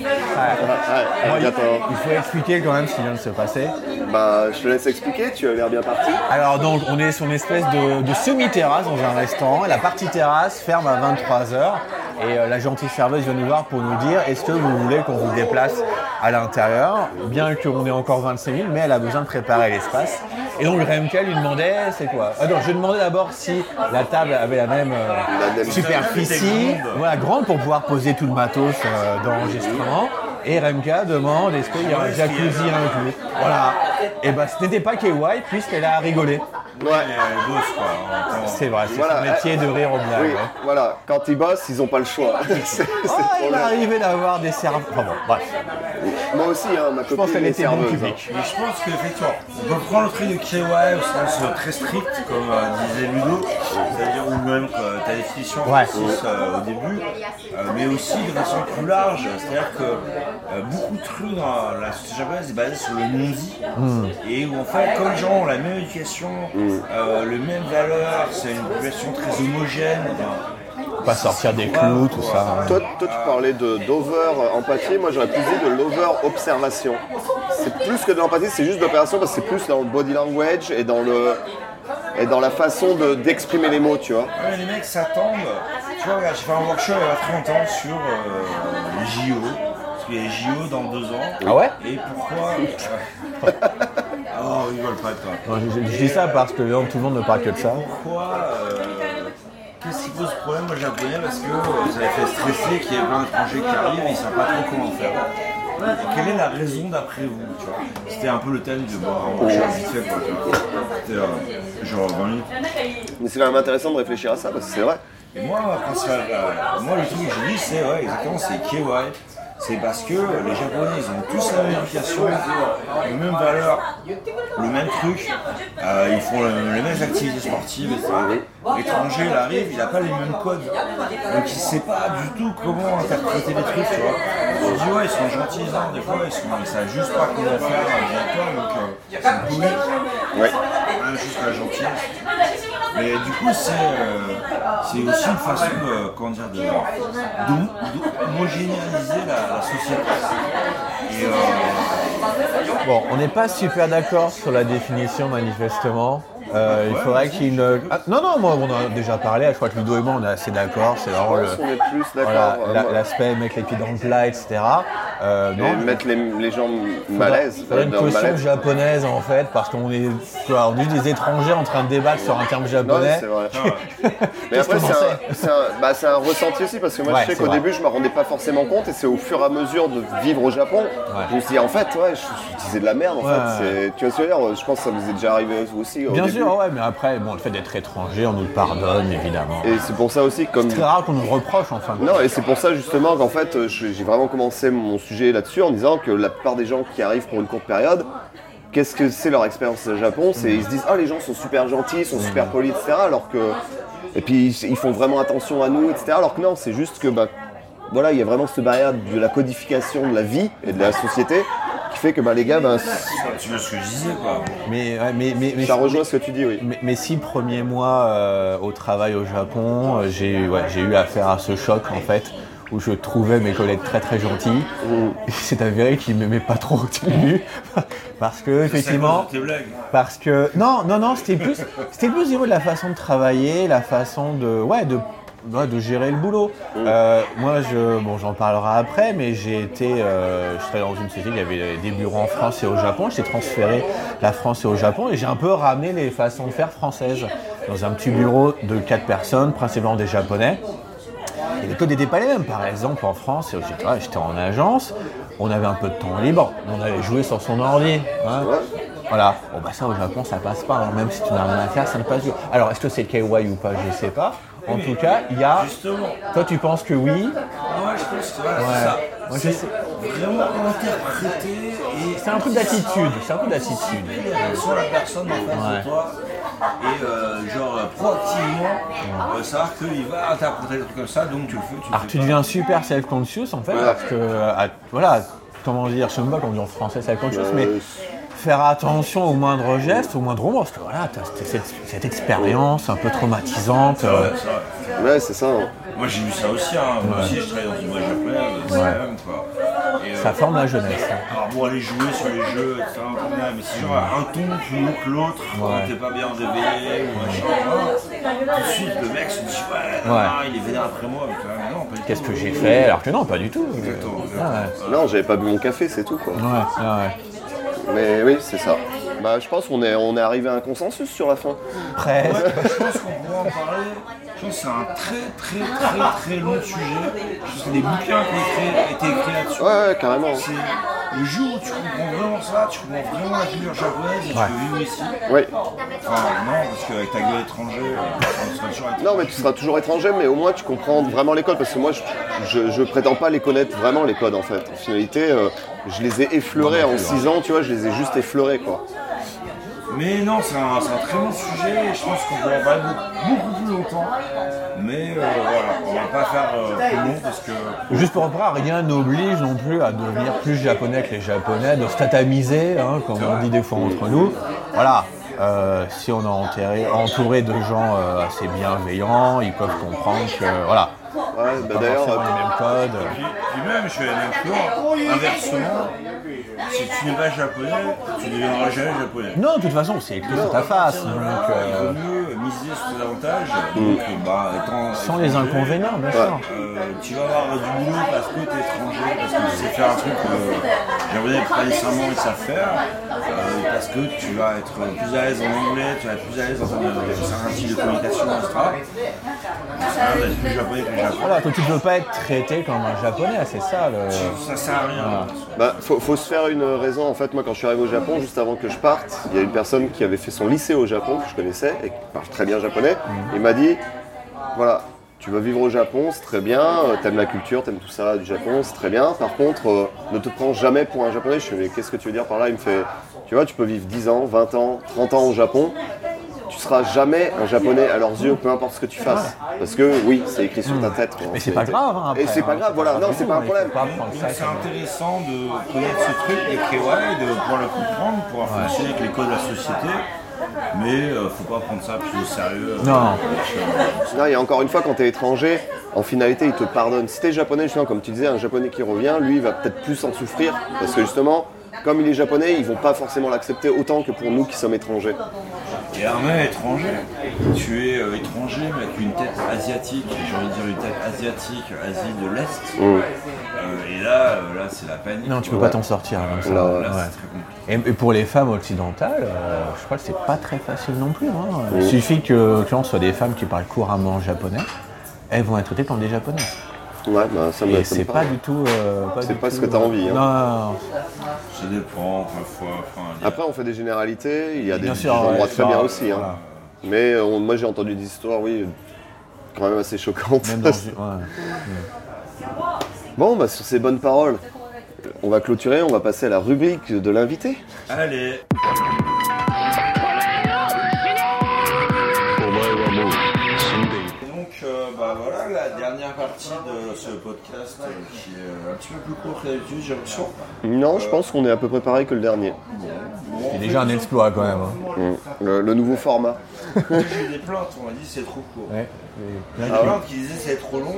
C: Ouais.
B: はい、ありがとう。
C: Il faut expliquer quand même ce qui vient de se passer.
B: Bah, je te laisse expliquer, tu as l'air bien parti.
C: Alors donc on est sur une espèce de, de semi-terrasse dans un restaurant. La partie terrasse ferme à 23h. Et euh, la gentille serveuse vient nous voir pour nous dire est-ce que vous voulez qu'on vous déplace à l'intérieur Bien qu'on ait encore 25 000, mais elle a besoin de préparer l'espace. Et donc RMK lui demandait c'est quoi Ah non, je demandais d'abord si la table avait la même euh,
B: La même-
C: superficie,
A: grande.
C: voilà, grande pour pouvoir poser tout le matos euh, d'enregistrement. Et RMK demande Eh est-ce qu'il y a un jacuzzi inclus Voilà. Et ben ce n'était pas KY puisqu'elle a rigolé.
A: Et
B: Ouais.
A: elle bosse, euh, quoi. en même temps.
C: C'est vrai, c'est
B: Voilà.
C: son métier de rire au blague. hein.
B: Oui,
C: ouais.
B: voilà. Quand ils bossent, ils n'ont pas le choix. C'est- c'est
C: Ah,
B: pour
C: il
B: le-
C: est arrivé d'avoir des cerveaux. Enfin bon, bref.
B: Moi aussi, hein, ma copine
C: Je pense qu'elle
B: est
C: était bon
B: serveuse, hein.
C: public.
A: Mais je pense qu'effectivement, on peut prendre le truc de KY au sens euh, très strict, comme euh, disait Ludo, c'est-à-dire ou même euh, ta définition
C: Ouais.
A: raciste, euh, au début, euh, mais aussi de façon plus large, c'est-à-dire que euh, beaucoup de trucs dans la société japonaise est basé sur le non-dit, et où en fait, comme les gens ont la même éducation, euh, les mêmes valeurs, c'est une population très homogène.
C: Faut Pas sortir des clous, tout ça.
B: hein. Toi, toi, tu parlais de d'over euh, empathie, moi j'aurais plus dit de l'over observation. C'est plus que de l'empathie, c'est juste de l'opération parce que c'est plus dans le body language et dans le et dans la façon de- d'exprimer les mots, tu vois.
A: Ouais, les mecs s'attendent. Tu vois, regarde, j'ai fait un workshop il y a très longtemps sur euh, les JO. Parce qu'il y a les JO dans deux ans.
C: Ah ouais
A: Et pourquoi. euh, oh, ils veulent pas de toi.
C: Non, je, je- je dis ça bah. parce que non, tout le monde ne parle que de ça.
A: Pourquoi. euh, Qu'est-ce qui pose problème aux Japonais Parce que euh, ça les fait stresser qu'il y ait plein d'étrangers qui arrivent et ils savent pas trop comment faire. Et quelle est la raison d'après vous tu vois C'était un peu le thème de bon, un workshop vite fait quoi. tu vois. C'était euh, genre 20 minutes.
B: Mais c'est quand même intéressant de réfléchir à ça parce que c'est vrai.
A: Et moi, ma principale- euh, moi, le truc que je dis, c'est ouais, exactement, c'est KY. C'est parce que les Japonais, ils ont tous la même éducation, les mêmes valeurs, le même truc. Euh, ils font le- les mêmes activités sportives, etc. L'étranger, il arrive, il n'a pas les mêmes codes. Donc, il ne sait pas du tout comment interpréter les trucs, tu vois. On se dit, ouais, ils sont gentils, les uns, des fois, ils sont, ils savent juste pas comment faire, euh, bien quoi, donc, euh, c'est une comique.
B: Ouais.
A: Même juste la gentillesse. Mais du coup, c'est euh, c'est aussi une façon euh, comment dire, de, de- d'homogénéiser la, la société. Et, euh,
C: Bon, on n'est pas super d'accord sur la définition, manifestement. Euh, il faudrait qu'il y ait une. Ah, non, non, moi, on en a déjà parlé. Je crois que Ludo et moi, on est assez d'accord. C'est
B: Je
C: vraiment le.
B: pense qu'on est plus
C: voilà,
B: d'accord. euh,
C: la-
B: moi.
C: l'aspect mettre les pieds dans le plat, etc. Euh,
B: Et
C: non, je-
B: mettre les, les gens mal à
C: faudrait,
B: l'aise.
C: faudrait une
B: dans le
C: caution
B: malaise.
C: japonaise en fait, parce qu'on est, quoi, on est des étrangers en train de débattre sur un terme
B: Non,
C: japonais.
B: c'est vrai. Mais
C: Qu'est-ce
B: après,
C: que
B: c'est
C: t'en
B: un, c'est un- bah, c'est un ressenti aussi, parce que moi,
C: Ouais,
B: je sais
C: c'est
B: qu'au
C: vrai.
B: début, je ne me rendais pas forcément compte, et c'est au fur et à mesure de vivre au Japon, je me suis dit, en fait, ouais, je, je disais de la merde, en
C: Ouais.
B: fait. C'est- Tu vois ce que je veux dire Je pense que ça vous est déjà arrivé aussi. Au
C: Bien
B: début.
C: sûr, hein. ouais, mais après, bon, le fait d'être étranger, on nous le pardonne évidemment.
B: Et c'est pour ça aussi, que comme.
C: C'est rare qu'on nous le reproche enfin.
B: Non, et c'est pour ça justement qu'en fait, euh, je- j'ai vraiment commencé mon sujet là-dessus en disant que la plupart des gens qui arrivent pour une courte période, qu'est-ce que c'est leur expérience au Japon C'est ils se disent, ah, les gens sont super gentils, sont super polis, etc. Alors que. Et puis ils ils font vraiment attention à nous, etc. Alors que non, c'est juste que, bah, voilà, il y a vraiment cette barrière de la codification de la vie et de la société qui fait que, bah, les gars, bah,
A: tu vois ce que je disais, quoi.
C: Mais, ouais, mais, mais, mais,
B: ça rejoint ce que tu dis, oui.
C: mes- mes six premiers mois euh, au travail au Japon, euh, j'ai eu- ouais, j'ai eu affaire à ce choc en fait, où je trouvais mes collègues très très gentils. Et C'est avéré qu'ils m'aimaient pas trop au début, parce que effectivement,
A: C'est à cause de tes blagues.
C: parce que non non non c'était plus c'était plus au niveau de la façon de travailler la façon de ouais de ouais, de gérer le boulot. Euh, moi, je, bon, j'en parlerai après, mais j'ai été, euh, je travaillais dans une société, il y avait des bureaux en France et au Japon. J'ai transféré la France et au Japon et j'ai un peu ramené les façons de faire françaises dans un petit bureau de quatre personnes, principalement des Japonais. Et les codes n'étaient pas les mêmes. Par exemple, en France, j'étais ouais, j'étais en agence, on avait un peu de temps libre, on allait jouer sur son ordi. hein. Voilà. Bon, bah ça, au Japon, ça passe pas. hein. Même si tu n'as rien à faire, ça ne passe pas. Alors, est-ce que c'est le KY ou pas Je sais pas. En tout cas, il y a.
A: Justement.
C: Toi, tu penses que oui
A: Moi, je pense que voilà,
C: Ouais.
A: c'est ça.
C: Moi, je sais.
A: c'est vraiment interpréter et.
C: C'est un truc d'attitude. C'est un truc d'attitude.
A: les réactions de la personne en face
C: Ouais.
A: de toi et euh, genre euh, proactivement euh, savoir qu'il va interpréter le truc comme ça donc tu le fais tu le
C: Alors,
A: fais
C: tu
A: pas.
C: deviens super self-conscious en fait, parce que, euh, à- voilà, comment dire, je sais même pas comment dire en français self-conscious, mais faire attention aux moindres gestes, aux moindres mots, parce que voilà, t'as cette, cette- cette expérience un peu traumatisante. euh,
B: Ouais, c'est ça. hein.
A: moi j'ai vu ça aussi hein. moi aussi je travaille dans une boîte japonaise c'est la même quoi Et, euh,
C: ça forme la jeunesse. hein.
A: Alors bon, aller jouer sur les jeux, etc. ouais, Mais si genre un ton plus haut que l'autre, quand t'es pas bien réveillé E ou machin, hein, tout de suite le mec se dit ouais, ah, il est vénère après moi, mais quand même, non, pas du
C: Qu'est-ce
A: tout.
C: que j'ai fait Alors que non, pas du tout.
A: Exactement, exactement.
C: Ah
B: Non, j'avais pas bu mon café, c'est tout, quoi.
C: ouais. Ouais, ouais.
B: Mais oui, c'est ça. Bah, je pense qu'on est, on est arrivé à un consensus sur la fin.
C: Presque.
A: Ouais, je pense qu'on pourra en parler. Je pense que c'est un très très très très long sujet. Je pense que des bouquins qui ont été écrits là-dessus.
B: Ouais, ouais, carrément.
A: C'est- Le jour où tu comprends vraiment ça, tu comprends vraiment la culture japonaise et
C: Ouais.
A: tu peux vivre ici.
B: Oui.
A: Enfin, non, parce qu'avec ta gueule étrangère, euh, on sera toujours étranger.
B: Non, mais tu seras toujours étranger, mais au moins tu comprends vraiment les codes, parce que moi, je, je, je prétends pas les connaître vraiment, les codes, en fait. En finalité, euh, je les ai effleurés en 6 ans, tu vois, je les ai juste effleurés, quoi.
A: Mais non, c'est un, c'est un très bon sujet et je pense qu'on peut en parler beaucoup, beaucoup plus longtemps. Mais euh, voilà, on va pas faire euh, plus long parce que.
C: Juste pour reprendre, rien n'oblige non plus à devenir plus japonais que les japonais, de se tatamiser, hein, comme on dit des fois entre nous. Voilà, euh, si on est enterré- entouré de gens euh, assez bienveillants, ils peuvent comprendre que, voilà,
B: Ouais, bah
C: pas
B: d'ailleurs,
C: forcément
B: euh,
C: les mêmes codes.
A: Puis, puis même, je suis allé encore, inversement, si tu n'es pas japonais, tu ne deviendras jamais japonais.
C: Non, de toute façon, c'est écrit sur ta face, donc euh, Hmm.
A: Il vaut mieux miser sur tes avantages, donc, bah, étant-
C: sans les
A: étranger,
C: inconvénients, bien sûr.
A: Euh, tu vas avoir du boulot parce que t'es étranger, parce que tu sais faire un truc euh, que japonais pas nécessairement ils savent faire, euh, parce que tu vas être plus à l'aise en anglais, tu vas être plus à l'aise dans un certain style de communication, Hein, etc. Ça a l'air d'être plus japonais que le Japon. Euh,
C: Voilà, toi, tu peux pas être traité comme un japonais, c'est ça le.
A: Ça sert à rien.
B: Bah, faut, faut se faire une raison. En fait, moi, quand je suis arrivé au Japon, juste avant que je parte, il y a une personne qui avait fait son lycée au Japon, que je connaissais, et qui parle très bien japonais.
C: Mhm.
B: Il m'a dit voilà, tu veux vivre au Japon, c'est très bien, euh, t'aimes la culture, t'aimes tout ça du Japon, c'est très bien. Par contre, euh, ne te prends jamais pour un japonais. Je suis mais qu'est-ce que tu veux dire par là Il me fait tu vois, tu peux vivre 10 ans, 20 ans, 30 ans au Japon. Tu seras jamais un japonais à leurs yeux, peu importe ce que tu fasses. Parce que oui, c'est écrit sur ta tête. quoi, en
C: Ah. Mais c'est pas
B: réalité.
C: grave, hein, après,
B: Et c'est pas
C: hein,
B: grave, voilà,
C: pas
B: non,
C: du
B: c'est
C: tout,
B: pas un
C: il faut
B: problème.
C: pas prendre
A: Donc
C: ça
A: c'est
C: comme-
A: intéressant de connaître ce truc, les prévois, et de pouvoir le comprendre, pouvoir fonctionner avec les codes de la société. Mais euh, faut pas prendre ça plus au sérieux. euh,
C: Non.
B: Non, et encore une fois, quand t'es étranger, en finalité, il te pardonne. Si t'es japonais, justement, comme tu disais, un japonais qui revient, lui, il va peut-être plus en souffrir. Parce que justement, comme il est japonais, ils vont pas forcément l'accepter autant que pour nous qui sommes étrangers.
A: Et un mec étranger, tu es euh, étranger mais avec une tête asiatique, j'ai envie de dire une tête asiatique, Asie de l'Est. Euh, et là, euh, là c'est la panique.
C: Non, tu peux
A: quoi.
C: pas t'en sortir comme ça.
B: Non,
A: Là,
C: Ouais.
A: c'est très compliqué.
C: Et, et pour les femmes occidentales, euh, je crois que c'est pas très facile non plus. hein. Il suffit que, que l'on soit des femmes qui parlent couramment japonais, elles vont être traitées comme des japonaises.
B: Ouais, bah, ça me
C: Et
B: ça me
C: c'est pas
B: parle.
C: du tout. euh,
B: C'est
C: du
B: pas ce
C: tout,
B: que t'as
C: euh,
B: envie, hein.
C: Non, non, non.
A: Ça dépend, parfois. Enfin, il y a-
B: Après, on fait des généralités, il y a des,
C: Bien
B: des
C: sûr,
B: endroits
C: ouais,
B: très bien
C: voilà.
B: aussi. hein. Mais euh, on- moi, j'ai entendu des histoires, oui, quand même assez choquantes.
C: Même dans. ouais.
B: Bon, bah, sur ces bonnes paroles, on va clôturer, on va passer à la rubrique de l'invité.
A: Allez,
D: お前はもう死んでいる
A: donc euh, bah, voilà la dernière partie de ce podcast euh, qui est euh, un petit peu plus court que d'habitude, j'ai l'impression.
B: Non, je pense qu'on est à peu près pareil que le dernier.
C: C'est déjà un exploit quand même. hein.
B: Euh, Le- le nouveau format.
A: J'ai eu des plaintes, on m'a dit c'est trop court.
C: Ouais. Des
A: Des plaintes qui disaient c'est trop long,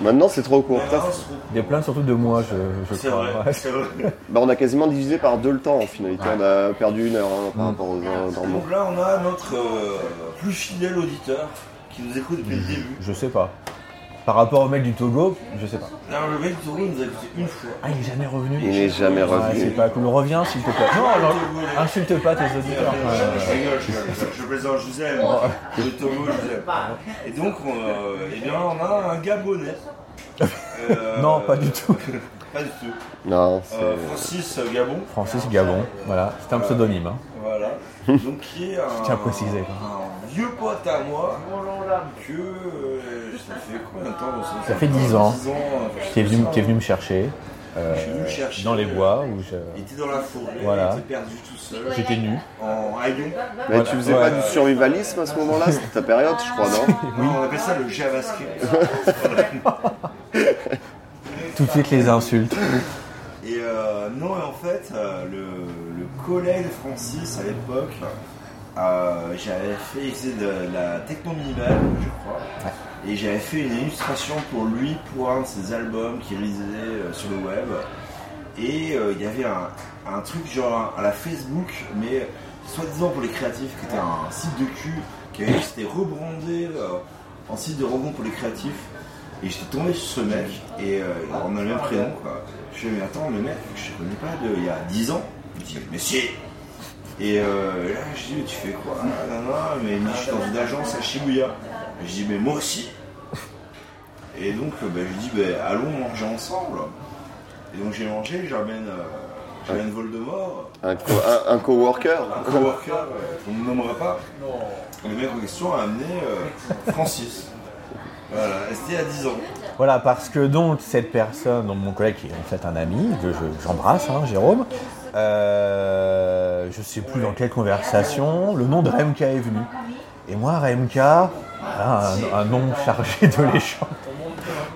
B: Maintenant, c'est trop court.
A: mais
B: Putain,
A: maintenant, c'est trop court.
C: Des plaintes surtout de moi, je, je
A: Ah, C'est
C: crois.
A: vrai,
C: ouais.
A: c'est vrai.
B: Bah, on a quasiment divisé par deux le temps en finalité. On a perdu une heure hein, par rapport aux
C: Ah,
B: heures normaux.
A: Donc là, on a notre euh, plus fidèle auditeur qui nous écoute depuis
C: Mm.
A: le début.
C: Je sais pas. Par rapport au mec du Togo, je sais pas.
A: Alors, le mec du Togo nous a écouté une fois.
C: Ah, il est jamais revenu.
B: Il n'est jamais
C: Ah, c'est
B: revenu.
C: pas cool. Reviens s'il te plaît. Non, non, insulte pas tes
A: Je
C: auditeurs.
A: rigole, je rigole, je rigole. je plaisante, je vous aime.
C: Oh.
A: Le Togo, je vous aime. Et donc, on, euh, eh bien, on a un Gabonais. Euh,
C: Non, pas du tout.
A: pas du tout.
B: Non,
A: Euh,
B: c'est.
A: Francis Gabon,
C: Francis Gabon, voilà, c'est un pseudonyme. hein.
A: voilà. Donc, qui est un,
C: tiens à préciser, quoi.
A: un vieux pote à moi que euh, ça fait combien de temps
C: Ça fait 10 ans.
A: euh,
C: Qui est venu, qui est venu me chercher euh,
A: Je suis venu le chercher.
C: dans les bois où je-
A: Il était dans la forêt,
C: Voilà.
A: il était perdu tout seul.
C: j'étais nu.
A: En haillon.
B: Mais tu faisais
C: Ouais.
B: pas du survivalisme à ce moment-là C'était ta période, je crois, non
A: Non, on appelle ça le javascript.
C: Tout de suite les insultes.
A: et euh, non, et en fait, euh, le, le collègue Francis à l'époque, euh, j'avais fait il faisait de, la techno minimale, je crois. Et j'avais fait une illustration pour lui, pour un de ses albums qu'il lisait euh, sur le web. Et euh, il y avait un, un truc genre à la Facebook, mais soi-disant pour les créatifs, qui était un site de cul, qui avait- qui s'était rebrandé euh, en site de rencontre pour les créatifs. Et j'étais tombé sur ce mec, et euh, on a le même prénom, quoi. Je fais, mais attends, le mec, je te connais pas de, il y a 10 ans. Il me dit, mais si Et euh, là, je dis, tu fais quoi Ah, nan, nan. mais il me dit, je suis dans une agence à Shibuya. Et je dis, mais moi aussi et donc, euh, bah, je lui dis, bah, allons manger ensemble. Et donc, j'ai mangé, je ramène euh, Alain Voldemort,
B: Un, co- un- un coworker
A: un coworker euh, qu'on ne nommera pas, le mec en question a amené euh, Francis. Voilà, c'était à 10 ans.
C: Voilà, parce que donc cette personne, donc mon collègue qui est en fait un ami, que je- j'embrasse, hein, Jérôme, euh, je sais plus dans quelle conversation, le nom de RMK est venu. Et moi, RMK, voilà, un, un nom chargé de légende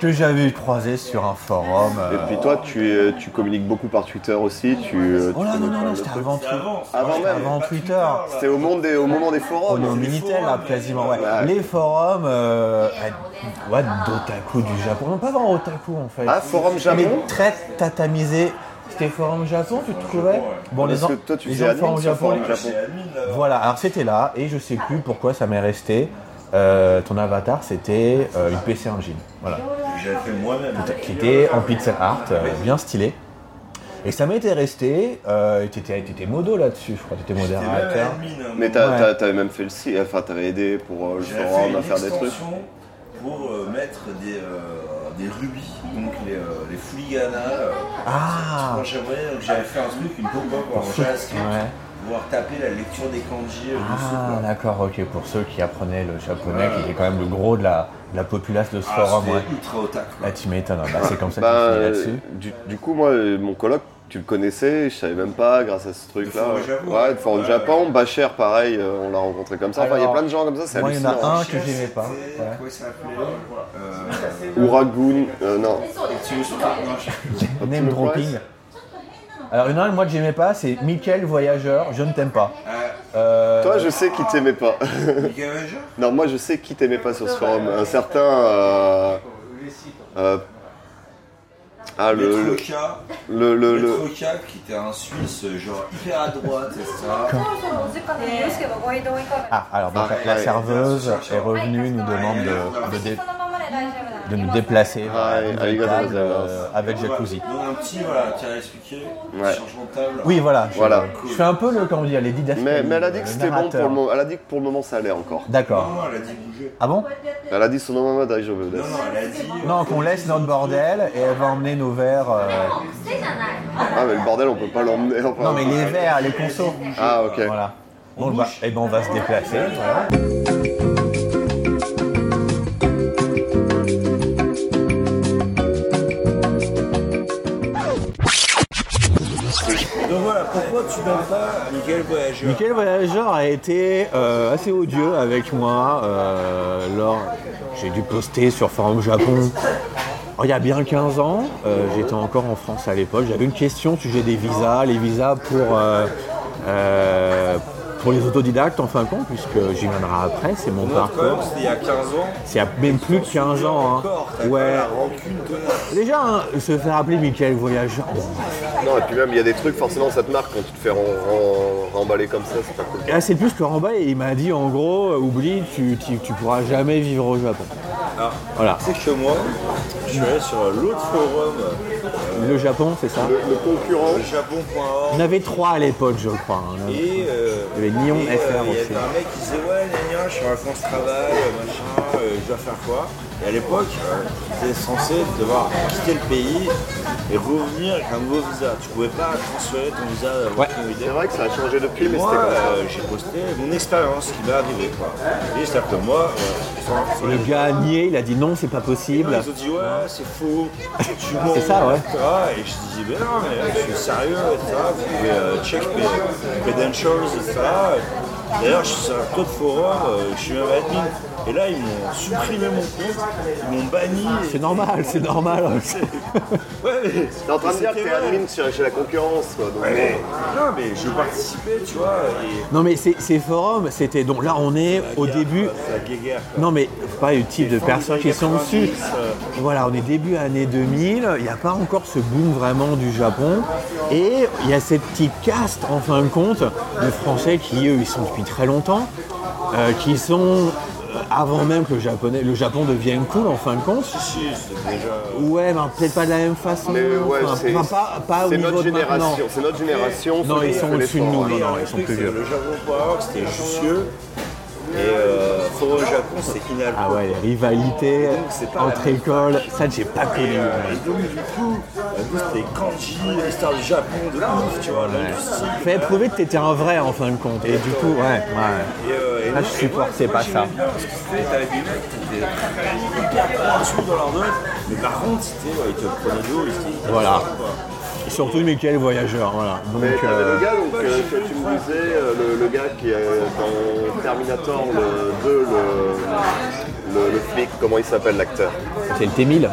C: que j'avais croisé sur un forum. euh,
B: Et puis toi, tu, es- tu communiques beaucoup par Twitter aussi. Tu, euh, tu
C: oh là, non,
B: communiques
C: non,
B: par
C: non,
B: le
C: c'était
B: truc.
C: avant, tout-
A: Avant, c'est
B: Avant
A: vrai,
B: même.
A: il y avait
C: Avant
A: pas
C: Twitter.
A: là.
B: C'était au, monde des- au moment des Oh, forums.
C: On est au Minitel là, quasiment, ouais.
B: Ouais.
C: Les forums euh, à- ouais, d'otaku du Japon. Non, pas vraiment otaku en fait.
B: Ah, forum Japon
C: Mais très tatamisé. C'était forum Japon, tu te trouvais Bon,
B: Parce
C: les gens,
B: que toi, tu
C: les
B: faisais
C: gens de
B: admin
C: forum
B: sur
C: Japon.
B: forum
C: les-
B: Japon.
A: C'est admin là.
C: Voilà, alors c'était là, et je sais plus pourquoi ça m'est resté. Euh, ton avatar, c'était euh, une PC Engine. Voilà
A: J'avais fait moi-même.
C: qui était en pixel art, euh, bien stylé. Et ça m'était resté, euh, et t'étais, t'étais modo là-dessus, je crois, t'étais
A: C'était même
C: modérateur.
A: admin, hein.
B: Mais t'as-
C: Ouais.
B: t'as- t'avais même fait le site, enfin t'avais aidé pour euh, le
A: J'ai fait
B: forum
A: une
B: à faire des trucs.
A: extension pour euh, mettre des, euh, des rubis, donc les, euh, les fouliganas. euh,
C: Ah.
A: Moi, j'aimerais- donc, j'avais fait un truc, une pop-up en
C: ceux-
A: JavaScript,
C: ouais.
A: pour pouvoir taper la lecture des kanji euh, dessous,
C: Ah,
A: quoi.
C: d'accord, ok, pour ceux qui apprenaient le japonais, qui était quand même le gros de la, de la populace de ce
A: Ah,
C: forum,
A: c'était
C: ouais.
A: ultra otaku. quoi.
C: Là, tu m'étonnes, hein. Bah, c'est comme ça
B: Bah,
C: que tu finis
B: euh,
C: là-dessus.
B: du, du coup, moi, euh, mon coloc, tu le connaissais, je savais même pas grâce à ce truc-là.
A: Forum Japon.
B: ouais, le Forum
A: Ouais.
B: Japon, Bacher, pareil, euh, on l'a rencontré comme ça. Enfin, il y a
C: Alors,
B: plein de gens comme ça, c'est
C: moi, il y en a
B: hallucinant.
C: un que j'aimais pas.
A: C'était-
C: Ouais.
A: Comment ça s'appelait euh,
B: Ou Ragoon, euh, non.
A: Optimus Prime, non, je sais plus.
C: Name dropping. Alors, il y en a un que moi que j'aimais pas, c'est Michael Voyageur, je ne t'aime pas.
A: Ah,
C: Euh,
B: Toi, je sais qui t'aimait pas.
A: Mega Ranger
B: non, moi, je sais qui t'aimait pas sur ce forum. Un certain. euh, euh, ah, le.
A: Metro K,
B: Le. le, le, le-
A: Metro K, qui était un Suisse, euh, genre hyper à droite, etc.
C: Ah, alors, donc,
B: Ah,
C: la
B: ouais.
C: serveuse est revenue, nous demande de, de dé- de nous déplacer vers la
B: Ah, Ouais,
C: nouvelle
B: avec la
C: table,
B: jacuzzi.
C: euh, avec jacuzzi.
A: Donc un petit, voilà, tu as expliqué,
B: Ouais.
A: changement de table.
C: Oui, voilà. je-
B: Voilà.
C: Je, fais un peu le, comment dire, les didascalies.
B: Mais, mais elle a dit
C: euh,
B: que
C: le
B: c'était bon pour le
C: narrateur.
B: moment. Elle a dit que pour le moment, ça allait encore.
A: Non,
C: D'accord.
A: non, elle a dit bouger.
C: Ah bon
B: Elle a dit son nom à Madrid, je veux
A: Non, non, elle a dit. euh,
C: Non, qu'on laisse notre bordel et elle va emmener nos verres. euh,
B: Ah, mais le bordel, on peut pas l'emmener. enfin.
C: Non, mais les verres, les consos.
B: Ah, ok.
C: Voilà. Bon, bah, eh ben, on va se déplacer. voilà.
A: Donc voilà, pourquoi tu donnes pas Miguel Voyageur
C: Michael Voyageur a été euh, assez odieux avec moi euh, lors. J'ai dû poster sur Forum Japon. Alors, il y a bien 15 ans, euh, j'étais encore en France à l'époque. J'avais une question au sujet des visas, les visas pour, euh, euh, pour les autodidactes en fin de compte, puisque j'y viendrai après, c'est mon
A: Non, quand même,
C: parcours.
A: c'était il y a 15 ans.
C: C'est à même plus de 15 ans. hein.
A: Encore, t'as pas
C: Ouais.
A: la rancune de
C: Déjà, hein, se faire appeler Michael Voyageur, bon,
B: Non, et puis même, il y a des trucs, forcément, ça te marque quand tu te fais ren- ren- remballer comme ça, c'est pas cool.
C: Et là, c'est plus que Ramba, et il m'a dit en gros, euh, oublie, tu, tu, tu pourras jamais vivre au Japon. Voilà,
A: C'est que moi, je suis allé sur l'autre forum,
C: le Japon, c'est ça.
B: Le, le concurrent,
A: euh,
C: On
A: japon.org,
C: avait trois à l'époque, je crois. hein.
A: et. euh,
C: Il y avait Nihon
A: et,
C: FR
A: Il y
C: aussi.
A: avait un mec qui disait Ouais, gna gna, je suis en vacances travail, euh, machin, euh, je dois faire quoi Et à l'époque, tu étais censé devoir quitter le pays et revenir avec un nouveau visa. Tu pouvais pas transférer ton visa euh,
C: Ouais.
A: ton idée.
B: c'est vrai que ça a changé depuis, mais
A: Moi,
B: c'était comme ça.
A: euh, j'ai posté mon expérience qui m'est arrivée. quoi. Et c'est-à-dire que moi, euh, sans- sans-
C: Le gars a nié, il a dit non, c'est pas possible.
A: ils ont dit ouais, c'est faux, tu mens,
C: C'est ça, ouais.
A: etc. Et je disais, ben non, mais je suis sérieux, etc. Vous pouvez euh, check mes credentials, etc. D'ailleurs, je suis sur un code forum, euh, je suis même admin. Et là, ils m'ont supprimé mon compte, ils m'ont banni.
C: C'est normal, c'est normal.
A: Ouais, mais.
B: T'es en train de dire que
A: c'était
B: t'es
A: vrai.
B: admin chez, chez la concurrence, quoi. Donc,
A: Mais- Non, mais je participais, tu vois. Et...
C: Non mais ces, ces forums, c'était donc là on est au début.
A: C'est la guéguerre. quoi.
C: Non mais pas le type de personnes qui sont dessus.
A: 90, euh,
C: Voilà, on est début année 2000, il n'y a pas encore ce boom vraiment du Japon. Et il y a cette petite caste, en fin de compte, de Français qui, eux, ils sont depuis très longtemps, euh, qui sont, euh, avant même que le, japonais, le Japon devienne cool, en fin de compte.
A: Si, c'est déjà.
C: Ouais, mais peut-être pas de la même façon.
B: mais euh, ouais,
C: enfin,
B: c'est
C: enfin, pas, pas au
B: c'est
C: niveau
B: notre
C: de maintenant.
B: génération. hein. C'est notre génération.
C: Non,
B: ceux
C: ils
B: qui
C: sont
B: ont fait
C: au-dessus de
B: l'effort,
C: nous,
B: ouais.
C: non, non,
A: Le
C: ils sont
A: truc,
C: plus
A: c'est
C: vieux.
A: que Le jargon.org, c'était Jussieu. Et euh, Forum heureux au Japon, c'est final.
C: Ah ouais, les rivalités
A: Et donc, c'est pas la
C: entre
A: même.
C: écoles, ça j'ai pas
A: Et,
C: connu.
A: euh, et donc, du coup, en plus, c'était kanji, l'histoire du Japon, de ouf, tu vois, l'industrie.
C: Fais prouver que t'étais un vrai en fin de compte. Et du coup, ouais, ouais.
A: Et, euh, et
C: Ah, je
A: donc,
C: supportais
A: et moi,
C: pas
A: j'aimais
C: ça.
A: bien parce que c'était- t'avais des mecs qui étaient très, hyper pointus dans leur note, mais par contre, c'était, ouais, ils te prenaient de haut, ils te- ils te
C: Voilà.
A: quoi.
C: Surtout Michael Voyageur, voilà. Donc,
B: Mais t'avais
C: euh,
B: le gars donc, euh, que tu me disais, euh, le, le gars qui est dans Terminator le 2, le, le, le flic, comment il s'appelle l'acteur
C: c'est le T1000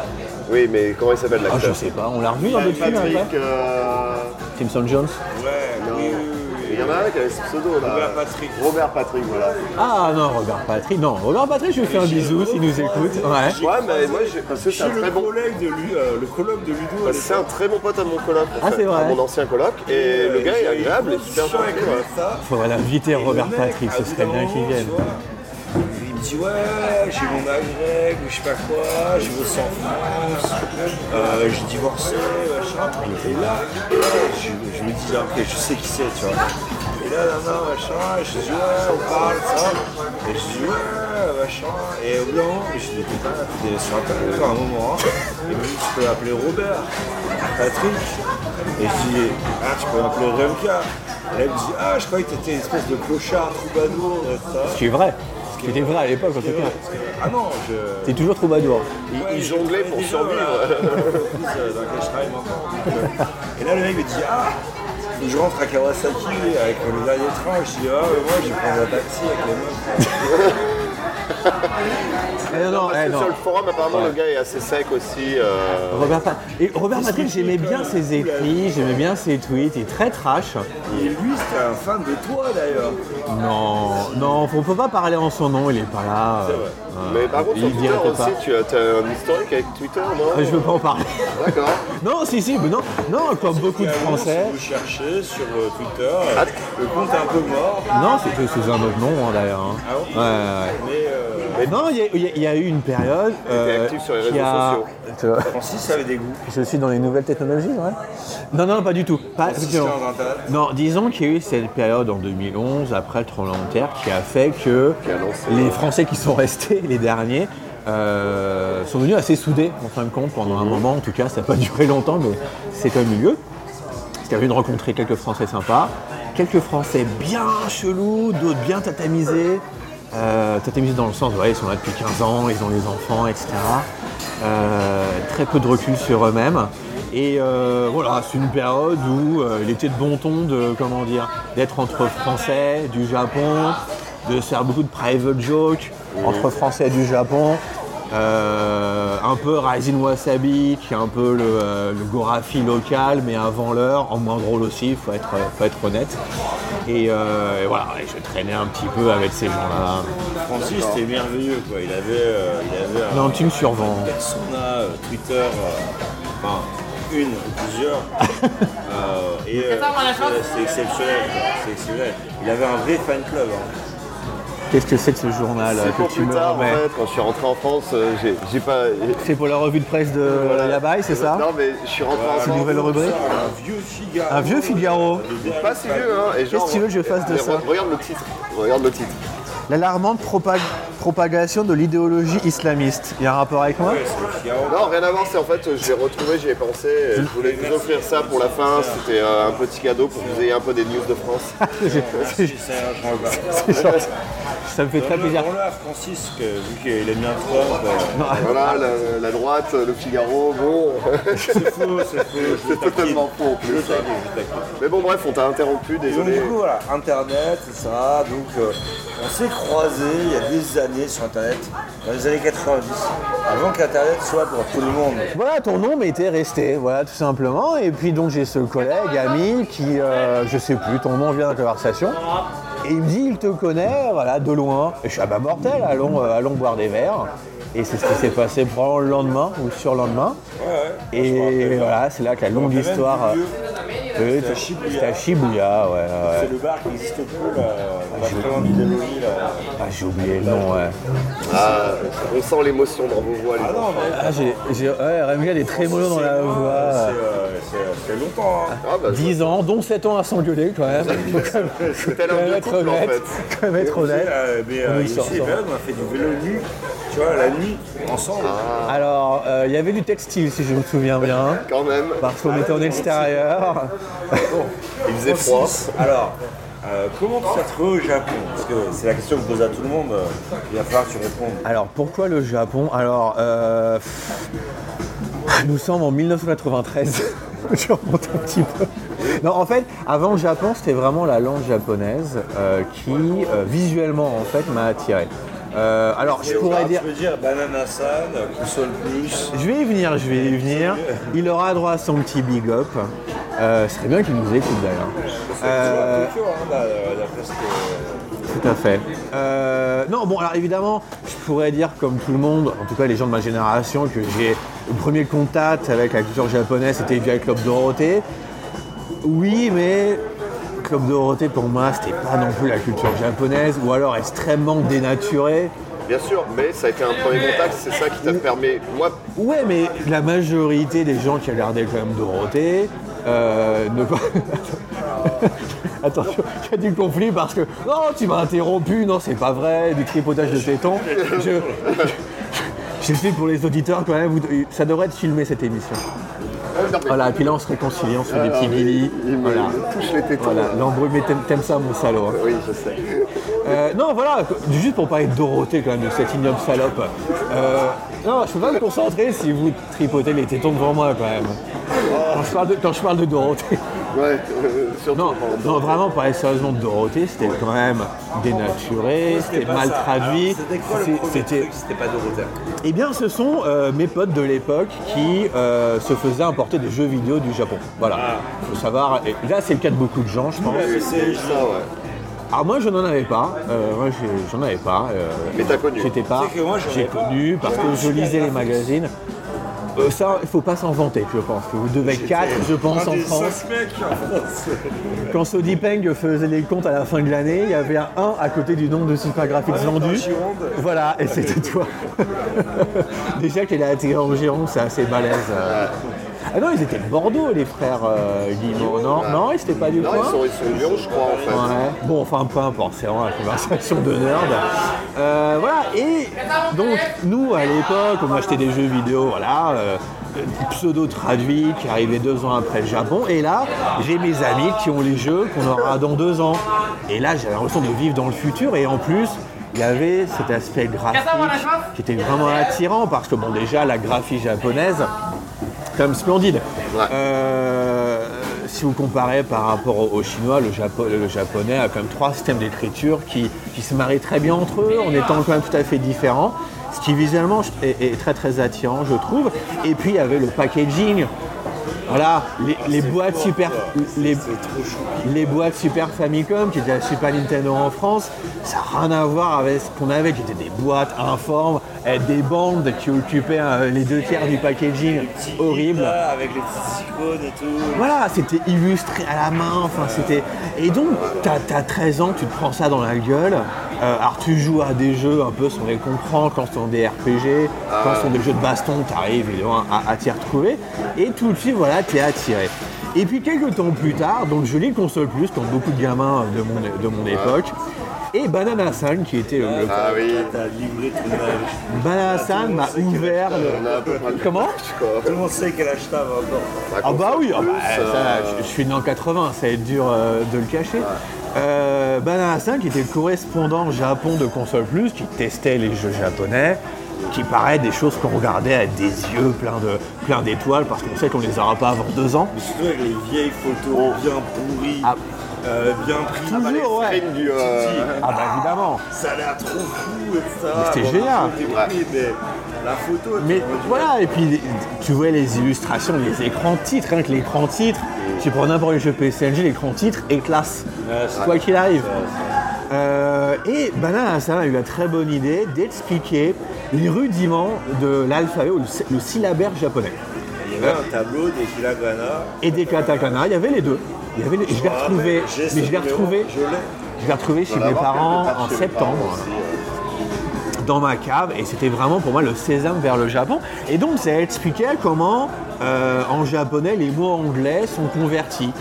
B: Oui, mais comment il s'appelle
C: Ah, je
B: l'acteur
C: sais pas, on l'a revu dans d'autres films
B: Patrick.
C: après
B: euh,
C: Simpson Jones
A: Ouais,
B: non.
A: oui, oui, oui.
B: Il y en a un qui avait ce pseudo là.
A: Robert Patrick.
B: Robert Patrick, voilà.
C: Ah non, Robert Patrick, non, Robert Patrick, je lui fais un bisou s'il nous écoute. Ouais.
B: Ouais, mais moi, j'ai- parce que
A: Je
B: c'est
A: suis
B: un
A: le
B: très bon.
A: collègue de lui, euh, le colloque de Ludo. à
B: parce que C'est un très bon pote à mon coloc, en
C: Ah,
B: fait,
C: c'est vrai.
B: à mon ancien coloc, et le gars est
A: j'ai-
B: agréable et
A: j'ai-
B: super
A: j'ai-
B: gentil.
A: j'ai-
B: ouais.
A: ça.
C: Faudrait l'inviter,
A: Et
C: Robert
A: le mec,
C: Patrick,
A: à
C: ce
A: bout
C: serait
A: d'un
C: bien
A: moment,
C: qu'il vienne.
A: tu vois, Il me dit ouais, j'ai mon agrègue ou je sais pas quoi, je veux sans France, euh, je suis divorcé, machin. Et là, je, je me dis ah, ok, je sais qui c'est, tu vois. Et là, nan, nan, machin, je dis ouais, on parle, ça. Et je dis ouais, machin. Et au bout d'un moment, je dis putain, t'es sur internet à un moment. hein. Et puis tu peux l'appeler Robert, Patrick. Et je dis, ah, tu peux m'appeler Remka. Et elle me dit, ah, je croyais que t'étais une espèce de clochard troubadour, ça.
C: Ce qui est vrai. Ce qui était vrai à l'époque en tout cas.
A: Ah non, je.
C: T'es toujours troubadour.
A: Ils
B: il jonglait pour survivre.
A: euh, dans lequel je travaille maintenant. Et là, le mec me dit, ah, faut que je rentre à Kawasaki avec le dernier train. Je dis, ah, mais moi, je vais prendre un taxi avec les meufs.
C: Eh non,
B: Parce
C: eh
B: que
C: non.
B: sur le forum, apparemment, le gars est assez sec aussi. euh,
C: Robert, Pat- et Robert Patrick, j'aimais bien ses écrits, j'aimais bien ses tweets, il est très trash.
A: Et lui, c'était un fan de toi, d'ailleurs.
C: Non, non, on peut pas parler en son nom, il est pas là. euh, euh,
B: Mais par contre, sur
C: il
B: Twitter
C: dirait
B: aussi,
C: pas. Ah, Euh,
B: tu as t'as un historique avec Twitter, non
C: Je veux pas en parler.
B: D'accord.
C: Non, si, si, mais non, non, comme beaucoup de
A: Et à un moment,
C: Français.
A: Si vous cherchez sur euh, Twitter, le compte est un peu mort.
C: Non, c'était sous un autre nom hein, d'ailleurs. hein.
A: Ah bon
C: Ouais, ouais, ouais.
A: Mais euh,
C: Non, il y a- il y, a- il y a eu une période. euh,
B: était actif sur les
C: qui
B: réseaux
C: a-
A: Francis avait des goûts.
C: Je suis dans les nouvelles technologies, ouais. Non, non, pas du tout. Pas,
A: Franciscain d'Internet.
C: non, disons qu'il y a eu cette période en 2011, après le tremblement de terre, qui a fait que les Français qui sont restés, les derniers, euh, sont devenus assez soudés, en fin de compte, pendant un moment. En tout cas, ça n'a pas duré longtemps, mais c'est quand même eu lieu. Parce qu'il y a eu de rencontrer quelques Français sympas, quelques Français bien chelous, d'autres bien tatamisés. Euh, tatamisés dans le sens, ouais, ils sont là depuis 15 ans, ils ont les enfants, etc. Euh, très peu de recul sur eux-mêmes. Et euh, voilà, c'est une période où euh, il était de bon ton de, comment dire, d'être entre Français, du Japon, de se faire beaucoup de private jokes entre Français du Japon. Euh, un peu Rising Wasabi, qui est un peu le, euh, le Gorafi local, mais avant l'heure, en moins drôle aussi, faut être, faut être honnête. Et, euh, et voilà, et je traînais un petit peu avec ces gens-là.
A: Francis, c'était merveilleux, quoi. Il avait, euh, il avait un-
C: Non, tu me survends.
A: une persona euh, Twitter, euh, enfin, une ou plusieurs. Euh, et euh, c'est- c'est exceptionnel, quoi. c'est exceptionnel. Il avait un vrai fan club. hein.
C: Qu'est-ce que c'est que ce journal euh,
B: C'est
C: que
B: pour
C: tu
B: plus
C: me
B: tard, en
C: remets
B: fait, quand je suis rentré en France, euh, j'ai j'ai pas.
C: C'est pour la revue de presse de
B: voilà.
C: Euh, là-bas, c'est ça
B: Non, mais je suis rentré en
C: C'est une
B: France.
C: nouvelle rubrique
A: Un vieux Figaro.
C: Un vieux Figaro.
B: Pas si vieux, hein. et genre-
C: que tu veux que je fasse de
B: Mais
C: ça
B: re- Regarde le titre. Regarde le titre.
C: L'alarmante propag- propagation de l'idéologie islamiste. Il y a un rapport avec moi
A: Ouais, c'est le Figaro.
B: Non, rien à voir, c'est en fait, je l'ai retrouvé, j'y ai pensé. et Je voulais vous offrir ça pour la fin. C'était euh, un petit cadeau pour que vous ayez un peu des news de France.
C: J'ai-
A: Merci, Serge, au revoir.
C: C'est gentil. Ça me fait très plaisir.
A: Donnons-le à Francis, que, vu qu'il aime bien Trump. euh,
B: Voilà, la, la droite, le Figaro, bon.
A: c'est faux, c'est faux. je
B: C'est
A: taquine.
B: totalement faux en
A: Je
B: plus.
A: taquine, je taquine.
B: Mais bon, bref, on t'a interrompu,
A: Et donc
B: désolé.
A: du coup voilà, internet, etc. Donc euh, on s'est croisés il y a des années sur internet, dans les années 90, avant qu'internet soit pour tout le monde.
C: Voilà, ton nom m'était resté, voilà, tout simplement. Et puis donc j'ai ce collègue, ami, qui, euh, je sais plus, ton nom vient de la conversation. Et il me dit, il te connaît, voilà, de loin. Et je suis à bas mortel, allons, euh, allons boire des verres. Et c'est ce qui s'est passé probablement le lendemain ou sur le lendemain. Et voilà, c'est là que la longue
A: rappelle
C: histoire.
A: même du
C: euh, oui,
A: C'était à Shibuya.
C: C'était à Shibuya, ouais. ouais.
A: C'est le bar qui n'existe plus là.
H: J'ai pas envie de l'œil, là.
C: Ah, j'ai oublié le nom, ouais.
B: Ah, on sent l'émotion dans vos voix. les
H: Ah non, mais.
C: Ah, j'ai, j'ai, ouais, Rémi a des trémolos dans la voix.
H: euh, C'est longtemps. hein.
B: Ah, bah,
C: 10 ans, dont 7 ans à s'engueuler quand même. Faut
B: c'est
C: quand
B: tel un
C: même
B: vieux
C: être
B: couple, en
C: honnête.
B: fait.
C: Quand même être honnête.
H: Euh, mais, euh,
C: Oui,
H: ici,
C: sort, sort.
H: Evan, on a fait du vélo nu, tu vois, la nuit, ensemble.
C: Alors, euh, il y avait du textile si je me souviens bien.
B: Quand même,
C: Parce qu'on était en extérieur.
B: il faisait froid.
H: Alors, euh, comment tu t'es retrouvé au Japon Parce que c'est la question que je pose à tout le monde. euh, Il va falloir que tu répondes.
C: Alors pourquoi le Japon Alors euh, pff, nous sommes en 1993. Je remonte un petit peu. Non, en fait, avant le Japon, c'était vraiment la langue japonaise euh, qui, euh, visuellement, en fait, m'a attiré. Euh, alors, je pourrais dire,
H: Tu veux dire Banana San, Console Plus.
C: je vais y venir, je vais y venir. Il aura droit à son petit big up. Euh, ce serait bien qu'il nous écoute d'ailleurs. Euh,
H: Tokyo, hein, là, euh, d'après ce que-
C: Tout à fait. Euh, non, bon, alors évidemment, je pourrais dire comme tout le monde, en tout cas les gens de ma génération, que j'ai le premier contact avec la culture japonaise, c'était via le Club Dorothée. Oui, mais Club Dorothée pour moi, c'était pas non plus la culture japonaise, ou alors extrêmement dénaturée.
B: Bien sûr, mais ça a été un premier contact, c'est ça qui t'a permis. Moi,
C: Ouais, mais la majorité des gens qui regardaient quand même Dorothée euh, ne. Attention, il y a du conflit parce que non, tu m'as interrompu, non, c'est pas vrai, du tripotage de tétons. Je, je le fais pour les auditeurs quand même, vous- ça devrait être filmé cette émission. Voilà, et puis là on se réconcilie, on se fait des petits billy.
B: Ah, il me
C: Voilà,
B: touche les tétons.
C: voilà. l'embrouille, mais t'aimes- t'aimes ça, mon salaud. hein.
B: Oui, je sais.
C: Euh, non, voilà, juste pour parler de Dorothée quand même, de cette ignoble salope. Euh, non, je peux pas me concentrer si vous tripotez les tétons devant moi quand même. Quand je parle de, quand je parle de Dorothée.
B: Ouais, euh, surtout.
C: Non, non, vraiment, parler sérieusement de Dorothée, c'était quand même dénaturé, c'était mal
H: ça.
C: traduit.
H: Alors, C'était quoi
C: C'est-
H: le premier
C: c'était-
H: truc C'était pas Dorothée.
C: Eh bien, ce sont euh, mes potes de l'époque qui euh, se faisaient importer des jeux vidéo du Japon. Voilà,
H: Ah.
C: faut savoir. Et là, c'est le cas de beaucoup de gens, je pense.
B: C'est ça, ouais.
C: Alors moi je n'en avais pas, Euh, moi j'ai- j'en avais pas. euh,
B: Mais t'as connu.
C: J'étais pas.
H: Tu sais que moi, j'en
C: J'ai
H: avais pas.
C: connu parce que je lisais les magazines. Euh, ça, il faut pas s'en vanter, je pense. que Vous devez être quatre, je pense, en France. Quand Sody Peng faisait les comptes à la fin de l'année, il y avait un 1 à côté du nombre de supergraphiques
B: Ah,
C: vendus. Voilà, et c'était toi. Déjà qu'elle a atterri en Gironde, c'est assez balèze. euh. Ah non, ils étaient de Bordeaux, les frères euh, Guillemot. Non, non, ils n'étaient pas du
B: Non,
C: coin.
B: Ah, ils sont, ils sont lions, je crois, en fait.
C: Ouais. Bon, enfin, peu importe, c'est vraiment la conversation de nerd. Euh, voilà, et donc, nous, à l'époque, on achetait des jeux vidéo, voilà, euh, pseudo traduits qui arrivaient deux ans après le Japon. Et là, j'ai mes amis qui ont les jeux qu'on aura dans deux ans. Et là, j'avais l'impression de vivre dans le futur, et en plus, il y avait cet aspect graphique qui était vraiment attirant parce que, bon, déjà, la graphie japonaise, quand même splendide.
B: Ouais.
C: Euh, si vous comparez par rapport au, au chinois, le, Japo- le japonais a quand même trois systèmes d'écriture qui, qui se marient très bien entre eux en étant quand même tout à fait différents. Ce qui visuellement je- est, est très très attirant, je trouve. Et puis il y avait le packaging. Voilà, les, les boîtes super, les, les boîtes super Famicom qui étaient la Super Nintendo en France, ça n'a rien à voir avec ce qu'on avait, qui étaient des boîtes informes, avec des bandes qui occupaient euh, les deux tiers du packaging, horrible.
H: Là, avec les petits icônes et tout.
C: Voilà, c'était illustré à la main, enfin c'était. Et donc, t'as as 13 ans, tu te prends ça dans la gueule. Euh, alors, tu joues à des jeux un peu, si on les comprend, quand ce sont des RPG, quand ce sont des jeux de baston, t'arrives évidemment à, à t'y retrouver. Et tout de suite, voilà, t'es attiré. Et puis, quelques temps plus tard, donc je lis Console Plus, comme beaucoup de gamins de mon, de mon époque, et Banana San, qui était le. le-
B: Ah oui,
H: T'as livré ton âge.
C: Banana San m'a ouvert
B: on a à peu près
C: le.
B: le
C: Comment
B: quoi.
H: Tout le monde sait quel âge t'as maintenant.
C: Ah bah oui, ah bah,
B: Plus,
C: ça,
B: euh,
C: je, je suis né en 80, ça va être dur euh, de le cacher. Euh, Banana 5 était le correspondant Japon de Console Plus qui testait les jeux japonais, qui paraît des choses qu'on regardait avec des yeux pleins de plein d'étoiles parce qu'on sait qu'on les aura pas avant deux ans.
H: Mais surtout avec les vieilles photos bien pourries,
C: Oh. Ah.
H: euh, bien prises.
C: Toujours, ouais.
B: Prime du. euh,
C: Ah bah évidemment.
H: Ça a l'air trop fou, etc.
C: Mais c'était
H: Bon,
C: génial.
H: la photo était prise, mais la photo.
C: Mais
H: tu vois, tu
C: voilà, et puis tu vois les illustrations, les écrans titres, rien que l'écran titre, tu prends n'importe quel jeu PSNJ, l'écran titre est classe, quoi qu'il arrive. Euh, et Banana ça a eu la très bonne idée d'expliquer les rudiments de l'alphabet ou le, sy- le syllabaire japonais.
H: vois, Il y avait un tableau des hiragana.
C: Et des katakana, il y avait les deux. Il y avait les- Je l'ai
H: Ah,
C: retrouvé,
H: j'ai
C: mais
H: ce
C: je l'ai
H: numéro,
C: retrouvé.
H: Je l'ai.
C: Je l'ai retrouvé chez mes parents euh. en septembre dans ma cave et c'était vraiment pour moi le sésame vers le Japon. Et donc ça expliquait comment euh, en japonais les mots anglais sont convertis.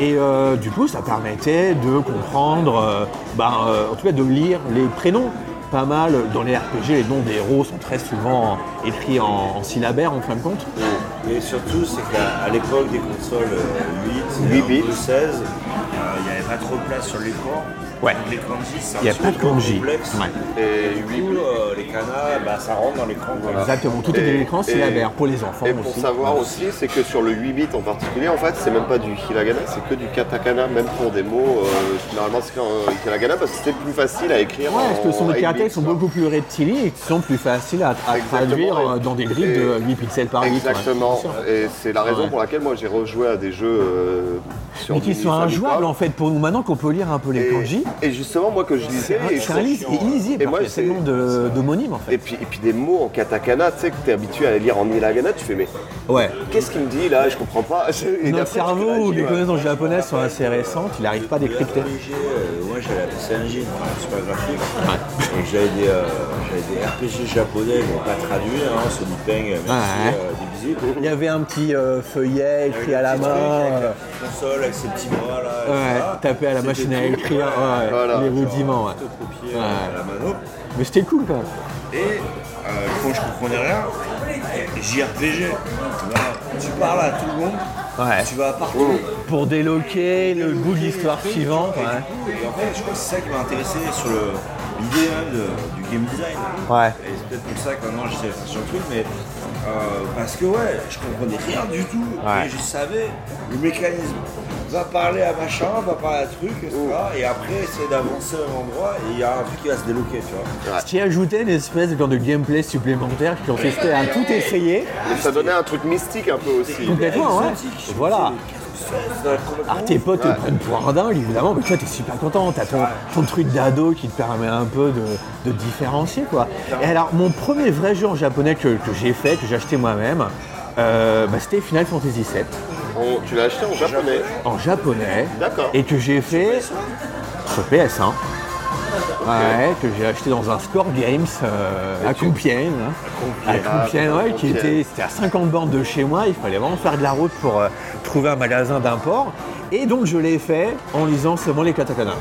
C: Et euh, du coup ça permettait de comprendre, euh, ben, euh, en tout cas de lire les prénoms. Pas mal dans les RPG, les noms des héros sont très souvent écrits en, en syllabaires en fin de compte.
A: Et surtout, c'est qu'à à l'époque des consoles euh, 8,
B: 8 bits.
A: 16, euh, il n'y avait pas trop de place sur l'écran.
C: Ouais.
A: Donc Les kanji, c'est un
C: Il y a
A: petit
C: pas de
A: peu
C: kanji.
A: complexe.
C: Ouais.
A: Et du coup, euh, les canas, bah, ça rentre dans l'écran.
C: Exactement, tout est
B: Et-
C: des écrans
B: et-
C: syllabaires pour les enfants
B: Et pour
C: aussi.
B: savoir aussi, c'est que sur le 8 bits en particulier, en fait, c'est même pas du hiragana, c'est que du katakana, même pour des mots, euh, généralement c'est en hiragana parce que c'était plus facile à écrire.
C: Ouais, parce que ce sont
B: des
C: des caractères qui sont beaucoup plus reptiliens et qui sont plus faciles à, à
B: Exactement,
C: traduire
B: et-
C: euh, dans des grilles de
B: et-
C: 8 pixels par 8. ouais.
B: Exactement,
C: Bien sûr.
B: et c'est la raison
C: Ouais.
B: pour laquelle moi j'ai rejoué à des jeux euh, sur
C: Mais
B: du
C: qui sont
B: Famicom.
C: injouables en fait pour nous maintenant qu'on peut lire un peu les kanji.
B: Et, et justement, moi que je lisais.
C: C'est un,
B: et
C: c'est un livre qui est illisible
B: Et
C: parce
B: moi,
C: qu'il y a
B: c'est-
C: tellement de- d'homonymes en
B: Et
C: fait.
B: puis, et puis des mots en katakana, tu sais, que t'es habitué à les lire en hiragana, tu fais mais
C: Ouais.
B: qu'est-ce qu'il me dit là Je comprends pas. Et d'après,
C: Notre
B: tu
C: cerveau
B: fais,
C: ou
B: Ah,
C: les
B: ouais.
C: connaissances japonaises sont assez récentes, il n'arrive pas à décrypter.
A: euh, Moi, j'avais appelé ça un gym, enfin, c'est pas graphique. Donc, j'avais des, euh, j'avais des RPG japonais, mais pas traduits, hein, Sonic Peng, même si,
C: ouais.
A: euh, des bisous.
C: Il y avait un petit euh, feuillet
A: Avec
C: écrit
A: le
C: à la
A: petit
C: main.
A: truc, avec
C: euh,
A: la console, avec ses petits bras là.
C: Ouais,
A: etc.
C: taper à la
A: C'était
C: machine à
A: tout,
C: écrire,
A: ouais,
C: ouais,
B: Voilà.
C: les
B: Genre,
C: rudiments. ouais.
A: euh, photocopier, euh,
C: Ouais.
A: à la mano.
C: Mais c'était cool quand même.
A: Et euh, quand je comprenais rien, JRPG, bah, tu parles à tout le monde,
C: Ouais. Oh.
A: tu vas partout.
C: Pour déloquer le goût de l'histoire suivante.
A: Et du coup, et en fait, je crois que c'est ça qui m'a intéressé sur le- l'idée hein, de- du game design.
C: Ouais.
A: Et c'est peut-être pour ça que maintenant j'essaie de faire sur le truc, mais euh, parce que ouais, je comprenais rien du tout,
C: Ouais.
A: mais je savais le mécanisme. Va parler à machin, va parler à truc, etc. Et après, essayer d'avancer à un endroit et il y a un truc qui va se déloquer, tu vois.
C: Ce qui ajoutait une espèce de, genre de gameplay supplémentaire qui consistait à tout essayer.
B: Et ça donnait un truc mystique un peu aussi.
C: Complètement, ouais.
A: Exotique.
C: Voilà.
A: C'est un combat de
C: Alors tes potes te prennent pour un dingue, évidemment, mais toi t'es super content, t'as ton, ton truc d'ado qui te permet un peu de, de différencier quoi. Et alors mon premier vrai jeu en japonais que, que j'ai fait, que j'ai acheté moi-même, euh, bah, c'était Final Fantasy VII
B: On- tu l'as acheté en japonais.
C: en japonais.
B: D'accord.
C: Et que j'ai fait sur PS1. Ouais, que j'ai acheté dans un Score Games euh, à Compiègne. hein. À
B: Ah,
C: Compiègne,
B: d'accord,
C: ouais, qui
B: Compiègne.
C: était, c'était à 50 bornes de chez moi. Il fallait vraiment faire de la route pour euh, trouver un magasin d'import. Et donc je l'ai fait en lisant seulement les katakana.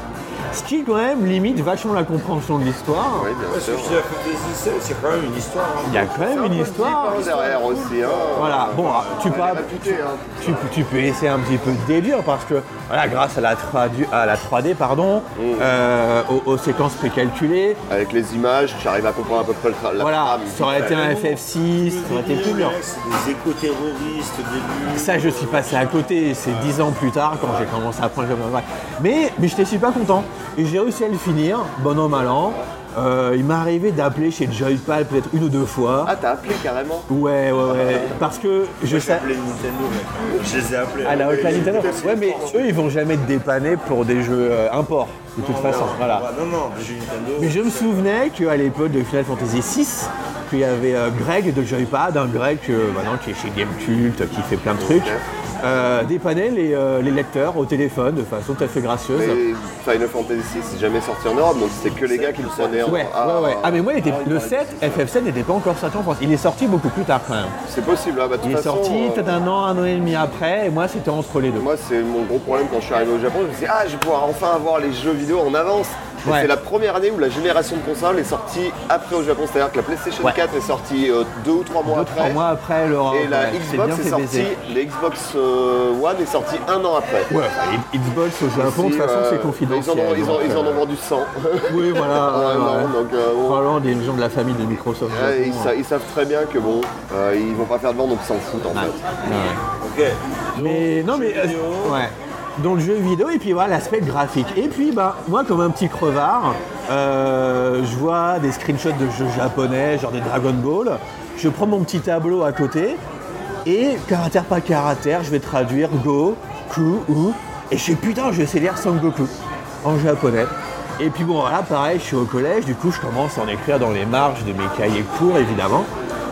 C: Ce qui quand même limite vachement la compréhension de l'histoire.
B: Oui, bien
A: Parce que
B: sûr.
A: je dis à Fantasy VII, c'est quand même une histoire. hein.
C: Il y a quand même une histoire.
B: Par derrière aussi. Hein.
C: Voilà, bon, alors, tu
B: Elle est
C: parles.
B: réputée, hein.
C: tu, peux- tu peux essayer un petit peu de délire parce que voilà, grâce à la, tradu- à la 3D, pardon, euh, aux, aux séquences précalculées,
B: Avec les images, j'arrive à comprendre à peu près le tra- la
C: voilà,
B: trame.
C: ça aurait été un FF6, ça aurait été plus bien.
A: C'est des éco-terroristes au début.
C: Ça, je suis passé à côté, c'est dix ans plus tard quand j'ai commencé à prendre le japonais. Mais, mais je suis pas content. Et j'ai réussi à le finir, bon an, mal an. Euh, il m'est arrivé d'appeler chez Joypal peut-être une ou deux fois.
B: Ah, t'as appelé carrément
C: Ouais, ouais, ouais. Parce que je
A: J'ai
C: sais.
A: appelé Nintendo, mec. Je les ai appelés.
C: À Ah, la hotline Nintendo. Ouais, mais eux, ils vont jamais te dépanner pour des jeux euh, import, de toute façon. Voilà.
A: Ouais, Non, non, j'ai Nintendo.
C: Mais je me souvenais qu'à l'époque de Final Fantasy VI, qu'il y avait euh, Greg de Joypad, un Greg euh, maintenant qui est chez Gamecult, qui fait plein de trucs, euh, dépanner les, euh, les lecteurs au téléphone de façon tout à fait gracieuse.
B: Mais Final Fantasy VI, c'est jamais sorti en Europe, donc c'était que les gars qui le prenaient en.
C: Ouais,
B: Ah,
C: ouais, ouais. Ah, mais moi, il était- le 7, FF7 n'était pas encore sorti en France. Il est sorti beaucoup plus tard quand même.
B: C'est possible, hein. bah, de toute
C: Il est
B: façon,
C: sorti
B: euh,
C: peut-être un an, un an et demi après, et moi, c'était entre les deux.
B: Moi, c'est mon gros problème quand je suis arrivé au Japon. Je me disais, ah, je vais pouvoir enfin avoir les jeux vidéo en avance. Et
C: Ouais.
B: C'est la première année où la génération de consoles est sortie après au Japon. C'est-à-dire que la PlayStation
C: Ouais.
B: 4 est sortie euh, deux ou trois mois
C: Deux,
B: après.
C: trois mois après, l'Europe.
B: Et la
C: ouais, c'est bien
B: Xbox est
C: fait baiser.
B: sortie, la Xbox euh, One est sortie un an après.
C: Ouais, et Xbox au Japon, de toute
B: Si,
C: façon,
B: euh,
C: c'est confidentiel.
B: Ils en ont, ils en-
C: donc,
B: ils en ont
C: euh,
B: vendu 100.
C: Oui, voilà.
B: En un an,
C: ouais, ouais.
B: donc, euh, bon.
C: Parlant des gens de la famille de Microsoft.
B: Ouais,
C: Japon,
B: ils, sa- ils savent très bien que bon, euh, ils vont pas faire de vente, donc ils s'en foutent en fait.
A: Ok.
C: Mais non, mais. euh, ouais. Dans le jeu vidéo, et puis voilà l'aspect graphique. Et puis, bah, moi, comme un petit crevard, euh, je vois des screenshots de jeux japonais, genre des Dragon Ball. Je prends mon petit tableau à côté, et caractère par caractère, je vais traduire Go, Ku, U. Et je sais, putain, je sais lire Sangoku en japonais. Et puis bon, voilà, pareil, je suis au collège, du coup, je commence à en écrire dans les marges de mes cahiers courts, évidemment,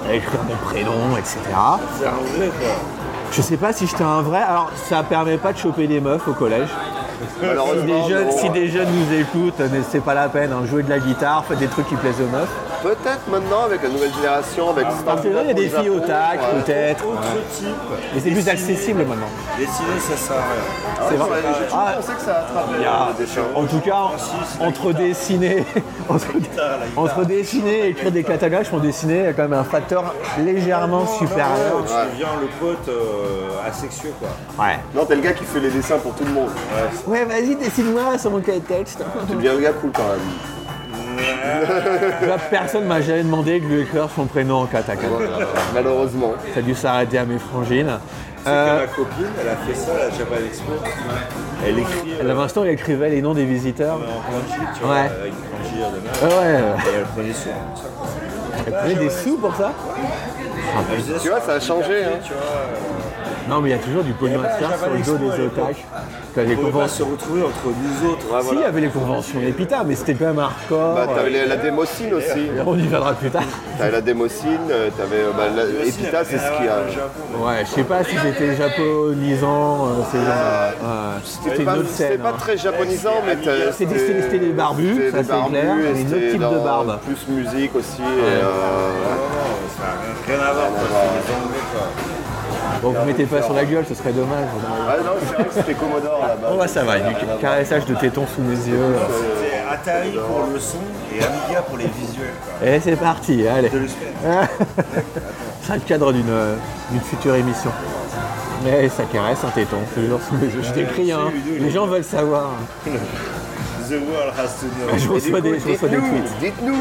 C: à écrire mes prénoms, etc.
A: C'est un vrai, quoi.
C: Je sais pas si j'étais un vrai. Alors, ça permet pas de choper des meufs au collège. Si des,
B: Malheureusement,
C: jeunes,
B: non.
C: si des jeunes nous écoutent, mais c'est pas la peine, hein. jouez de la guitare, faites des trucs qui plaisent aux meufs.
B: Peut-être maintenant avec la nouvelle génération, avec
C: Parce que là, Ah, il y a des filles au tac, peut-être.
H: Autre type.
C: Mais c'est plus accessible maintenant.
H: Dessiner, ça sert à rien.
B: C'est
C: vrai.
B: vrai, j'ai toujours
C: Ah.
B: pensé que ça attrapait
C: Il y a-
B: les déchets.
C: Ah. en tout cas, entre dessiner, entre, entre dessiner et écrire des catalogues, je pense que dessiner est quand même un facteur légèrement supérieur.
H: Tu deviens le pote euh, asexueux, quoi.
C: Ouais.
B: Non, t'es le gars qui fait les dessins pour tout le monde.
C: Ouais, vas-y, dessine-moi sur mon cahier de texte.
B: T'es bien le gars cool quand même.
C: Là, personne m'a jamais demandé de lui écrire son prénom en katakana.
B: Voilà. Malheureusement.
C: Ça a dû s'arrêter à mes frangines.
H: Que
C: Euh,
H: ma copine, elle a fait ça à la Japan Expo. Elle écrit euh,
C: Là, l'instant, il écrivait les noms des visiteurs.
H: en kanji, tu
C: Ouais.
H: vois, avec du kanji de merde.
C: Ah ouais,
H: Et elle prenait sur.
C: elle prenait des sous pour ça
H: Elle faisait
B: Tu
H: ça,
B: vois, ça a changé. Hein.
H: tu vois. euh,
C: Non, mais il y a toujours du pognon à se faire sur le dos des otages. T'as des
H: On ne pas se
C: conventions.
H: retrouver entre nous autres.
B: Ouais,
C: Si, il y
B: voilà.
C: avait les conventions, les pitas, mais c'était quand même hardcore. Euh,
B: Bah, t'avais les- la démocine aussi.
C: On y viendra plus tard.
B: T'avais la démocine, euh, t'avais euh, bah, la- Epita, c'est ce qui a.
C: Ouais, je sais pas si c'était japonisant, euh, ces gens-là. Ouais, C'était
B: C'était
C: une
B: pas,
C: autre
B: c'était
C: scène.
B: pas
C: hein.
B: très japonisant, mais t'as-
C: C'était- c'était- c'était des barbus,
B: c'était
C: ça,
B: des
C: c'est
B: barbus
C: clair,
B: et
C: mais une autre
B: c'était
C: type de
B: dans-
C: barbe.
B: Plus musique aussi. et, euh,
H: Rien à voir, quoi.
C: Bon, vous mettez pas sur la gueule, ce serait dommage.
B: Ah non, c'est vrai que c'était Commodore là-bas.
C: Bon, bah ça va, du caressage de tétons sous les yeux.
H: C'était Atari pour le son et Amiga pour les visuels, quoi.
C: Et c'est parti, allez.
H: Je te l'espère.
C: C'est le cadre d'une euh, d'une future émission. Mais ça caresse un téton, toujours sous les yeux. Je t'écris, hein. les gens veulent savoir.
H: The world has to know.
C: Je reçois des, je reçois des tweets.
B: Dites-nous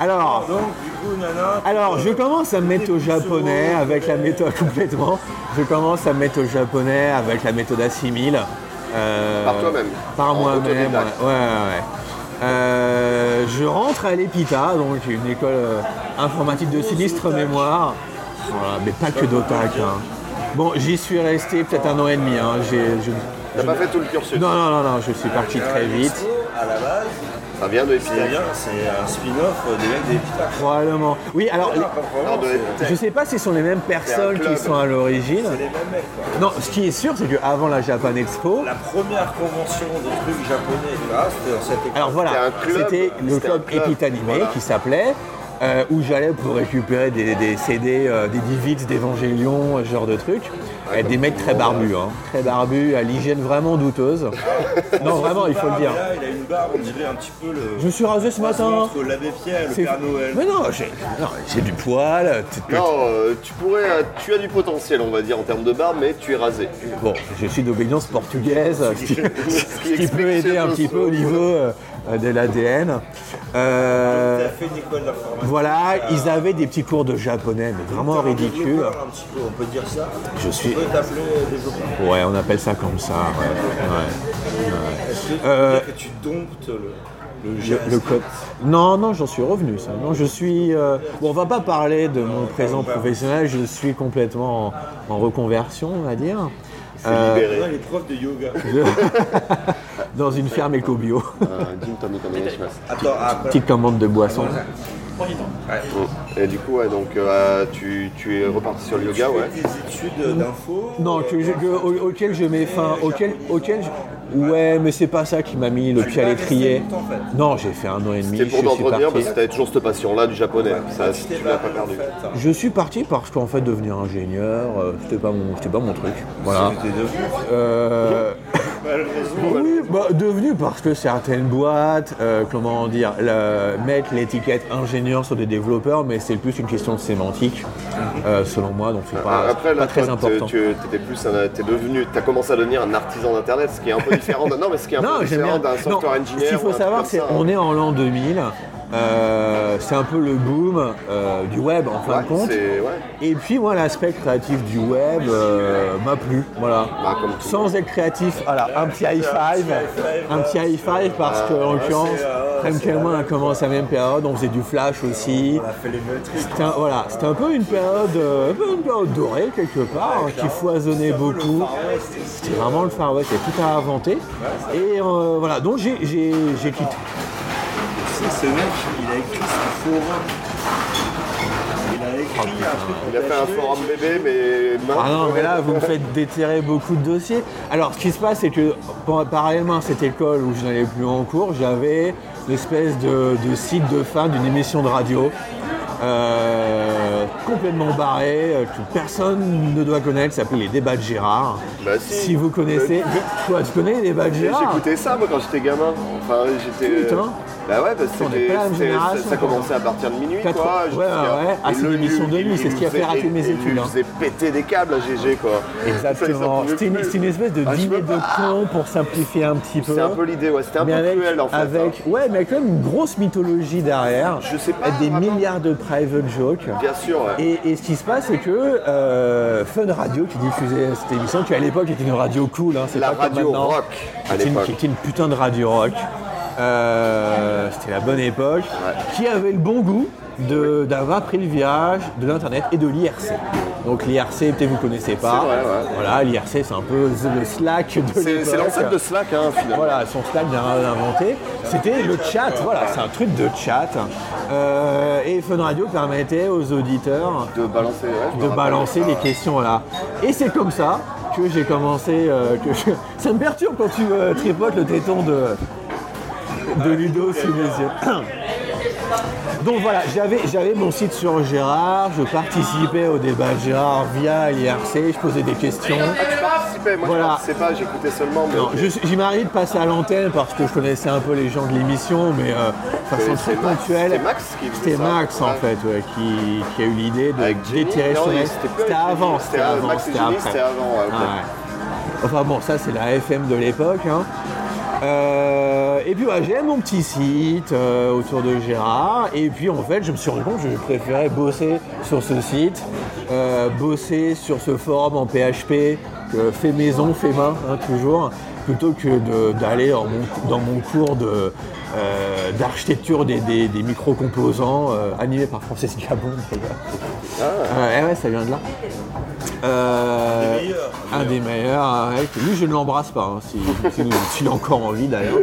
C: Alors,
H: Donc, du coup, Nana,
C: Alors, je commence à me mettre au japonais avec la méthode complètement. Je commence à me mettre au japonais avec la méthode assimile. Euh,
B: Par toi-même.
C: Par
B: En
C: moi-même. Ouais,
B: autodidacte.
C: ouais, ouais. Euh, je rentre à l'EPITA, donc une école euh, informatique de sinistre mémoire. Voilà, mais pas que d'otak. hein. Bon, j'y suis resté peut-être un an et demi. hein. J'ai- je-
B: T'as pas fait tout le cursus.
C: Non, non, non, non, je suis parti très vite.
H: à la base,
B: Ça vient de Epita.
H: c'est bien, c'est un spin-off des mecs des Ah, Pythagoras.
C: Probablement. Ah Oui, alors, les-
B: Non, de Epita.
C: je sais pas si ce sont les mêmes personnes qui
B: club.
C: sont à l'origine.
H: Les mêmes mecs, quoi.
C: Non, ce qui est sûr, c'est qu'avant la Japan Expo,
H: La première convention de trucs japonais, là, c'était dans cette école.
C: alors voilà,
B: C'était un club.
C: c'était le
B: C'était un
C: club,
B: club.
C: Epitanimé
B: Voilà.
C: qui s'appelait, euh, où j'allais pour récupérer des, des CD, euh, des Divids, d'Evangélion, ce genre de trucs. Et des mecs très barbus, hein, très barbus, à l'hygiène vraiment douteuse. non, vraiment, il faut le dire.
H: Là, il a une barbe, on dirait un petit peu le.
C: Je me suis rasé ce matin.
H: Entre l'abbé Pierre et le
C: C'est-
H: Père Noël.
C: Mais non, j'ai non, j'ai du poil. t-
B: Non, euh, tu pourrais, euh, tu as du potentiel, on va dire, en termes de barbe, mais tu es rasé.
C: Bon, je suis d'obédience portugaise, ce qui, ce qui
B: explique
C: peut aider un
B: certains
C: petit peu au
B: choses.
C: niveau euh, de l'ADN.
H: Il
C: Euh,
H: a fait une école d'informatique.
C: Voilà, ils avaient des petits cours de japonais, mais vraiment ridicule.
H: Un petit peu, on peut dire ça.
C: Je suis.
H: On peut t'appeler développeur.
C: Ouais, on appelle ça comme ça. ouais, ouais, ouais.
H: Euh... que tu domptes le, le
C: Je-
H: geste.
C: le code. Non, non, j'en suis revenu. Ça. Non, je suis. euh, Bon, on va pas parler de mon présent professionnel. Je suis complètement en, en reconversion, on va dire, Euh,
H: Maintenant, il est prof de yoga.
C: dans une ferme éco-bio.
B: Euh, Jim Tommy Tommy Yashimasu.
H: Attends, après.
C: Petite commande de boissons.
B: Et du coup, ouais, donc euh, tu, tu es reparti sur le yoga, ouais.
H: Des études d'info. euh,
C: Non, que je- que- au- auquel je mets fin, auquel, auquel je- Ouais, mais c'est pas ça qui m'a mis le pied à
H: pas resté
C: l'étrier.
H: longtemps, en fait.
C: Non, j'ai fait un an et demi.
B: C'est pour
C: je
B: t'en
C: suis
B: revenir
C: parti.
B: parce que t'avais toujours cette passion-là du japonais. Ça,
H: Tu
B: tu
H: t'es
B: l'as pas perdu.
H: fait. hein.
C: Je suis parti parce qu'en fait devenir ingénieur, euh, c'était pas mon, c'était pas mon truc. Voilà.
H: T'es devenu.
C: Euh, oui, bah, devenu parce que certaines boîtes, euh, comment dire, la- mettent l'étiquette ingénieur sur des développeurs, mais c'est plus une question de sémantique, euh, selon moi, donc c'est pas,
B: Après, là,
C: pas très
B: toi, t'es-
C: important.
B: tu étais plus, un- t'es devenu, t'as commencé à devenir un artisan d'internet, ce qui est un peu différent. d'un- non, mais ce qui est un
C: Non,
B: peu
C: j'aime
B: différent
C: bien.
B: d'un
C: Non,
B: software engineer.
C: Ce qu'il
B: ou
C: faut
B: un truc
C: savoir,
B: comme
C: c'est
B: ça, hein.
C: on est en l'an 2000. euh, c'est un peu le boom euh, du web en fin
B: Ouais,
C: de compte.
B: c'est- ouais.
C: Et puis moi, l'aspect créatif du web euh, m'a plu, voilà.
B: Bah, comme tout.
C: Sans être créatif, voilà, un petit high five, un petit high five parce que en l'occurrence, Remkel moi, on a commencé à la même période, on faisait du flash aussi. C'était un- voilà, c'était un peu une période, euh, un peu une période dorée quelque part, hein, qui foisonnait beaucoup. C'était vraiment le Far West, il y a tout à inventer. Et euh, voilà, donc j'ai j'ai- j'ai quitté.
H: Tu sais, ce mec, il a écrit son forum. Il a a
C: Oh,
H: écrit un truc.
B: Il a fait un forum bébé, mais maintenant.
C: Ah non, mais là, vous me faites déterrer beaucoup de dossiers. Alors, ce qui se passe, c'est que par- parallèlement à cette école où je n'allais plus en cours, j'avais une espèce de, de site de fin d'une émission de radio euh, complètement barrée, euh, que personne ne doit connaître, ça s'appelle Les Débats de Gérard.
B: Bah si.
C: vous connaissez. Toi, tu connais les Débats de
B: J'ai-
C: Gérard
B: J'écoutais ça moi quand j'étais gamin. Enfin, j'étais.
C: Putain.
B: Bah ouais, parce que
C: On est
B: j'ai-
C: pas la même
B: c'était- ça,
C: génération,
B: ça
C: quoi.
B: commençait à partir de minuit,
C: Quatre-
B: quoi.
C: ouais, ouais, ouais. Ah, c'est l'émission de nuit, c'est ce qui a fait rater mes études,
B: Je
C: hein.
B: faisais péter des câbles à GG, quoi. Ça, ça
C: Exactement.
B: pouvait
C: C'était une,
B: plus.
C: c'était une espèce de
B: Ah, je
C: dîner
B: peux
C: de
B: pas.
C: con pour simplifier un petit peu.
B: C'est un peu l'idée, ouais. C'était un
C: mais
B: peu
C: avec,
B: cruel, en fait.
C: avec-
B: hein.
C: ouais, mais avec quand même une grosse mythologie derrière.
B: Je sais pas,
C: Avec Des
B: vraiment.
C: milliards de private jokes.
B: Bien sûr, ouais.
C: Et, et ce qui se passe, c'est que euh, Fun Radio, qui diffusait cette émission, qui à l'époque était une radio cool, hein, c'est
B: La
C: pas comme
B: radio
C: maintenant,
B: rock, à
C: qui, était une,
B: l'époque.
C: qui était une putain de radio rock. Euh, C'était la bonne époque, qui avait le bon goût de- d'avoir pris le virage de l'internet et de l'IRC. Donc l'IRC, peut-être vous connaissez pas.
B: C'est vrai, ouais.
C: Voilà, l'IRC, c'est un peu le Slack de
B: C'est-
C: l'époque.
B: C'est l'ancêtre de Slack, hein, finalement.
C: Voilà, son Slack vient de l'inventer. C'était le chat, voilà, c'est un truc de chat. Euh, et Fun Radio permettait aux auditeurs
B: De balancer, ouais, je me
C: de
B: rappelle.
C: balancer les questions là. Et c'est comme ça que j'ai commencé. euh, que je- Ça me perturbe quand tu euh, tripotes le téton de, de Ludo sous mes yeux. Donc voilà, j'avais, j'avais mon site sur Gérard, je participais au débat de Gérard via l'IRC, je posais des questions.
B: Ah, participais, moi
C: Voilà.
B: je participais pas, j'écoutais seulement. Mais...
C: Non, je suis- j'y m'arrive de passer à l'antenne parce que je connaissais un peu les gens de l'émission, mais euh, de façon
B: C'est-
C: très
B: c'est Max-
C: ponctuelle.
B: c'est Max qui faisait
C: C'était
B: ça.
C: Max, en
B: Ouais.
C: fait, ouais, qui, qui a eu l'idée de
B: Avec Jimmy
C: d'étirer
B: Non,
C: son
B: il-
C: air.
B: c'était plus
C: C'était
B: avec Jimmy,
C: avant,
B: c'était
C: c'était
B: avec
C: avant,
B: Max et
C: c'était
B: Jimmy,
C: après.
B: c'était avant, ouais, ok.
C: ouais. Enfin bon, ça c'est la FM de l'époque. hein. Euh, et puis ouais, j'ai mon petit site euh, autour de Gérard. Et puis en fait, je me suis rendu compte que je préférais bosser sur ce site, euh, bosser sur ce forum en PHP, que fait maison, fait main, hein, toujours, plutôt que de- d'aller en mon- dans mon cours de, euh, d'architecture des, des- des micro-composants euh, animé par Francis Gabon. d'ailleurs. Euh, ouais, ouais, ça vient de là. Euh, un des meilleurs. ouais. Lui, je ne l'embrasse pas, hein, si- si- s'il a encore envie d'ailleurs.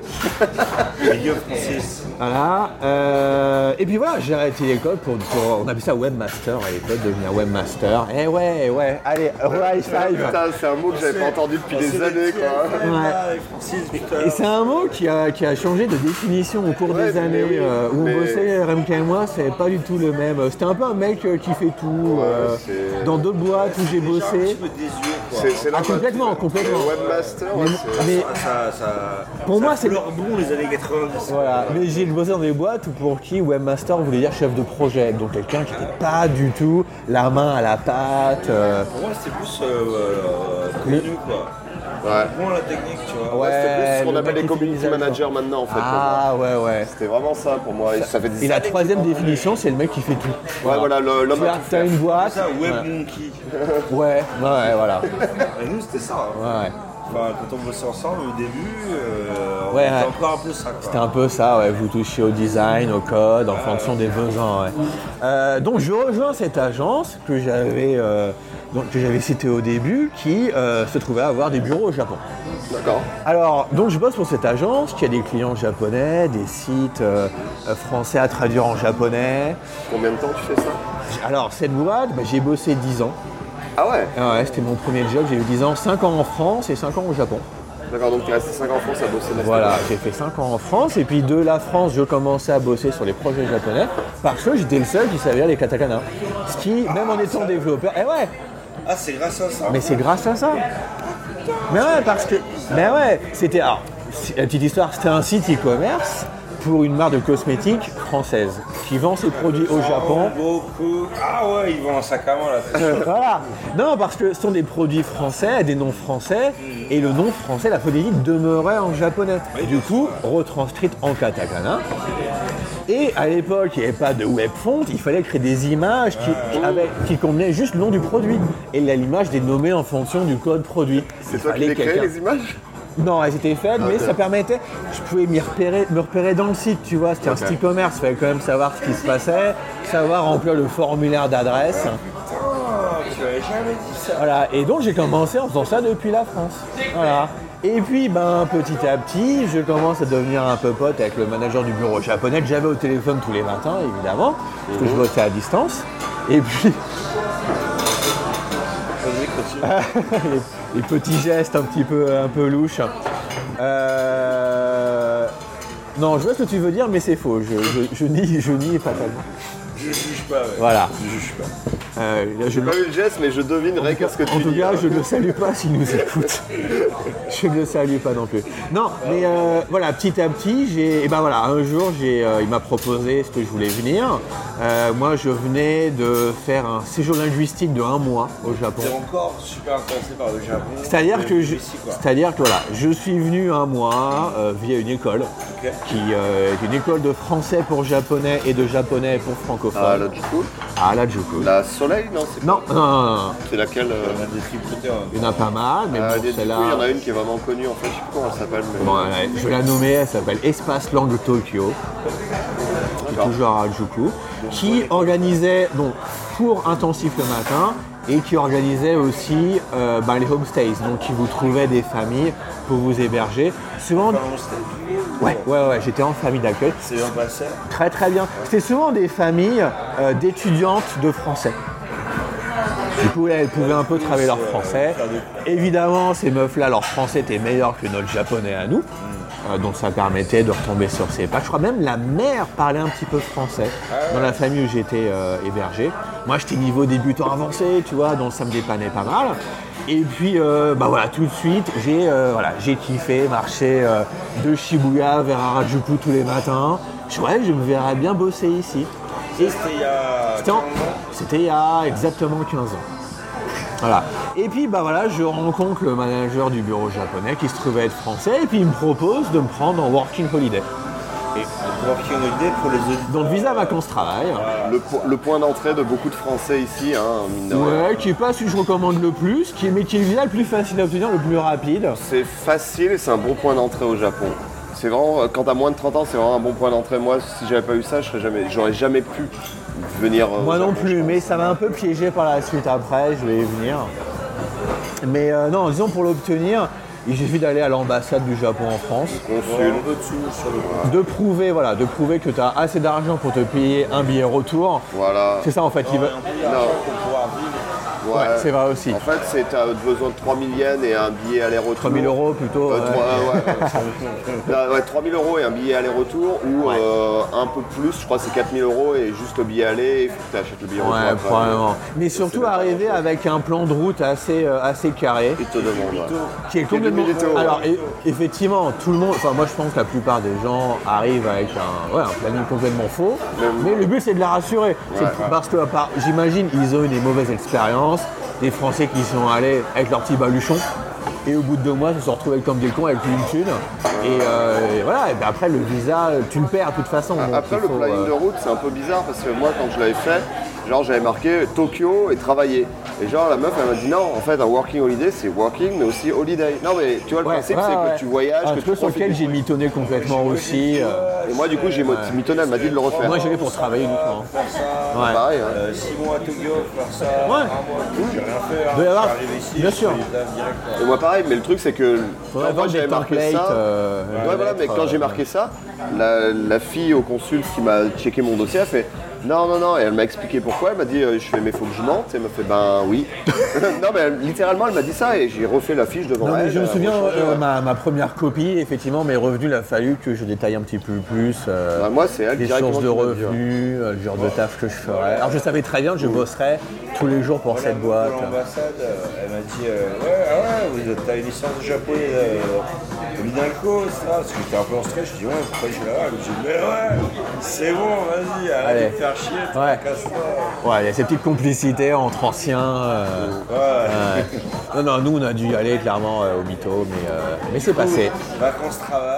H: Big up, Francis.
C: Voilà. euh, et puis voilà, j'ai arrêté l'école pour, pour- On appelait ça webmaster à l'époque, devenir webmaster. Eh ouais, ouais. Allez, high five.
B: Ah, Putain, c'est un mot que j'avais pas entendu
C: Ah,
B: depuis des années, quoi.
C: Ouais.
H: Avec Francis, putain.
C: Et c'est un mot qui a, qui a changé de définition au cours
B: Ouais,
C: des
B: mais
C: années.
B: oui,
C: euh, où
B: mais-
C: on bossait, Remke et moi, c'est pas du tout le même. C'était un peu un mec euh, qui fait tout. euh,
B: c'est-
C: dans d'autres boîtes où j'ai bossé.
B: C'est c'est là
C: Ah,
B: quoi.
C: complètement,
B: Le
C: complètement.
B: Webmaster, ouais, c'est-
C: Mais
H: Ça, ça,
C: Pour
H: ça
C: moi, c'est-
H: pleure bon les années 90.
C: Voilà, mais j'ai bossé dans des boîtes où pour qui webmaster voulait dire chef de projet, donc quelqu'un qui n'était pas du tout la main à la pâte. euh,
H: Pour moi, c'était plus euh, euh,
C: Le-
H: connu, quoi.
B: Ouais.
H: Bon, la technique, tu vois.
C: Ouais.
B: C'était plus ce qu'on
C: Euh, le
B: appelle
C: mec
B: les
C: qui
B: community
C: utilise,
B: managers maintenant, en fait. pour moi.
C: Ah ouais ouais.
B: C'était vraiment ça pour moi. Et ça fait des
C: Et la
B: années que
C: troisième
B: j'ai pas
C: définition, c'est le mec qui fait tout.
B: entendu. Ouais, voilà, le-
C: Tu
B: l'homme
C: as,
B: à tout
C: t'as
B: faire.
C: une boîte.
H: Ça, Web
C: ouais.
H: Monkey.
C: ouais, ouais, voilà.
H: Et nous, c'était ça. hein.
C: Ouais.
H: Enfin, quand on bossait ensemble au début, euh, on
C: Ouais,
H: était
C: ouais.
H: encore un peu ça. quoi.
C: C'était un peu ça, ouais, vous touchez au design, au code, en fonction des besoins. ouais. Euh, donc je rejoins cette agence que j'avais euh, donc, que j'avais citée au début, qui euh, se trouvait à avoir des bureaux au Japon.
B: D'accord.
C: Alors, donc je bosse pour cette agence qui a des clients japonais, des sites euh, euh, français à traduire en japonais.
B: Combien de temps tu fais ça
C: J- Alors, cette boîte, bah, j'ai bossé 10 ans.
B: Ah ouais
C: Ah ouais, c'était mon premier job, j'ai eu 10 ans, 5 ans en France et 5 ans au Japon.
B: D'accord, donc tu es resté 5 ans en France à bosser dans cette
C: Voilà,
B: boîte.
C: j'ai fait 5 ans en France et puis de la France, je commençais à bosser sur les projets japonais parce que j'étais le seul qui savait lire les katakana. Ce qui, même en étant développeur, eh ouais,
H: Ah, c'est grâce à ça.
C: Mais c'est grâce à ça. Mais ouais, parce que. Mais ouais, c'était. Alors, si- la petite histoire, c'était un site e-commerce pour une marque de cosmétiques française qui vend ses produits au Japon.
H: Beaucoup. Ah ouais, ils vont en sac à main là. c'est sûr.
C: Euh, Voilà. Non, parce que ce sont des produits français, des noms français, et le nom français, la phonétique, demeurait en japonais. Du coup, retranscrite en katakana. Et à l'époque, il n'y avait pas de web font, il fallait créer des images qui,
B: Ah.
C: qui, avaient- qui combinaient juste le nom du produit. Et là, l'image dénommée en fonction du code produit.
B: C'est toi qui les créé les images
C: Non, elles étaient faites, mais
B: ok.
C: ça permettait. Je pouvais m'y repérer, me repérer dans le site, tu vois. C'était un site e-commerce, il fallait quand même savoir ce qui se passait, savoir remplir le formulaire d'adresse.
H: Ah, tu m'avais jamais dit ça.
C: Voilà. Et donc j'ai commencé en faisant ça depuis la France. Voilà. Et puis, ben, petit à petit, je commence à devenir un peu pote avec le manager du bureau japonais que j'avais au téléphone tous les matins, évidemment, parce que je bossais à distance. Et puis, les, les petits gestes un petit peu, un peu louches. Euh, Non, je vois ce que tu veux dire, mais c'est faux. Je, je, je nie, je nie fatalement.
H: Je juge pas, ouais.
C: Voilà.
H: Je juge pas.
C: Euh, là, je
B: J'ai
C: le-
B: pas eu le geste, mais je devinerai qu'est-ce que tu
C: en tout
B: dis. hein.
C: cas, je ne le salue pas s'il nous écoute. je ne le salue pas non plus. Non, mais euh, voilà, petit à petit, j'ai, et ben voilà, un jour, j'ai, euh, il m'a proposé ce que je voulais venir. Euh, moi, je venais de faire un séjour linguistique de un mois au Japon.
H: T'es encore super intéressé par le Japon.
C: C'est-à-dire que, je,
H: Ici, quoi.
C: c'est-à-dire que voilà, je suis venu un mois euh, via une école qui euh, est une école de français pour japonais et de japonais pour francophones
B: Ah, là, du coup,
C: à la Juku.
B: la soleil, non C'est
C: Non, non, non, non,
B: c'est laquelle euh,
H: On a des hein. tripoteurs.
C: il y en a pas mal, mais
B: ah, des- Du
C: bon,
B: coup, il y
C: celle-là.
B: en a une qui est vraiment connue, en fait, je sais plus comment elle s'appelle. Mais...
C: Bon, elle- je la nommais, elle s'appelle Espace Langue Tokyo, qui est toujours à Harajuku, qui organisait donc cours intensifs le matin et qui organisait aussi euh, ben, les homestays, donc qui vous trouvait des familles pour vous héberger. Souvent, ouais, ouais, ouais, j'étais en famille d'accueil.
H: C'est bien passé.
C: Très très bien. C'était souvent des familles euh, d'étudiantes de français. Du coup, là, elles pouvaient un peu travailler leur français. Évidemment, ces meufs-là, leur français était meilleur que notre japonais à nous. Euh, donc ça permettait de retomber sur ses pas. Je crois même la mère parlait un petit peu français dans la famille où j'étais euh, hébergé. Moi, j'étais niveau débutant avancé, tu vois, donc ça me dépannait pas mal. Et puis, euh, bah voilà, tout de suite, j'ai euh, voilà, j'ai kiffé marcher euh, de Shibuya vers Harajuku tous les matins. Je, ouais, je me verrais bien bosser ici. Et-
H: C'était il y a.
C: c'était en- C'était il y a exactement 15 ans. Voilà. Et puis bah voilà, je rencontre le manager du bureau japonais qui se trouvait être français et puis il me propose de me prendre en working holiday.
H: Working Holiday pour les auditeurs.
C: Donc visa vacances travail. hein.
B: Le, po- le point d'entrée de beaucoup de Français ici, hein, mine de rien.
C: Ouais, qui est pas celui que je recommande le plus, qui est, mais qui est le visa le plus facile à obtenir, le plus rapide.
B: C'est facile et c'est un bon point d'entrée au Japon. C'est vraiment, euh, quand t'as moins de 30 ans, c'est vraiment un bon point d'entrée. Moi, si j'avais pas eu ça, je serais jamais, j'aurais jamais pu venir. euh, au
C: Moi non
B: Japon, je
C: plus,
B: pense.
C: mais ça m'a un peu piégé par la suite après, je vais y venir. Mais euh, non, disons pour l'obtenir, il suffit d'aller à l'ambassade du Japon en France.
B: Consul.
C: de prouver, voilà, de prouver que tu as assez d'argent pour te payer un billet retour.
B: Voilà.
C: C'est ça en fait qui va.
B: Non.
C: Ouais, c'est vrai aussi.
B: En fait, c'est t'as besoin de 3000 yens et un billet aller-retour.
C: 3000 euros plutôt.
B: Euh,
C: ouais.
B: trois- ouais, ouais. Non, ouais, 3000 euros et un billet aller-retour ou euh, un peu plus, je crois que c'est 4000 euros et juste le billet aller, il faut que tu achètes le billet
C: Ouais,
B: retour. après.
C: probablement. Mais
B: Et
C: surtout
B: c'est le
C: arriver
B: temps.
C: avec un plan de route assez, euh, assez carré.
B: Il te demande. ouais.
C: Qui est
B: Qui est
C: complètement.
B: du milito, ouais.
C: Alors, e- effectivement, tout le monde, enfin, moi je pense que la plupart des gens arrivent avec un, ouais, un planning complètement faux.
B: Même-
C: Mais le but c'est de la rassurer. C'est
B: Ouais.
C: Parce que, à part- j'imagine, ils ont eu des mauvaises expériences, des Français qui sont allés avec leur petit baluchon. Et au bout de deux mois, ils se sont retrouvés comme des cons avec une thune. Et, euh, et voilà, et ben après le visa, tu le perds de toute façon. donc
B: Après,
C: il
B: le
C: faut,
B: planning
C: euh,
B: de route, c'est un peu bizarre parce que moi, quand je l'avais fait, genre, j'avais marqué Tokyo et travailler. Et genre, la meuf, elle m'a dit non, en fait, un working holiday, c'est working, mais aussi holiday. Non, mais tu vois, le
C: ouais,
B: principe,
C: ouais,
B: c'est
C: ouais.
B: que tu voyages,
C: Un
B: que
C: truc
B: tu
C: sur
B: profites.
C: lequel j'ai mitonné complètement aussi. euh.
B: Et moi, du coup, j'ai mot- mitonné, elle m'a dit de le refaire.
C: moi j'y vais pour travailler uniquement.
H: Faire ça.
C: Ouais.
B: Pareil, hein.
H: 6 euh, mois à Tokyo, faire ça. Un
C: Ouais.
H: mois. J'ai rien fait. hein.
C: doit y avoir-
H: Je suis arrivé ici,
C: bien
H: je
C: sûr.
H: fais les tables direct, quoi.
B: Et moi, pareil, mais le truc, c'est que.
C: Faudrait
B: genre, moi,
C: vendre des
B: j'avais marqué
C: templates.
B: ça.
C: euh,
B: Ouais, voilà, mais quand j'ai marqué ça, la, la fille au consul qui m'a checké mon dossier a fait non, non, non, et elle m'a expliqué pourquoi. Elle m'a dit, euh, je fais, mais faut que je mente. Et elle m'a fait, ben oui. non, mais elle- littéralement, elle m'a dit ça et j'ai refait la fiche devant
C: Non, mais
B: elle.
C: je me
B: euh,
C: souviens,
B: rechangé,
C: euh,
B: ouais.
C: ma, ma première copie, effectivement, mes revenus, il a fallu que je détaille un petit peu plus. euh,
B: Bah, moi, c'est elle
C: les
B: directement
C: sources de
B: qui m'a dit, hein.
C: revenus, euh, le genre de taf que je ferais. Alors, je savais très bien que je bosserais tous les jours pour
H: Voilà,
C: cette boîte.
H: pour l'ambassade, euh, elle m'a dit euh, ouais, ah ouais, vous êtes à une licence de japonais euh, Minalco, ça. Parce que j'étais un peu en stress, je dis ouais, pourquoi je suis là Elle me dit mais ouais, c'est bon, vas-y, arrête
C: Allez.
H: de te faire chier, tu
C: Ouais.
H: te casses ça.
C: Ouais, il y a ces petites complicités entre anciens. euh,
H: Ouais.
C: ouais. Non, non, nous, on a dû y aller clairement euh, au mytho, mais, euh, mais c'est passé.
H: Vacances travail.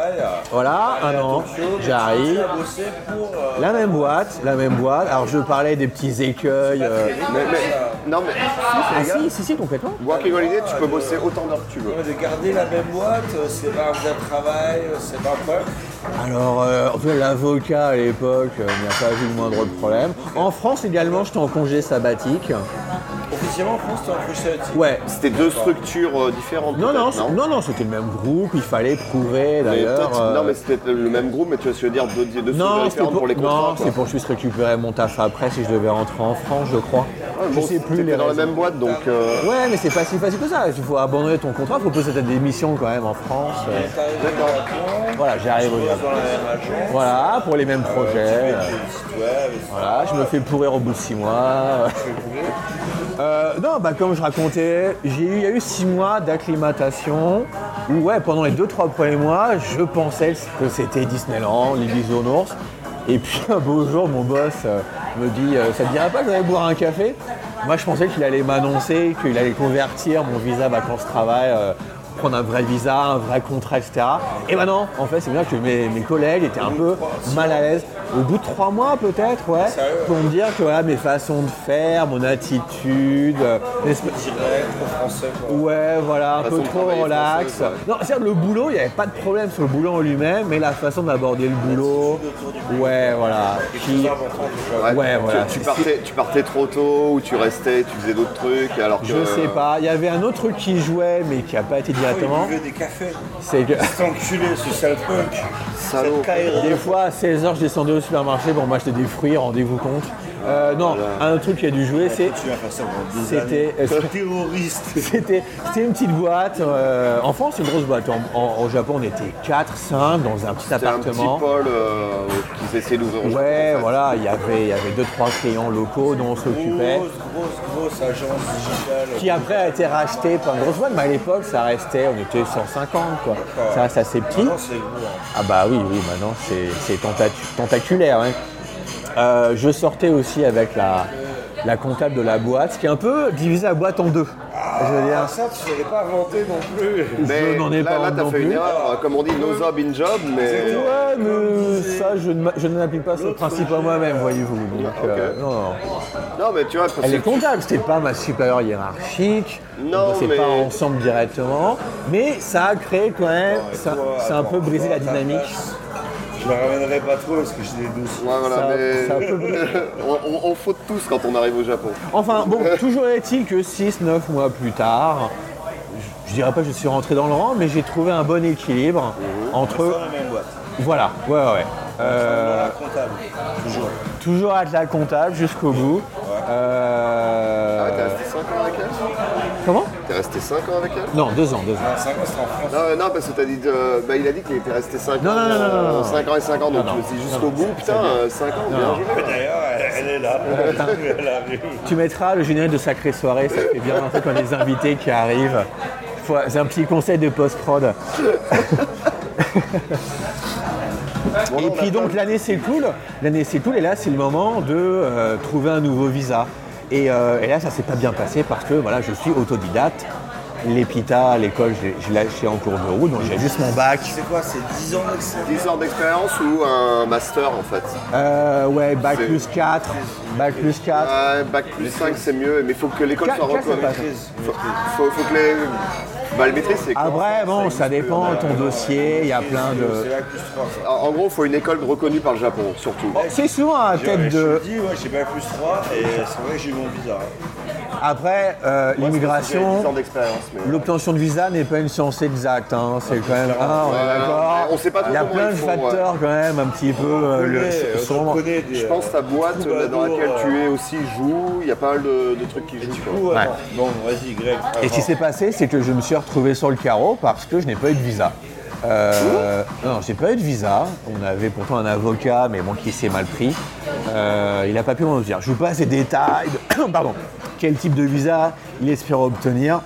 C: Voilà,
H: Allez,
C: un
H: à
C: an,
H: Tokyo,
C: Ah j'arrive.
H: à bosser pour, euh,
C: La même boîte, la même boîte. Alors, je parlais des petits écueils. euh,
B: Mais- mais- non, mais
C: Ah,
B: si, c'est
C: si,
B: légal.
C: si, si, complètement.
B: Working Holiday, tu peux bosser autant d'heures que tu veux.
H: de garder la même boîte, euh, c'est pas un vrai travail, euh, c'est pas un problème.
C: Alors, euh, en tout cas, l'avocat à l'époque euh, n'y a pas vu le moindre problème. En France également, j'étais en congé sabbatique.
H: Officiellement, en France, c'était entre Châtier.
C: Ouais.
B: C'était deux structures euh, différentes.
C: Non, non,
B: peut-être,
C: c'est- non, non, c'était le même groupe, il fallait prouver
B: Mais
C: d'ailleurs.
B: peut-être-
C: euh,
B: Non, mais c'était le même groupe, mais tu vois ce que je veux dire, deux, deux structures
C: Non, c'était
B: différentes
C: pour,
B: pour les contrats.
C: non,
B: quoi.
C: c'est pour juste récupérer mon taf après si je devais rentrer en France, je crois.
B: Ouais,
C: je
B: Ah, bon,
C: sais plus
B: t'étais
C: les
B: dans la
C: raisons.
B: même boîte, donc. euh,
C: Ouais, mais c'est pas si facile que ça. Il faut abandonner ton contrat, il faut poser ta démission quand même en France. euh. Voilà, j'arrive au Japon. Voilà, pour les mêmes projets. euh. Voilà, je me fais pourrir au bout de six mois. Euh, non, bah comme je racontais, j'ai eu, il y a eu six mois d'acclimatation où ouais, pendant les deux trois premiers mois, je pensais que c'était Disneyland, l'Élysée aux ours. Et puis un beau jour, mon boss euh, me dit, euh, ça te dirait pas que j'allais boire un café Moi, je pensais qu'il allait m'annoncer, qu'il allait convertir mon visa vacances-travail. euh, prendre un vrai visa, un vrai contrat, etc. Et ben non, en fait, c'est bien que mes, mes collègues étaient un peu mal à l'aise. Au bout de trois mois, peut-être, ouais, pour me dire que voilà, mes façons de faire, mon attitude, euh, l'espèce-
H: français, quoi.
C: Ouais, voilà, un
B: Façon
C: peu
B: de
C: trop
B: travailler
C: relax.
B: française,
C: Non, c'est-à-dire le boulot, il n'y avait pas de problème sur le boulot en lui-même, mais la façon d'aborder le boulot. Ouais, voilà. Qui-
B: ouais,
C: Ouais,
B: tu-
C: voilà,
B: Tu,
C: c'est-
B: partais, tu partais trop tôt ou tu restais, tu faisais d'autres trucs alors que.
C: Je sais pas. Il y avait un autre truc qui jouait, mais qui n'a pas été dit
H: Il
C: directement.
H: buvait des cafés.
C: C'est que.
H: Cet enculé, ce sale punk.
B: Salaud.
H: Cette caïra.
C: Des fois, à 16h, je descendais au supermarché pour m'acheter des fruits, rendez-vous compte. Euh, non, un autre truc qui a dû jouer, c'est.
H: Tu vas faire ça pendant deux
C: C'était-
H: années. Un terroriste.
C: C'était c'était une petite boîte. euh, en France, c'est une grosse boîte. En- en- au Japon, on était 4, 5 dans un petit
B: C'était un
C: appartement.
B: petit Paul euh, qu'ils essayaient d'ouvrir au Japon, en
C: Ouais,
B: fait.
C: voilà, il y avait, il y avait deux, trois clients locaux dont on s'occupait,
H: Grosse, grosse, grosse agence digitale.
C: qui après a été racheté par une grosse boîte, mais à l'époque, ça restait, on était 150, quoi. Ça reste assez petit.
H: Non, c'est gros. hein.
C: Ah bah oui, oui, maintenant c'est c'est tentatu- tentaculaire. hein. Euh, je sortais aussi avec la, la comptable de la boîte, ce qui est un peu divisé la boîte en deux. Je veux dire,
H: Ah, Ça, tu ne l'avais pas inventé non plus.
B: Mais
C: je n'en ai
B: là,
C: pas
B: là, t'as
C: non
B: fait une
C: plus.
B: erreur. Comme on dit, no job in job, mais.
C: Ouais, mais ça, je ne m'a- je ne m'applique pas ce principe à moi-même, voyez-vous. Donc,
B: Ah, ok.
C: euh, non, non.
B: Non, mais tu vois, parce
C: Elle est
B: que.
C: comptable, c'était pas ma supérieure hiérarchique,
B: Non,
C: on bossait
B: mais-
C: pas ensemble directement, mais ça a créé quand même, ça,
H: Toi,
C: ça a un
H: attends,
C: peu brisé
H: toi,
C: la
H: ta
C: dynamique.
H: place, Je la ramènerai pas trop parce que j'ai des doutes.
B: Ouais, voilà,
C: Ça-
B: mais.
C: ça peut-
B: on, on- on faute tous quand on arrive au Japon.
C: Enfin bon, toujours est-il que 6-9 mois plus tard, je, je dirais pas que je suis rentré dans le rang, mais j'ai trouvé un bon équilibre entre...
H: Dans la même boîte.
C: Voilà, ouais, ouais, ouais. Euh,
H: Dans la comptable. Toujours.
C: toujours être la comptable jusqu'au bout. Euh,
B: Ah, t'es resté 5 ans avec elle
C: Comment
B: T'es resté 5 ans avec elle
C: Non, deux ans, deux ans.
H: Ah, ça reste en France.
B: non, non, parce que t'as dit. euh, bah, il a dit qu'il était resté 5
C: Non,
B: ans.
C: non, non, non, non, non.
B: 5 ans et 5 ans, donc
C: Non,
B: je me
C: non.
B: suis dit
C: Non,
B: jusqu'au bout,
C: non,
B: putain, 5 ans, bien joué.
H: D'ailleurs, elle, elle est là. Elle arrive.
C: Tu mettras le générique de Sacrée Soirée, ça fait bien en fait quand les invités qui arrivent. Faut- C'est un petit conseil de post-prod. et puis donc l'année c'est cool, l'année c'est cool et là c'est le moment de euh, trouver un nouveau visa. Et, euh, et là ça s'est pas bien passé parce que voilà je suis autodidacte. L'EPITA à l'école je l'ai- je l'ai acheté en cours de route, donc j'ai juste mon bac.
H: C'est quoi C'est 10 ans d'excellence
B: 10 ans d'expérience ou un master en fait
C: Euh, ouais, bac
B: C'est-
C: plus 4, bac plus 4.
B: Ouais, Ah, Bac plus 5 c'est mieux, mais il faut que l'école
C: Quatre-
B: soit
C: quatre, c'est
B: reconnue.
C: pas
B: Faut, faut, faut que les. Bah, le maîtrise, c'est. quoi
C: Après bon Ah, ça dépend de ton dossier, il y a plein de.
H: C'est la plus 3. Ça.
B: En en gros, il faut une école reconnue par le Japon, surtout.
C: C'est souvent un
H: Ouais,
C: tête
H: Je
C: de.
H: me dis, ouais, j'ai pas plus 3 et c'est vrai que j'ai eu mon visa. hein.
C: Après, euh,
B: J'ai 10 ans
C: l'immigration,
B: d'expérience, mais.
C: l'obtention de visa n'est pas une science exacte. hein. C'est quand même. Ah, on est
B: Ouais,
C: d'accord.
B: on sait pas trop
C: Il y a
B: comment ils
C: plein de
B: font,
C: facteurs quand même un petit peu. euh, le-
H: Ouais,
C: sur-
H: euh,
C: sur-
H: tu connais des,
B: Je pense que ta boîte euh, dans laquelle tu es aussi joue, il y a pas mal de, de trucs qui jouent. quoi.
A: euh,
H: Ouais,
C: Ouais.
H: Bon, vas-y, Greg.
C: Et ce qui s'est passé, c'est que je me suis retrouvé sur le carreau parce que je n'ai pas eu de visa. Euh, non, j'ai pas eu de visa. On avait pourtant un avocat, mais bon, qui s'est mal pris. Euh, il n'a pas pu m'en dire. Je vous passe les détails. de- Pardon. Quel type de visa il espère obtenir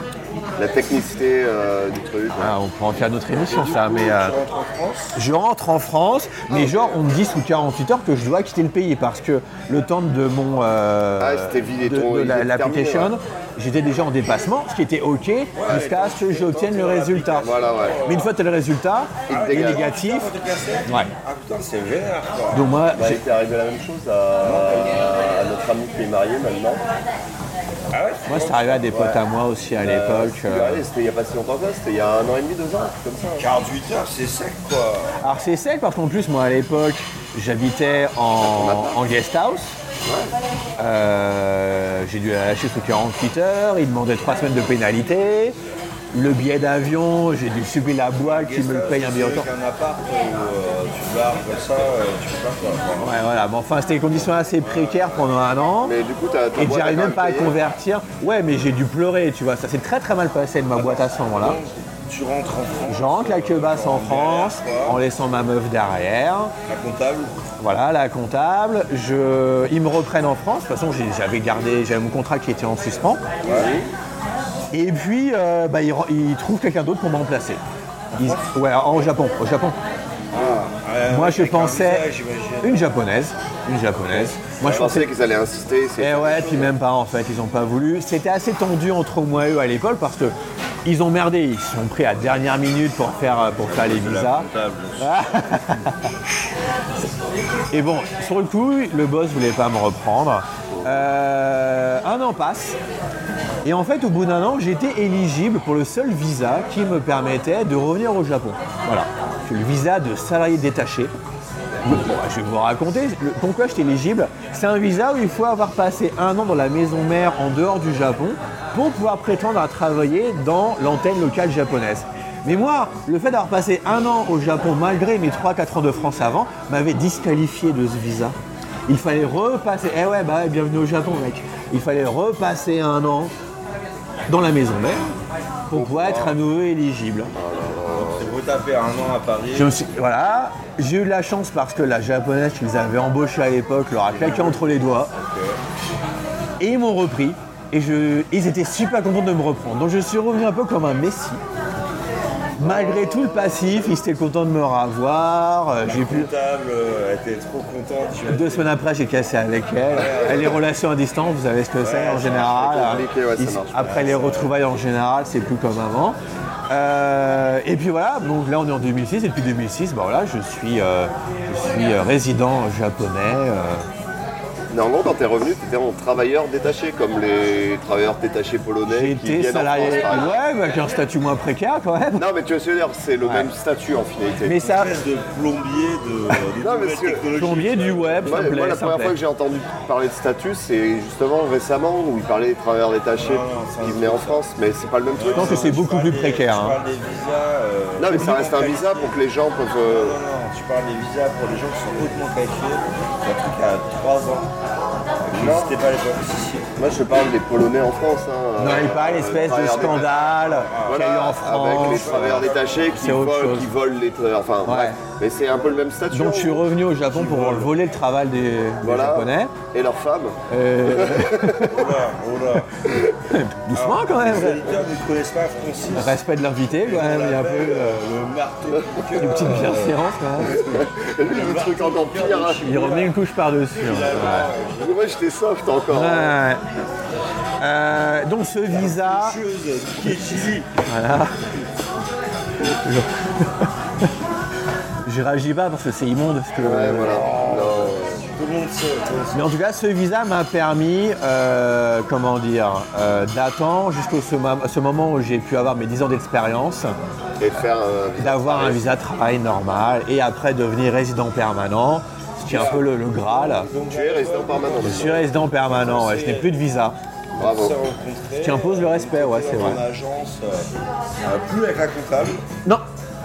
B: La technicité euh, du truc. ouais.
C: Ah, On pourra en faire notre émission, ça. Mais euh,
H: Tu rentres en France
C: Je rentre en France, mais genre on me dit sous 48 heures que je dois quitter le pays parce que le temps de mon euh,
B: Ah, c'était vidé,
C: de,
B: ton-
C: de
B: il
C: la-
B: était
C: l'application,
B: terminé, ouais.
C: j'étais déjà en dépassement, ce qui était ok jusqu'à ce que j'obtienne le résultat.
B: Voilà, ouais.
C: Mais une fois que tu as le résultat,
B: Il te
C: il est
B: dégage.
C: négatif.
H: T'es cassé
C: Ouais.
H: Ah putain, c'est vénère quoi.
C: Donc moi,
B: Bah,
C: j'ai-
B: il t'est arrivé la même chose à, à notre ami qui est marié maintenant.
H: Ah ouais
C: moi c'est arrivé à des potes à moi aussi à l'époque.
B: Euh,
C: euh.
B: ouais, C'était il n'y a pas si longtemps que ça, c'était il y a un an et demi, deux ans, comme ça.
H: 48 heures, c'est sec quoi.
C: Alors c'est sec parce qu'en plus moi à l'époque j'habitais en, en guest house. Euh, j'ai dû la lâcher sous 48 heures, il demandait 3 semaines de pénalité. Le billet d'avion, j'ai dû subir la boîte qui me le paye un billet
A: Avec
C: retour.
A: un appart, euh, tu barres comme ça, euh, tu peux pas quoi. Enfin,
C: Ouais, voilà. Bon, enfin, c'était des conditions assez précaires pendant un an.
B: Mais du coup, t'as ta
C: Et
B: boîte
C: j'arrive
B: a
C: même
B: quand
C: pas à
B: payé.
C: convertir. Ouais, mais j'ai dû pleurer, tu vois. Ça s'est très très mal passé de ma boîte à ce moment-là.
A: donc, tu rentres en France.
C: Je rentre la queue basse en France, en laissant ma meuf derrière.
A: La comptable,
C: Voilà, la comptable. Je... Ils me reprennent en France. De toute façon, j'ai- j'avais gardé, j'avais mon contrat qui était en suspens. Et puis, euh, bah, ils, re- ils trouvent quelqu'un d'autre pour me remplacer. Ils- Ouais, en Japon, au Japon. Moi, je
A: avec un
C: pensais
A: visa, j'imagine.
C: une japonaise, une japonaise. Moi, je
B: Je
C: pensais
B: pensais qu'ils allaient insister. c'est-
C: Eh ouais, puis même pas en fait, ils ont pas voulu. C'était assez tendu entre moi et eux à l'école parce que ils ont merdé, ils se sont pris à dernière minute pour faire, euh, pour faire les visas. Et bon, sur le coup, le boss voulait pas me reprendre. Euh, un an passe. Et en fait, au bout d'un an, j'étais éligible pour le seul visa qui me permettait de revenir au Japon. Voilà. C'est le visa de salarié détaché. Bon, bah, je vais vous raconter le- pourquoi je suis éligible. C'est un visa où il faut avoir passé un an dans la maison mère en dehors du Japon pour pouvoir prétendre à travailler dans l'antenne locale japonaise. Mais moi, le fait d'avoir passé un an au Japon malgré mes 3-4 ans de France avant m'avait disqualifié de ce visa. Il fallait repasser. Eh ouais, bah ouais, bienvenue au Japon, mec. Il fallait repasser un an dans la maison mère pour pouvoir être à nouveau éligible.
A: c'est beau taper un an à Paris.
C: Je me suis- voilà, j'ai eu de la chance parce que la japonaise qu'ils avaient embauchée à l'époque leur a claqué entre les doigts. Et ils m'ont repris. Et je, ils étaient super contents de me reprendre. Donc je suis revenu un peu comme un messie. Malgré tout le passif, ils étaient contents de me revoir. euh, J'ai pu...
A: comptable euh, était trop contente. j'imagine.
C: Deux semaines après, j'ai cassé avec elle. Et les relations à distance, vous savez ce que c'est en général.
B: c'est compliqué, ouais, ça
C: Ils-
B: marche pas.
C: après les retrouvailles en général, c'est plus comme avant. Euh, et puis voilà, donc là on est en 2006 et depuis 2006, bah voilà, je suis, euh, je suis euh, résident japonais. euh,
B: Mais en gros, quand t'es revenu, t'étais en travailleur détaché, comme les travailleurs détachés
C: j'ai
B: polonais qui
C: été
B: viennent en
C: salarié.
B: France, par exemple.
C: Ouais, mais avec un statut moins précaire quand même.
B: Non, mais tu vois ce que je veux dire, c'est le même statut en finalité.
C: Mais ça,
A: espèce de plombier de, de
B: Non, mais
A: nouvelles
B: parce que-
A: technologies.
C: plombier du web,
B: Moi,
C: ça me plaît.
B: moi, la
C: ça me
B: première
C: plaît.
B: fois que j'ai entendu parler de statut, c'est justement récemment où il parlait des travailleurs détachés
A: Ah, Non, non, c'est un
B: qui venaient en France, mais c'est pas le même truc.
C: Je pense que c'est beaucoup plus précaire.
A: Tu
C: hein.
A: parles des visas. euh,
B: Non, mais ça reste un
A: hautement
B: visa pour que les gens peuvent. euh,
A: Non, non, tu parles des visas pour les gens qui sont hautement qualifiés. C'est un truc à 3 ans. Je
B: Non.
A: n'existais pas à l'époque. Si, si.
B: Moi, je parle des Polonais en France. Hein,
C: Non, il
B: Euh,
C: parle espèce de
B: travailleurs détachés.
C: scandale qu'il y a eu
B: Voilà,
C: en France.
B: avec les travailleurs détachés qui
C: C'est autre
B: volent,
C: chose.
B: qui volent les travailleurs. Enfin, bref. Mais c'est un peu le même statut. hein.
C: Donc je suis revenu au Japon pour voler le travail des, des
B: Voilà.
C: japonais.
B: Et leurs femmes.
C: Euh,
A: Oh là, oh là.
C: doucement quand
A: Les
C: même.
A: auditeurs ne connaissent pas Francis.
C: Respect de l'invité quand même, il y a un peu euh,
A: le marteau.
C: une petite bienséance quand même.
B: Le truc encore pire. hein.
C: Il remet une couche par-dessus. hein.
B: Moi, j'étais soft encore.
C: Ouais, ouais. Euh, donc ce visa, je réagis pas parce que c'est immonde. parce que-
B: Ouais, voilà. Non.
A: Tout le monde sait. tout le monde sait.
C: Mais en tout cas, ce visa m'a permis, euh, comment dire, euh, d'attendre jusqu'au ce, mo- ce moment où j'ai pu avoir mes 10 ans d'expérience.
B: Et faire euh, un visa
C: d'avoir un
B: pareil.
C: visa de travail normal et après devenir résident permanent, ce qui est un peu le, le Graal.
B: Tu es résident permanent.
C: Je suis résident permanent, ouais, je n'ai plus de visa.
B: Bravo.
A: s'est rencontrés,
C: Qui impose le
A: euh,
C: respect, ouais,
A: était
C: c'est
A: en
C: vrai.
A: agence, euh, euh, plus avec la comptable.
C: Non,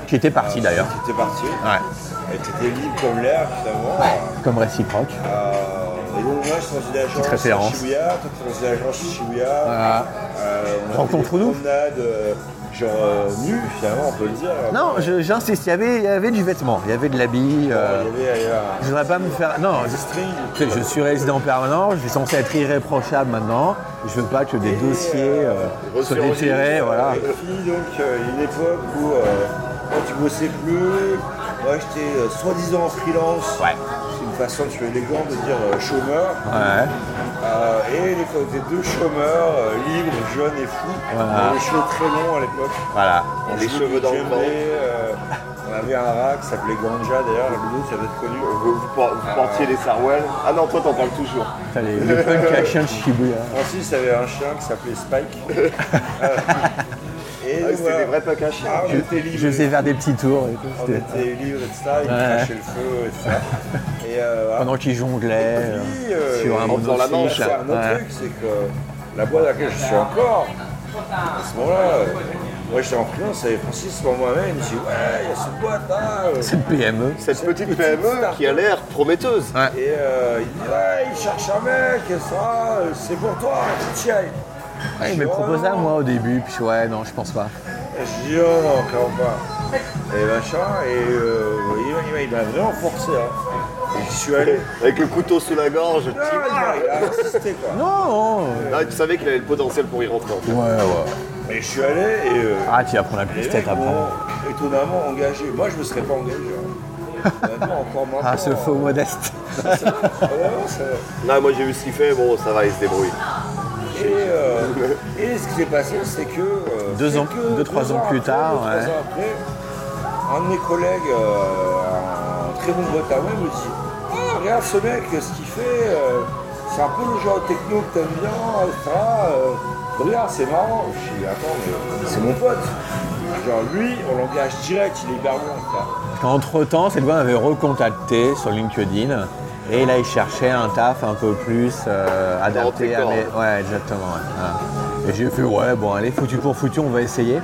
C: qui était parti d'ailleurs.
A: Qui était parti.
C: Ouais,
A: Et t'étais libre comme l'air, finalement.
C: comme réciproque.
A: Euh, et donc, moi, je suis dans une agence
C: référence.
A: à Shibuya. Toi, t'es dans une agence à Shibuya.
C: Voilà.
A: Euh, on a fait des
C: Rencontre-nous.
A: promenades, euh, genre euh, nues, finalement, on peut le dire.
C: Non,
A: Euh,
C: je- j'insiste, il y avait- il y avait du vêtement, il y avait de l'habit. euh,
A: Il y avait euh,
C: je voudrais pas me faire. Non,
A: un string.
C: je, je suis résident permanent, je suis censé être irréprochable maintenant. Je veux pas que des dossiers euh, se
B: reçu en
C: déterrent,
B: ligne,
C: voilà.
A: Et puis, donc, euh, une époque où euh, quand tu bossais plus, moi, j'étais euh, soi-disant en freelance.
C: Ouais.
A: C'est une façon, tu es élégant de dire euh, chômeur.
C: Ouais.
A: Euh, et les côtés deux chômeurs, euh, libres, jeunes et fous. On
C: Voilà.
A: avait les cheveux très longs à l'époque.
C: Voilà.
A: On
B: Les
A: jouait
B: cheveux
A: du
B: dans le
A: djembé,
B: vent.
A: euh, on avait un rat qui s'appelait Ganja d'ailleurs, la vidéo ça doit être connu.
B: Vous, vous por- vous portiez des sarouels. Ah non, toi, t'en parles toujours.
C: Putain, Les, les punks à chien de Shibuya.
A: Francis Ah, avait un chien qui s'appelait Spike. Euh, et
B: Ah,
A: donc,
B: C'était
A: voilà.
B: des vrais packs à chiens.
A: Ah, on était
C: Je
A: libre.
C: faisais faire des petits tours et tout.
A: On
C: c'était-
A: était libre et tout ça, il
C: Ouais.
A: crachait le feu et tout ça. Et euh, voilà.
C: Pendant qu'ils jonglaient euh,
A: Puis, euh,
C: sur un
A: dans
C: monocycle.
A: la manche, c'est un autre
C: Ouais.
A: truc, c'est que la boîte à laquelle je suis encore, à ce moment-là, euh, moi j'étais en freelance avec Francis pour moi-même, il me dit ouais, il y a cette boîte là. euh,
C: Cette PME.
B: Cette petite PME qui a l'air prometteuse.
A: Et euh, il dit ouais, il cherche un mec, et ça, euh, c'est pour toi, tu tiens.
C: Ouais, Ah, il m'est proposé à moi au début, puis je- ouais, non, je pense pas.
A: Et je dis oh non, clairement pas. Et machin, et euh, il m'a- il m'a- il m'a vraiment forcé. Hein. Et je suis allé.
B: Avec le couteau sous la gorge. tu-
A: Ah, il m'a- il a insisté quoi.
C: Oh, Non
B: Ah, tu savais qu'il avait le potentiel pour y rentrer. en fait.
C: Ouais, ouais.
A: Et je suis allé et. euh,
C: Ah, tu vas prendre la
A: Les
C: grosse
A: mecs
C: tête après.
A: m'ont étonnamment engagé. Moi, je ne me serais pas engagé. hein. Maintenant, encore maintenant.
C: Ah, ce faux modeste.
A: Ah ouais, ça-
B: Non, moi j'ai vu ce qu'il fait, bon ça va, il se débrouille.
A: et, euh, et ce qui s'est passé, c'est que. euh,
C: Deux
A: c'est
C: ans-
A: que
C: deux, trois ans plus
A: après,
C: tard,
A: deux, trois
C: ouais.
A: ans après, un de mes collègues, euh, un très bon Ottawa, me dit Ah, regarde ce mec, ce qu'il fait, euh, c'est un peu le genre de techno que t'aimes bien, etc. euh, regarde, c'est marrant. Je dis Attends, mais c'est mon pote. Genre, lui, on l'engage direct, il est barbant, quoi.
C: Entre temps, cette boîte m'avait recontacté sur LinkedIn. Et là, il cherchait un taf un peu plus euh, adapté à
B: tes
C: mes...
B: cordes.
C: Ouais, exactement. ouais. Ouais. Et j'ai fait, ouais, bon, allez, foutu pour foutu, on va essayer.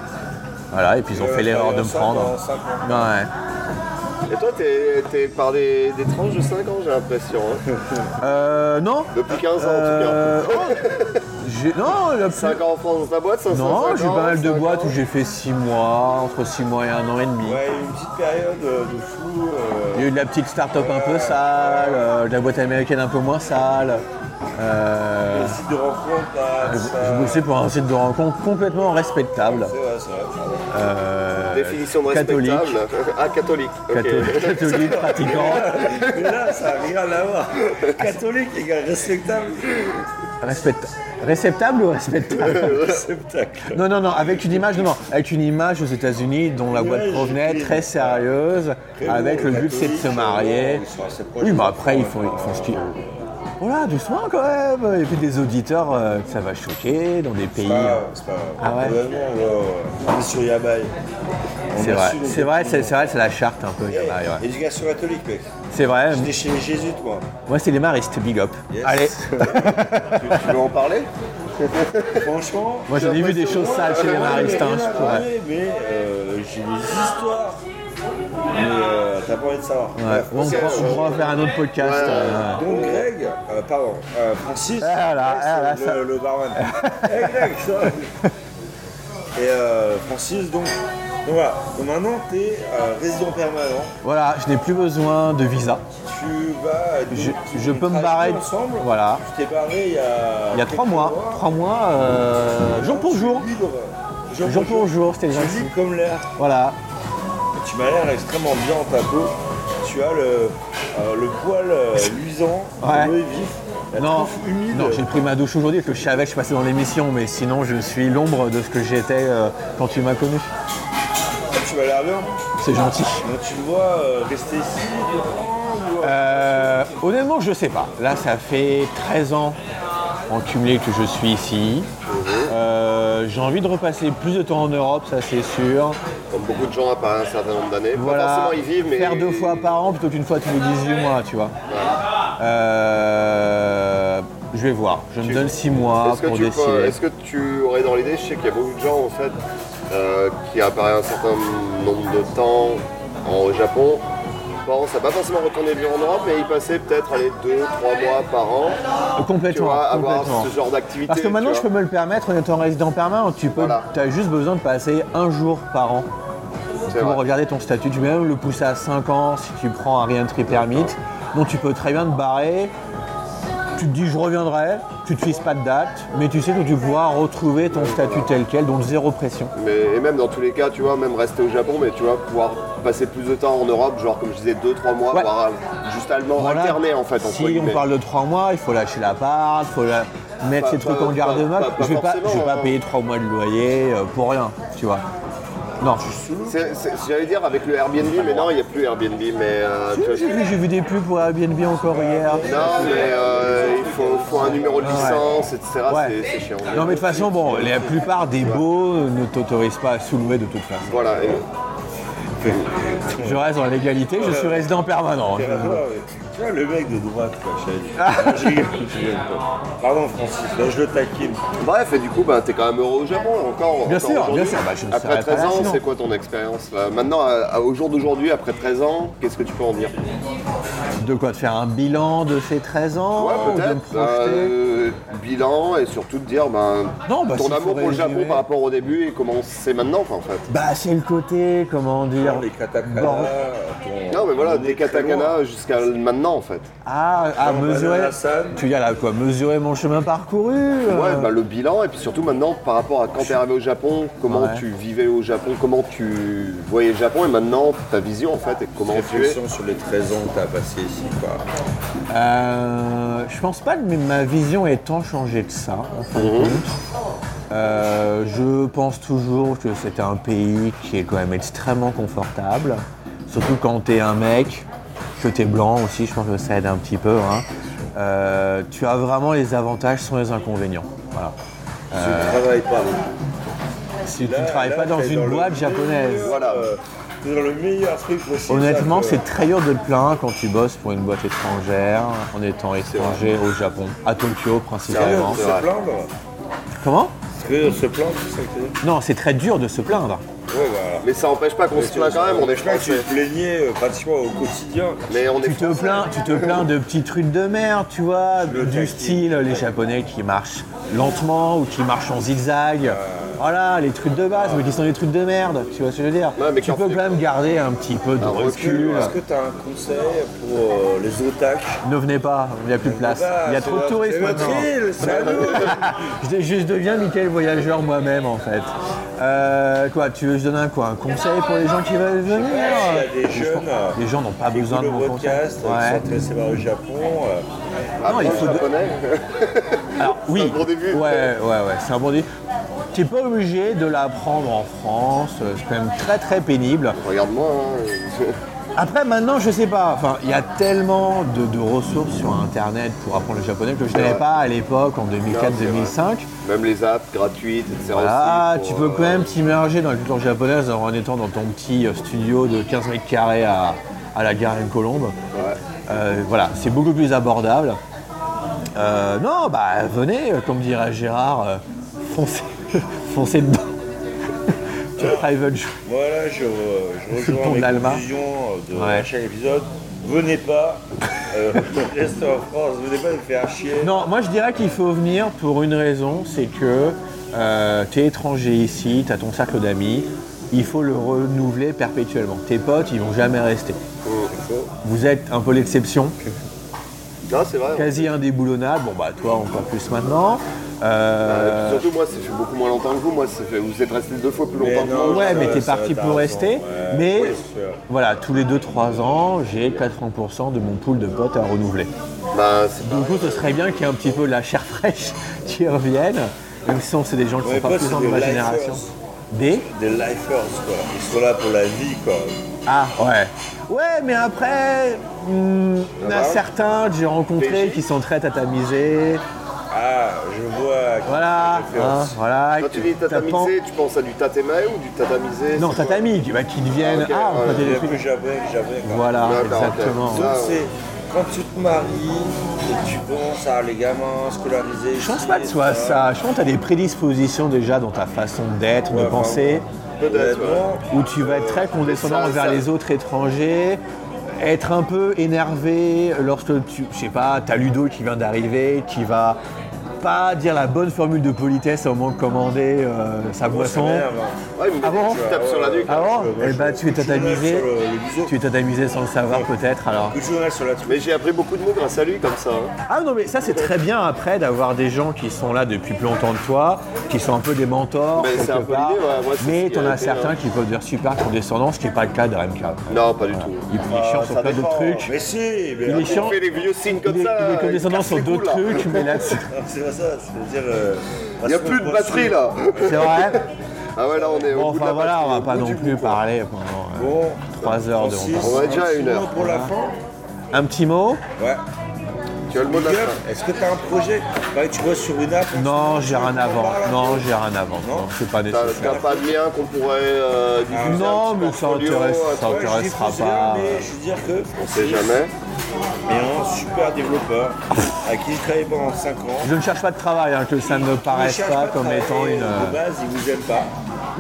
C: Voilà, et puis ils ont
A: Euh,
C: fait l'erreur de me
A: ça,
C: prendre.
A: dans cinq ans.
C: Ouais.
B: Et toi, t'es t'es par des, des tranches de 5 ans, j'ai l'impression. hein.
C: Euh, non
B: Depuis 15 ans
C: Euh,
B: en tout cas.
C: j'ai- Non, la
B: 5 ans en France dans ta boîte, 5
C: Non, j'ai eu pas mal de boîtes où j'ai fait 6 mois, entre 6 mois et un an et demi.
A: Ouais, il y a eu une petite période euh, de fou. euh,
C: Il y a eu de la petite start-up un peu sale, euh, de la boîte américaine un peu moins sale. Euh,
A: Les sites de rencontre, là,
C: Ah, je
A: tout ça.
C: je bossais pour un site de rencontre complètement respectable.
A: C'est vrai, c'est vrai, c'est vrai.
C: Euh,
B: Définition de respectable.
C: Catholique,
B: Ah, catholique. ok.
C: catho- catholique, pratiquant,
A: Mais là, ça n'a rien à voir. Catholique, les gars, respectable.
C: respecta- réceptable ou respectable
A: Réceptacle.
C: Non, non, non, avec une image, non, non, avec une image aux États-Unis dont la boîte
A: Image
C: provenait
A: clean.
C: très sérieuse, avec le but c'est de se marier.
A: euh, Ils sont assez proches.
C: Oui, mais après, ils font, ils
A: euh,
C: font ce qu'ils. Voilà, doucement quand même. Et puis des auditeurs euh, que ça va choquer dans des
A: C'est
C: pays.
A: pas-
C: euh,
A: c'est pas.
C: Ah ouais
A: Vraiment, là, on est sur Yabai. On
C: C'est
A: est
C: vrai,
A: sur les
C: c'est vrai, c'est
A: documents.
C: c'est vrai, c'est la charte un peu.
A: Hey,
C: Yabai, ouais.
A: Éducation catholique, mec.
C: C'est vrai.
A: J'étais chez les Jésuites, moi.
C: Moi, c'est les maristes, big up.
A: Yes.
C: Allez,
B: Tu veux en parler
A: Franchement.
C: moi j'en ai vu des choses sales chez les maristes. hein, je pourrais.
A: Ouais, mais euh, j'ai des histoires. Mais euh, t'as pas envie de savoir.
C: Ouais, on pourra- on pourra faire un autre podcast. euh,
A: Donc Greg, euh, pardon, euh, Francis,
C: Ah là,
A: c'est
C: ah là,
A: le,
C: ça-
A: le barman. Eh, Greg, ça. Et euh, Francis, donc, donc voilà. Donc maintenant t'es euh, résident permanent.
C: Voilà, je n'ai plus besoin de visa.
A: Tu vas. donc,
C: Je-
A: tu-
C: je
A: vous
C: peux me
A: travaillez
C: barrer.
A: Ensemble.
C: Voilà.
A: Tu t'es barré il y a.
C: Il y a trois mois, trois mois, euh, jour pour jour.
A: Jour,
C: Jour pour jour, c'était
A: Tu
C: le
A: vis
C: gentil.
A: comme l'air.
C: Voilà.
A: Tu m'as l'air extrêmement bien en ta peau. Tu as le, euh, le poil euh, luisant,
C: Ouais.
A: le nez vif, la
C: Non,
A: truffe humide.
C: non j'ai pris ma douche aujourd'hui parce que je savais que je passais dans l'émission, mais sinon je suis l'ombre de ce que j'étais euh, quand tu m'as connu.
A: Tu m'as l'air bien.
C: C'est gentil.
A: Donc tu me vois euh, rester ici.
C: Euh, honnêtement, je sais pas. Là, ça fait 13 ans en cumulé que je suis ici. Euh, j'ai envie de repasser plus de temps en Europe, ça c'est sûr.
B: Comme beaucoup de gens à part un certain nombre d'années. Pas
C: Voilà,
B: forcément, ils vivent, mais.
C: faire deux fois par an plutôt qu'une fois tous les 18 mois, tu vois. Euh, je vais voir. Je me donne 6 mois
B: Est-ce que,
C: pour
B: tu,
C: décider.
B: peux- est-ce que tu aurais dans l'idée, je sais qu'il y a beaucoup de gens en fait euh, qui apparaissent un certain nombre de temps en, au Japon, pensent à pas forcément retourner vivre en Europe, mais y passer peut-être les deux, trois mois par an. Tu
C: Complètement,
B: vois, avoir
C: complètement.
B: ce genre d'activité.
C: Parce que maintenant,
B: tu
C: je peux me le permettre en étant résident permanent. Tu peux,
B: Voilà.
C: as juste besoin de passer un jour par an
B: vois. C'est
C: pour
B: vrai.
C: regarder ton statut. Tu peux même le pousser à 5 ans si tu prends un re-entry permit. Donc, tu peux très bien te barrer. Tu te dis, je reviendrai. Tu te fixes pas de date, mais tu sais que tu pourras retrouver ton statut tel quel, donc zéro pression.
B: Mais, et même dans tous les cas, tu vois, même rester au Japon, mais tu vois, pouvoir passer plus de temps en Europe, genre comme je disais, deux, trois mois,
C: Ouais.
B: voire euh, juste allemand,
C: Voilà.
B: alterné en fait. entre
C: Si on
B: guillemets.
C: parle de 3 mois, il faut lâcher l'appart, il faut la- mettre
B: Pas-
C: ses trucs
B: pas-
C: en garde-meuble.
B: pas- pas
C: Je vais pas, je vais pas
B: forcément, hein.
C: payer 3 mois de loyer euh, pour rien, tu vois. Non, je
B: C'est- c'est- J'allais dire avec le Airbnb, mais non, il n'y a plus Airbnb, mais. euh, tu vois,
C: J'ai vu, j'ai vu des pubs pour Airbnb encore hier.
B: Non, mais euh, il faut, faut un numéro de licence, etc.
C: Ouais.
B: C'est- C'est chiant.
C: Non mais de toute façon, bon, la plupart des beaux ne t'autorisent pas à soulever de toute façon.
B: Voilà. et-
C: Je reste dans la légalité, je suis résident permanent.
A: Et
C: Je-
A: voilà, ouais. Tu vois, le mec de droite, quoi, je je rigole, je rigole, quoi. Pardon, Francis, là, je le taquine.
B: Bref, et du coup, bah, t'es quand même heureux au Japon, encore.
C: Bien
B: encore
C: sûr,
B: aujourd'hui.
C: bien sûr, bah, je ne
B: après
C: serais pas
B: 13
C: là
B: ans,
C: sinon.
B: c'est quoi ton expérience là Maintenant, à- à- au jour d'aujourd'hui, après 13 ans, qu'est-ce que tu peux en dire
C: De quoi De faire un bilan de ces 13 ans
B: Ouais,
C: ou De Oh, me
B: peut-être.
C: projeter
B: euh, bilan et surtout de dire ben,
C: Non, bah,
B: ton
C: s'il faut
B: amour pour le
C: résumer.
B: Japon par rapport au début et comment c'est maintenant, enfin, en fait.
C: Bah, c'est le côté, comment dire.
A: Les katakana,
C: Bon.
A: ton-
B: Non, mais voilà,
A: on
B: des
A: est très loin.
B: katakana jusqu'à maintenant, en fait.
C: Ah, à
A: Jean
C: mesurer.
A: Banana-san.
C: Tu dis là quoi Mesurer mon chemin parcouru euh.
B: Ouais, bah, le bilan, et puis surtout maintenant, par rapport à quand t'es arrivé au Japon, comment
C: Ouais.
B: tu vivais au Japon, comment tu voyais le Japon, et maintenant, ta vision, en fait, et comment tu es.
A: Réflexion sur les 13 ans que t'as passé ici, quoi.
C: Euh, je pense pas que ma vision ait tant changé de ça, en fin
A: Mhm.
C: de compte. Euh, je pense toujours que c'est un pays qui est quand même extrêmement confortable, surtout quand t'es un mec, que t'es blanc aussi, je pense que ça aide un petit peu. hein. Euh, tu as vraiment les avantages sans les inconvénients. Voilà.
A: Tu ne travailles pas. donc.
C: Si tu
A: Là-
C: ne Ah. travailles
A: là,
C: pas dans
A: t'es
C: une
A: le
C: boîte
A: meilleur,
C: japonaise.
B: Voilà.
A: euh, T'es dans le meilleur truc possible.
C: Honnêtement,
A: ça,
C: c'est
A: quoi.
C: très dur de te plaindre quand tu bosses pour une boîte étrangère, en étant étranger au Japon, à Tokyo
A: Sérieux,
C: principalement.
A: se plaindre
C: Comment
A: Que se plaindre, c'est ça que tu
C: Non, c'est très dur de se plaindre.
A: dis Ouais, voilà.
B: Mais ça empêche pas qu'on se plaint quand même, on est
A: Je crois que tu
B: français.
A: te plaignais euh, pratiquement au quotidien.
B: Mais on est
C: Tu te
B: français.
C: plains, tu te plains de petits trucs de merde, tu vois,
A: le
C: du
A: taquine.
C: style les Japonais qui marchent lentement ou qui marchent en zigzag.
B: Euh.
C: Voilà, les trucs de base, mais qui sont des trucs de merde, tu vois ce que je veux dire.
B: Ouais, Euh. mais
C: Tu
B: quand
C: peux
B: c'est-
C: quand même garder un petit peu de
B: Un recul,
A: Est-ce
C: recul.
A: que- Est-ce que t'as un conseil pour euh, les otaques
C: Ne venez pas, il n'y a plus de place. Il y a trop de touristes maintenant. Je, je deviens Michael Voyageur moi-même en fait. Euh, quoi, tu veux que je donne un quoi Un conseil pour les gens qui veulent venir
A: Il y a des jeunes euh,
C: Les gens n'ont pas
A: qui
C: besoin de
A: écoutent
C: mon
A: le
C: conseil.
A: podcast, euh, qui sont intéressés
C: Ouais. Ah
A: par le Japon. euh,
B: Ah,
C: Non,
B: bah,
C: il faut de-
B: japonais.
C: Alors oui.
B: un bon début.
C: Ouais, ouais, ouais, c'est un bon début. Tu n'es pas obligé de l'apprendre en France, euh, c'est quand même très très pénible.
B: Regarde-moi. hein.
C: Après maintenant, je sais pas, enfin, il y a tellement de, de ressources sur Internet pour apprendre le japonais que je n'avais
B: vrai.
C: pas à l'époque en
B: Non, c'est vrai.
C: 2004-2005.
B: Même les apps gratuites, etc.
C: Ah,
B: aussi,
C: tu
B: pour,
C: peux quand
B: euh,
C: même t'immerger dans la culture japonaise en étant dans ton petit euh, studio de 15 mètres carrés à, à la gare une colombe. Euh, voilà, c'est beaucoup plus abordable. Euh, non, bah venez, euh, comme dirait Gérard, euh, foncez, foncez dedans. Tu private show.
A: Voilà, je, euh, je
C: Le pont
A: rejoins
C: de
A: les
C: l'Alma.
A: conclusions euh, de
C: Ouais.
A: chaque épisode. Venez pas, euh, restez en France, venez pas nous faire chier.
C: Non, moi je dirais qu'il faut venir pour une raison, c'est que euh, t'es étranger ici, t'as ton cercle d'amis, il faut le renouveler perpétuellement. Tes potes, ils vont jamais rester. Vous êtes un peu l'exception.
B: Non, c'est vrai.
C: quasi indéboulonnable. Bon, bah, toi, encore plus maintenant. Euh,
B: Euh, Surtout moi, ça fait beaucoup moins longtemps que vous. Moi, ça fait- vous êtes resté deux fois plus
A: Mais
B: longtemps que
A: non,
B: moi.
C: ouais,
A: ça-
C: mais t'es
A: ça-
C: parti
A: t'as
C: pour
A: raison,
C: rester.
A: ouais,
C: mais
A: oui, c'est sûr.
C: voilà, tous les 2-3 ans, j'ai 80% de mon pool de potes à renouveler.
B: Bah, c'est pas...
C: Du coup, ce serait bien qu'il y ait un petit peu de la chair fraîche qui revienne, même si on c'est des gens qui
A: Ouais,
C: sont pas
A: potes,
C: présents
A: c'est
C: de ma
A: des
C: génération.
A: lifers.
C: Des
A: Des lifers, quoi. Ils sont là pour la vie, quoi.
C: Ah, ouais. Ouais, mais après, hmm, il y en a
B: va
C: certains que j'ai rencontrés
B: PJ.
C: qui sont très tatamisés.
A: Ah, je vois.
C: Voilà,
A: les références.
C: hein, voilà.
B: Quand tu dis
C: T'as pas-
B: tatamisé, tu penses à du tatemae ou du tatamisé
C: Non,
B: c'est quoi
C: tatami, qui- bah, qui deviennent.
B: Ah, ok,
C: Ah, on
B: ouais,
C: fait des
A: Il y a
C: trucs-
A: plus jamais, jamais. quoi.
C: Voilà,
B: D'accord, ok.
C: exactement.
B: Ah,
A: Donc,
B: ouais.
A: c'est quand tu te maries et tu penses à les gamins scolarisés.
C: Je pense pas que ce soit ça. Je pense que tu as des prédispositions déjà dans ta façon d'être, de
A: Ouais,
C: penser,
B: Peut-être, ouais.
C: où tu vas être très condescendant
B: ça-
C: envers
B: ça-
C: les autres étrangers, être un peu énervé lorsque tu, je sais pas, t'as Ludo qui vient d'arriver, qui va pas dire la bonne formule de politesse au moment de commander euh, sa boisson.
A: hein.
B: Ouais, il me
C: Ah bon
B: tu tapes sur la nuque.
C: Ah bon
A: je-
C: Eh
A: je-
C: ben, tu es
A: je- je- je-
C: tatamisé.
A: sur le- le museau.
C: Tu es tatamisé sans le savoir peut-être alors.
A: Le journal sur la truc.
B: Mais j'ai appris beaucoup de mots grâce à lui, comme ça. hein.
C: Ah non mais ça c'est très bien après d'avoir des gens qui sont là depuis plus longtemps que toi, qui sont un peu des mentors
B: Ben, c'est
C: quelque
B: un peu
C: part.
B: l'idée, ouais, moi, c'est ce
C: mais
B: qui a
C: t'en as
B: été,
C: certains
B: hein.
C: qui peuvent dire super condescendants, ce qui n'est pas le cas de RMK.
B: Non, pas du tout.
C: Il est chiant sur
A: Ça
C: plein d'autres
A: dépend.
C: trucs.
A: Oh, Mais si, mais
C: Il est
A: attends,
C: chiant.
B: Il fait les vieux signes
C: Il est,
B: comme ça. euh,
C: il est condescendant
B: casse
C: sur
B: les couilles,
C: d'autres
B: là.
C: trucs, mais là c'est
A: c'est pas ça, c'est-à-dire. euh,
B: Il n'y a
A: parce
B: plus
A: qu'on
B: de
A: pense-
B: batterie, là.
C: c'est vrai.
B: Ah ouais, là, on est au
C: Bon
B: bout de la
C: enfin voilà,
B: batterie,
C: on va
B: au
C: pas
B: bout
C: non
B: du
C: plus
B: bout, hein. quoi.
C: parler pendant euh,
A: Bon,
C: trois heures de
A: Francis,
C: repas.
B: On va
A: un
B: déjà à
A: petit
B: une heure.
A: mot Pour la fin
C: Un petit euh. mot
A: Ouais.
B: Tu as le mot de la
I: Miguel,
B: fin.
I: Est-ce que tu as un projet Bah, Tu vois sur une app
C: Non, j'ai rien à vendre. Non, j'ai rien à vendre.
I: Non
C: Non, c'est pas
B: T'as
C: nécessaire.
B: t'as pas de lien qu'on pourrait euh, diffuser
C: Non,
B: un petit
C: mais ça
B: portfolio,
A: Oh,
C: intéresse,
B: un
C: ça
B: truc
I: Ouais, je dis
C: intéressera
I: Fuselier,
C: pas.
I: mais je veux dire que
B: euh, On sait jamais.
I: mais un super développeur à qui j'ai travaillé pendant 5 ans.
C: Je ne cherche pas de travail, hein, que ça ne me paraisse
I: cherche
C: pas
I: de
C: comme
I: travailler,
C: étant une.
I: De
C: euh,
I: base, il vous aime pas.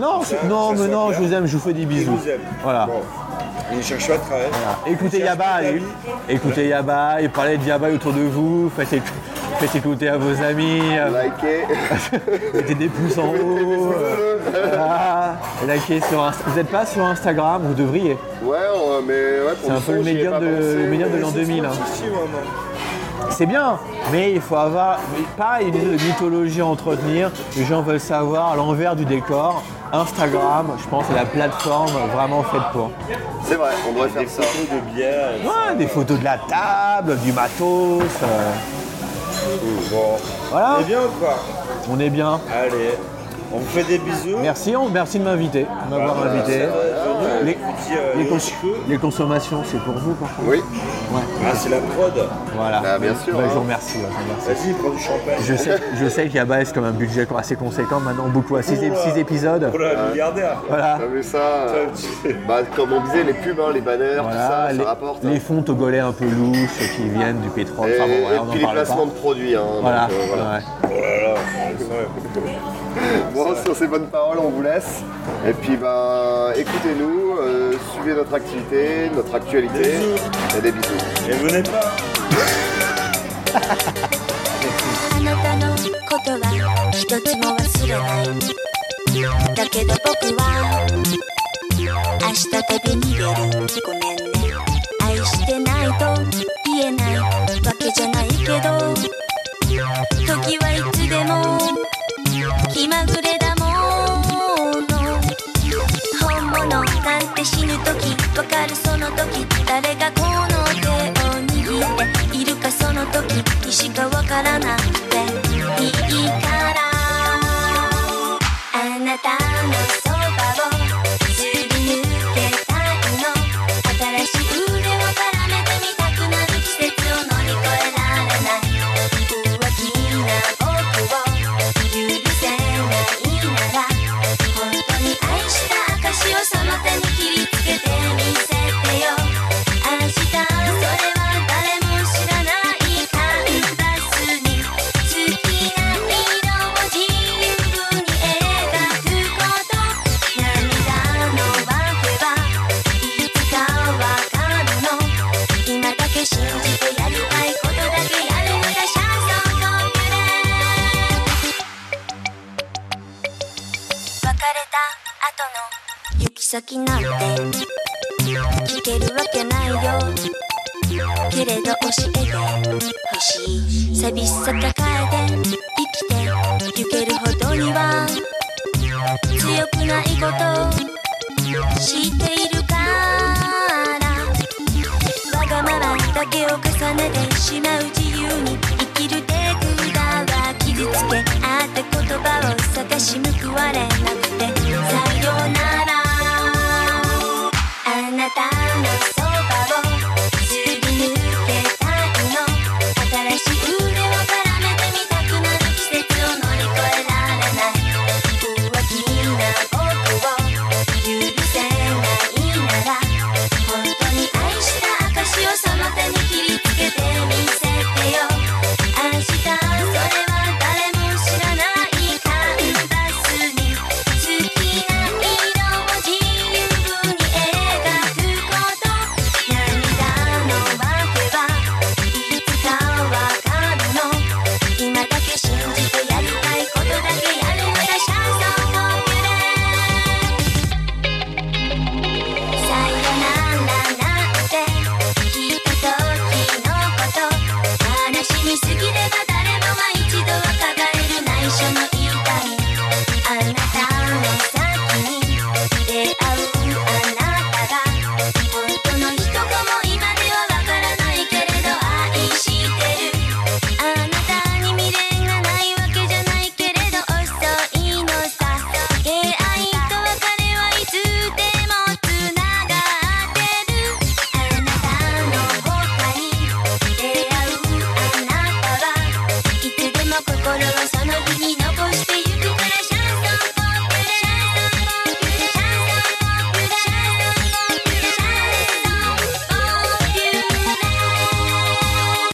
C: Non,
I: ça-
C: c'est- non,
I: ça
C: mais
I: soit
C: non,
I: clair.
C: je vous aime, je vous fais des
I: Il
C: bisous.
I: vous aime.
C: Voilà.
I: Bon. Il cherche pas de travail.
C: Voilà. Écoutez
I: Il cherche
C: Yaba,
I: des
C: et-
I: amis.
C: écoutez Yaba, et parlez de Yaba autour de vous, faites, éc- faites écouter à vos amis, euh,
B: Liker.
C: mettez des pouces en haut, euh, voilà, et likez sur Insta- Vous n'êtes pas sur Instagram, vous devriez.
B: Ouais, on- euh, mais ouais, pour
C: C'est un
B: son,
C: peu le
B: j'y ai
C: médium
B: pas
C: de-
B: pensé,
C: le médium de
B: mais
C: l'an
B: c'est
C: 2000, hein.
B: Spotify, ouais, non.
C: C'est bien, mais il faut avoir, mais pareil, une idée de mythologie à entretenir. Les gens veulent savoir l'envers du décor. Instagram, je pense, est la plateforme vraiment faite pour.
B: C'est vrai, on devrait faire ça.
I: Photos de bière. et-
C: Ouais, des photos de la table, du matos. euh,
I: Bon.
C: voilà,
I: C'est bien ou pas
C: on est bien.
I: Allez. On vous fait des bisous.
C: Merci, on- merci de m'inviter, de m'avoir
B: Ah,
C: invité. Les,
I: euh,
C: les cons- les consommations, c'est pour vous, par contre.
B: Oui,
I: Ah, c'est la prod.
C: Voilà.
B: Ah, bien sûr,
C: Bah,
B: hein.
C: je vous remercie. ouais, je vous remercie.
I: Vas-y, prends du champagne.
C: Je sais, je sais qu'il y a base comme un budget assez conséquent maintenant, beaucoup à 6 épisodes.
I: Pour la milliardaire.
C: Voilà.
B: t'as vu ça euh,
I: Putain,
B: bah, Comme on disait, les pubs, hein, les banners, tout ça,
C: Voilà,
B: ça
C: les,
B: rapporte. hein.
C: les fonds togolais un peu louches qui viennent du pétrole.
B: Et,
C: enfin bon, voilà,
B: et
C: on
B: puis
C: n'en
B: les
C: parle
B: placements
C: pas.
B: de produits. Hein,
C: Voilà,
B: donc, euh, voilà.
C: ouais.
I: Oh là là.
B: Bon, sur ces bonnes paroles, on vous laisse. Et puis, ben, écoutez-nous, euh, suivez notre activité, notre actualité. Et des bisous.
I: Et venez pas.
E: あなたのことは一つも忘れないだけど僕は明日旅に出るごめんね愛してないと言えないわけじゃないけど時はいつでも気まぐれだもの本物なんて死ぬ時わかるその時誰がこの手を握っているかその時にしかわからなくていいからあなたのそばをすり抜けたいの新しい腕を絡めてみたくなる季節を乗り越えられない浮気な僕を許せないなら本当に愛した証をその手に切りつけてみせてよ明日それは誰も知らないカンザスに好きな色を自由に描くこと涙の訳はいつかわかるの今だけ信じてやりたいことだけやるのがシャンソンのプレー別れた後の行き先なんて聞けるわけないよけれど教えてほしい寂しさ抱えて生きてゆけるほどには強くないこと知っているからわがままだけを重ねてしまう自由に生きる手札は傷つけあった言葉を探し報われなくてさよならあなたのそば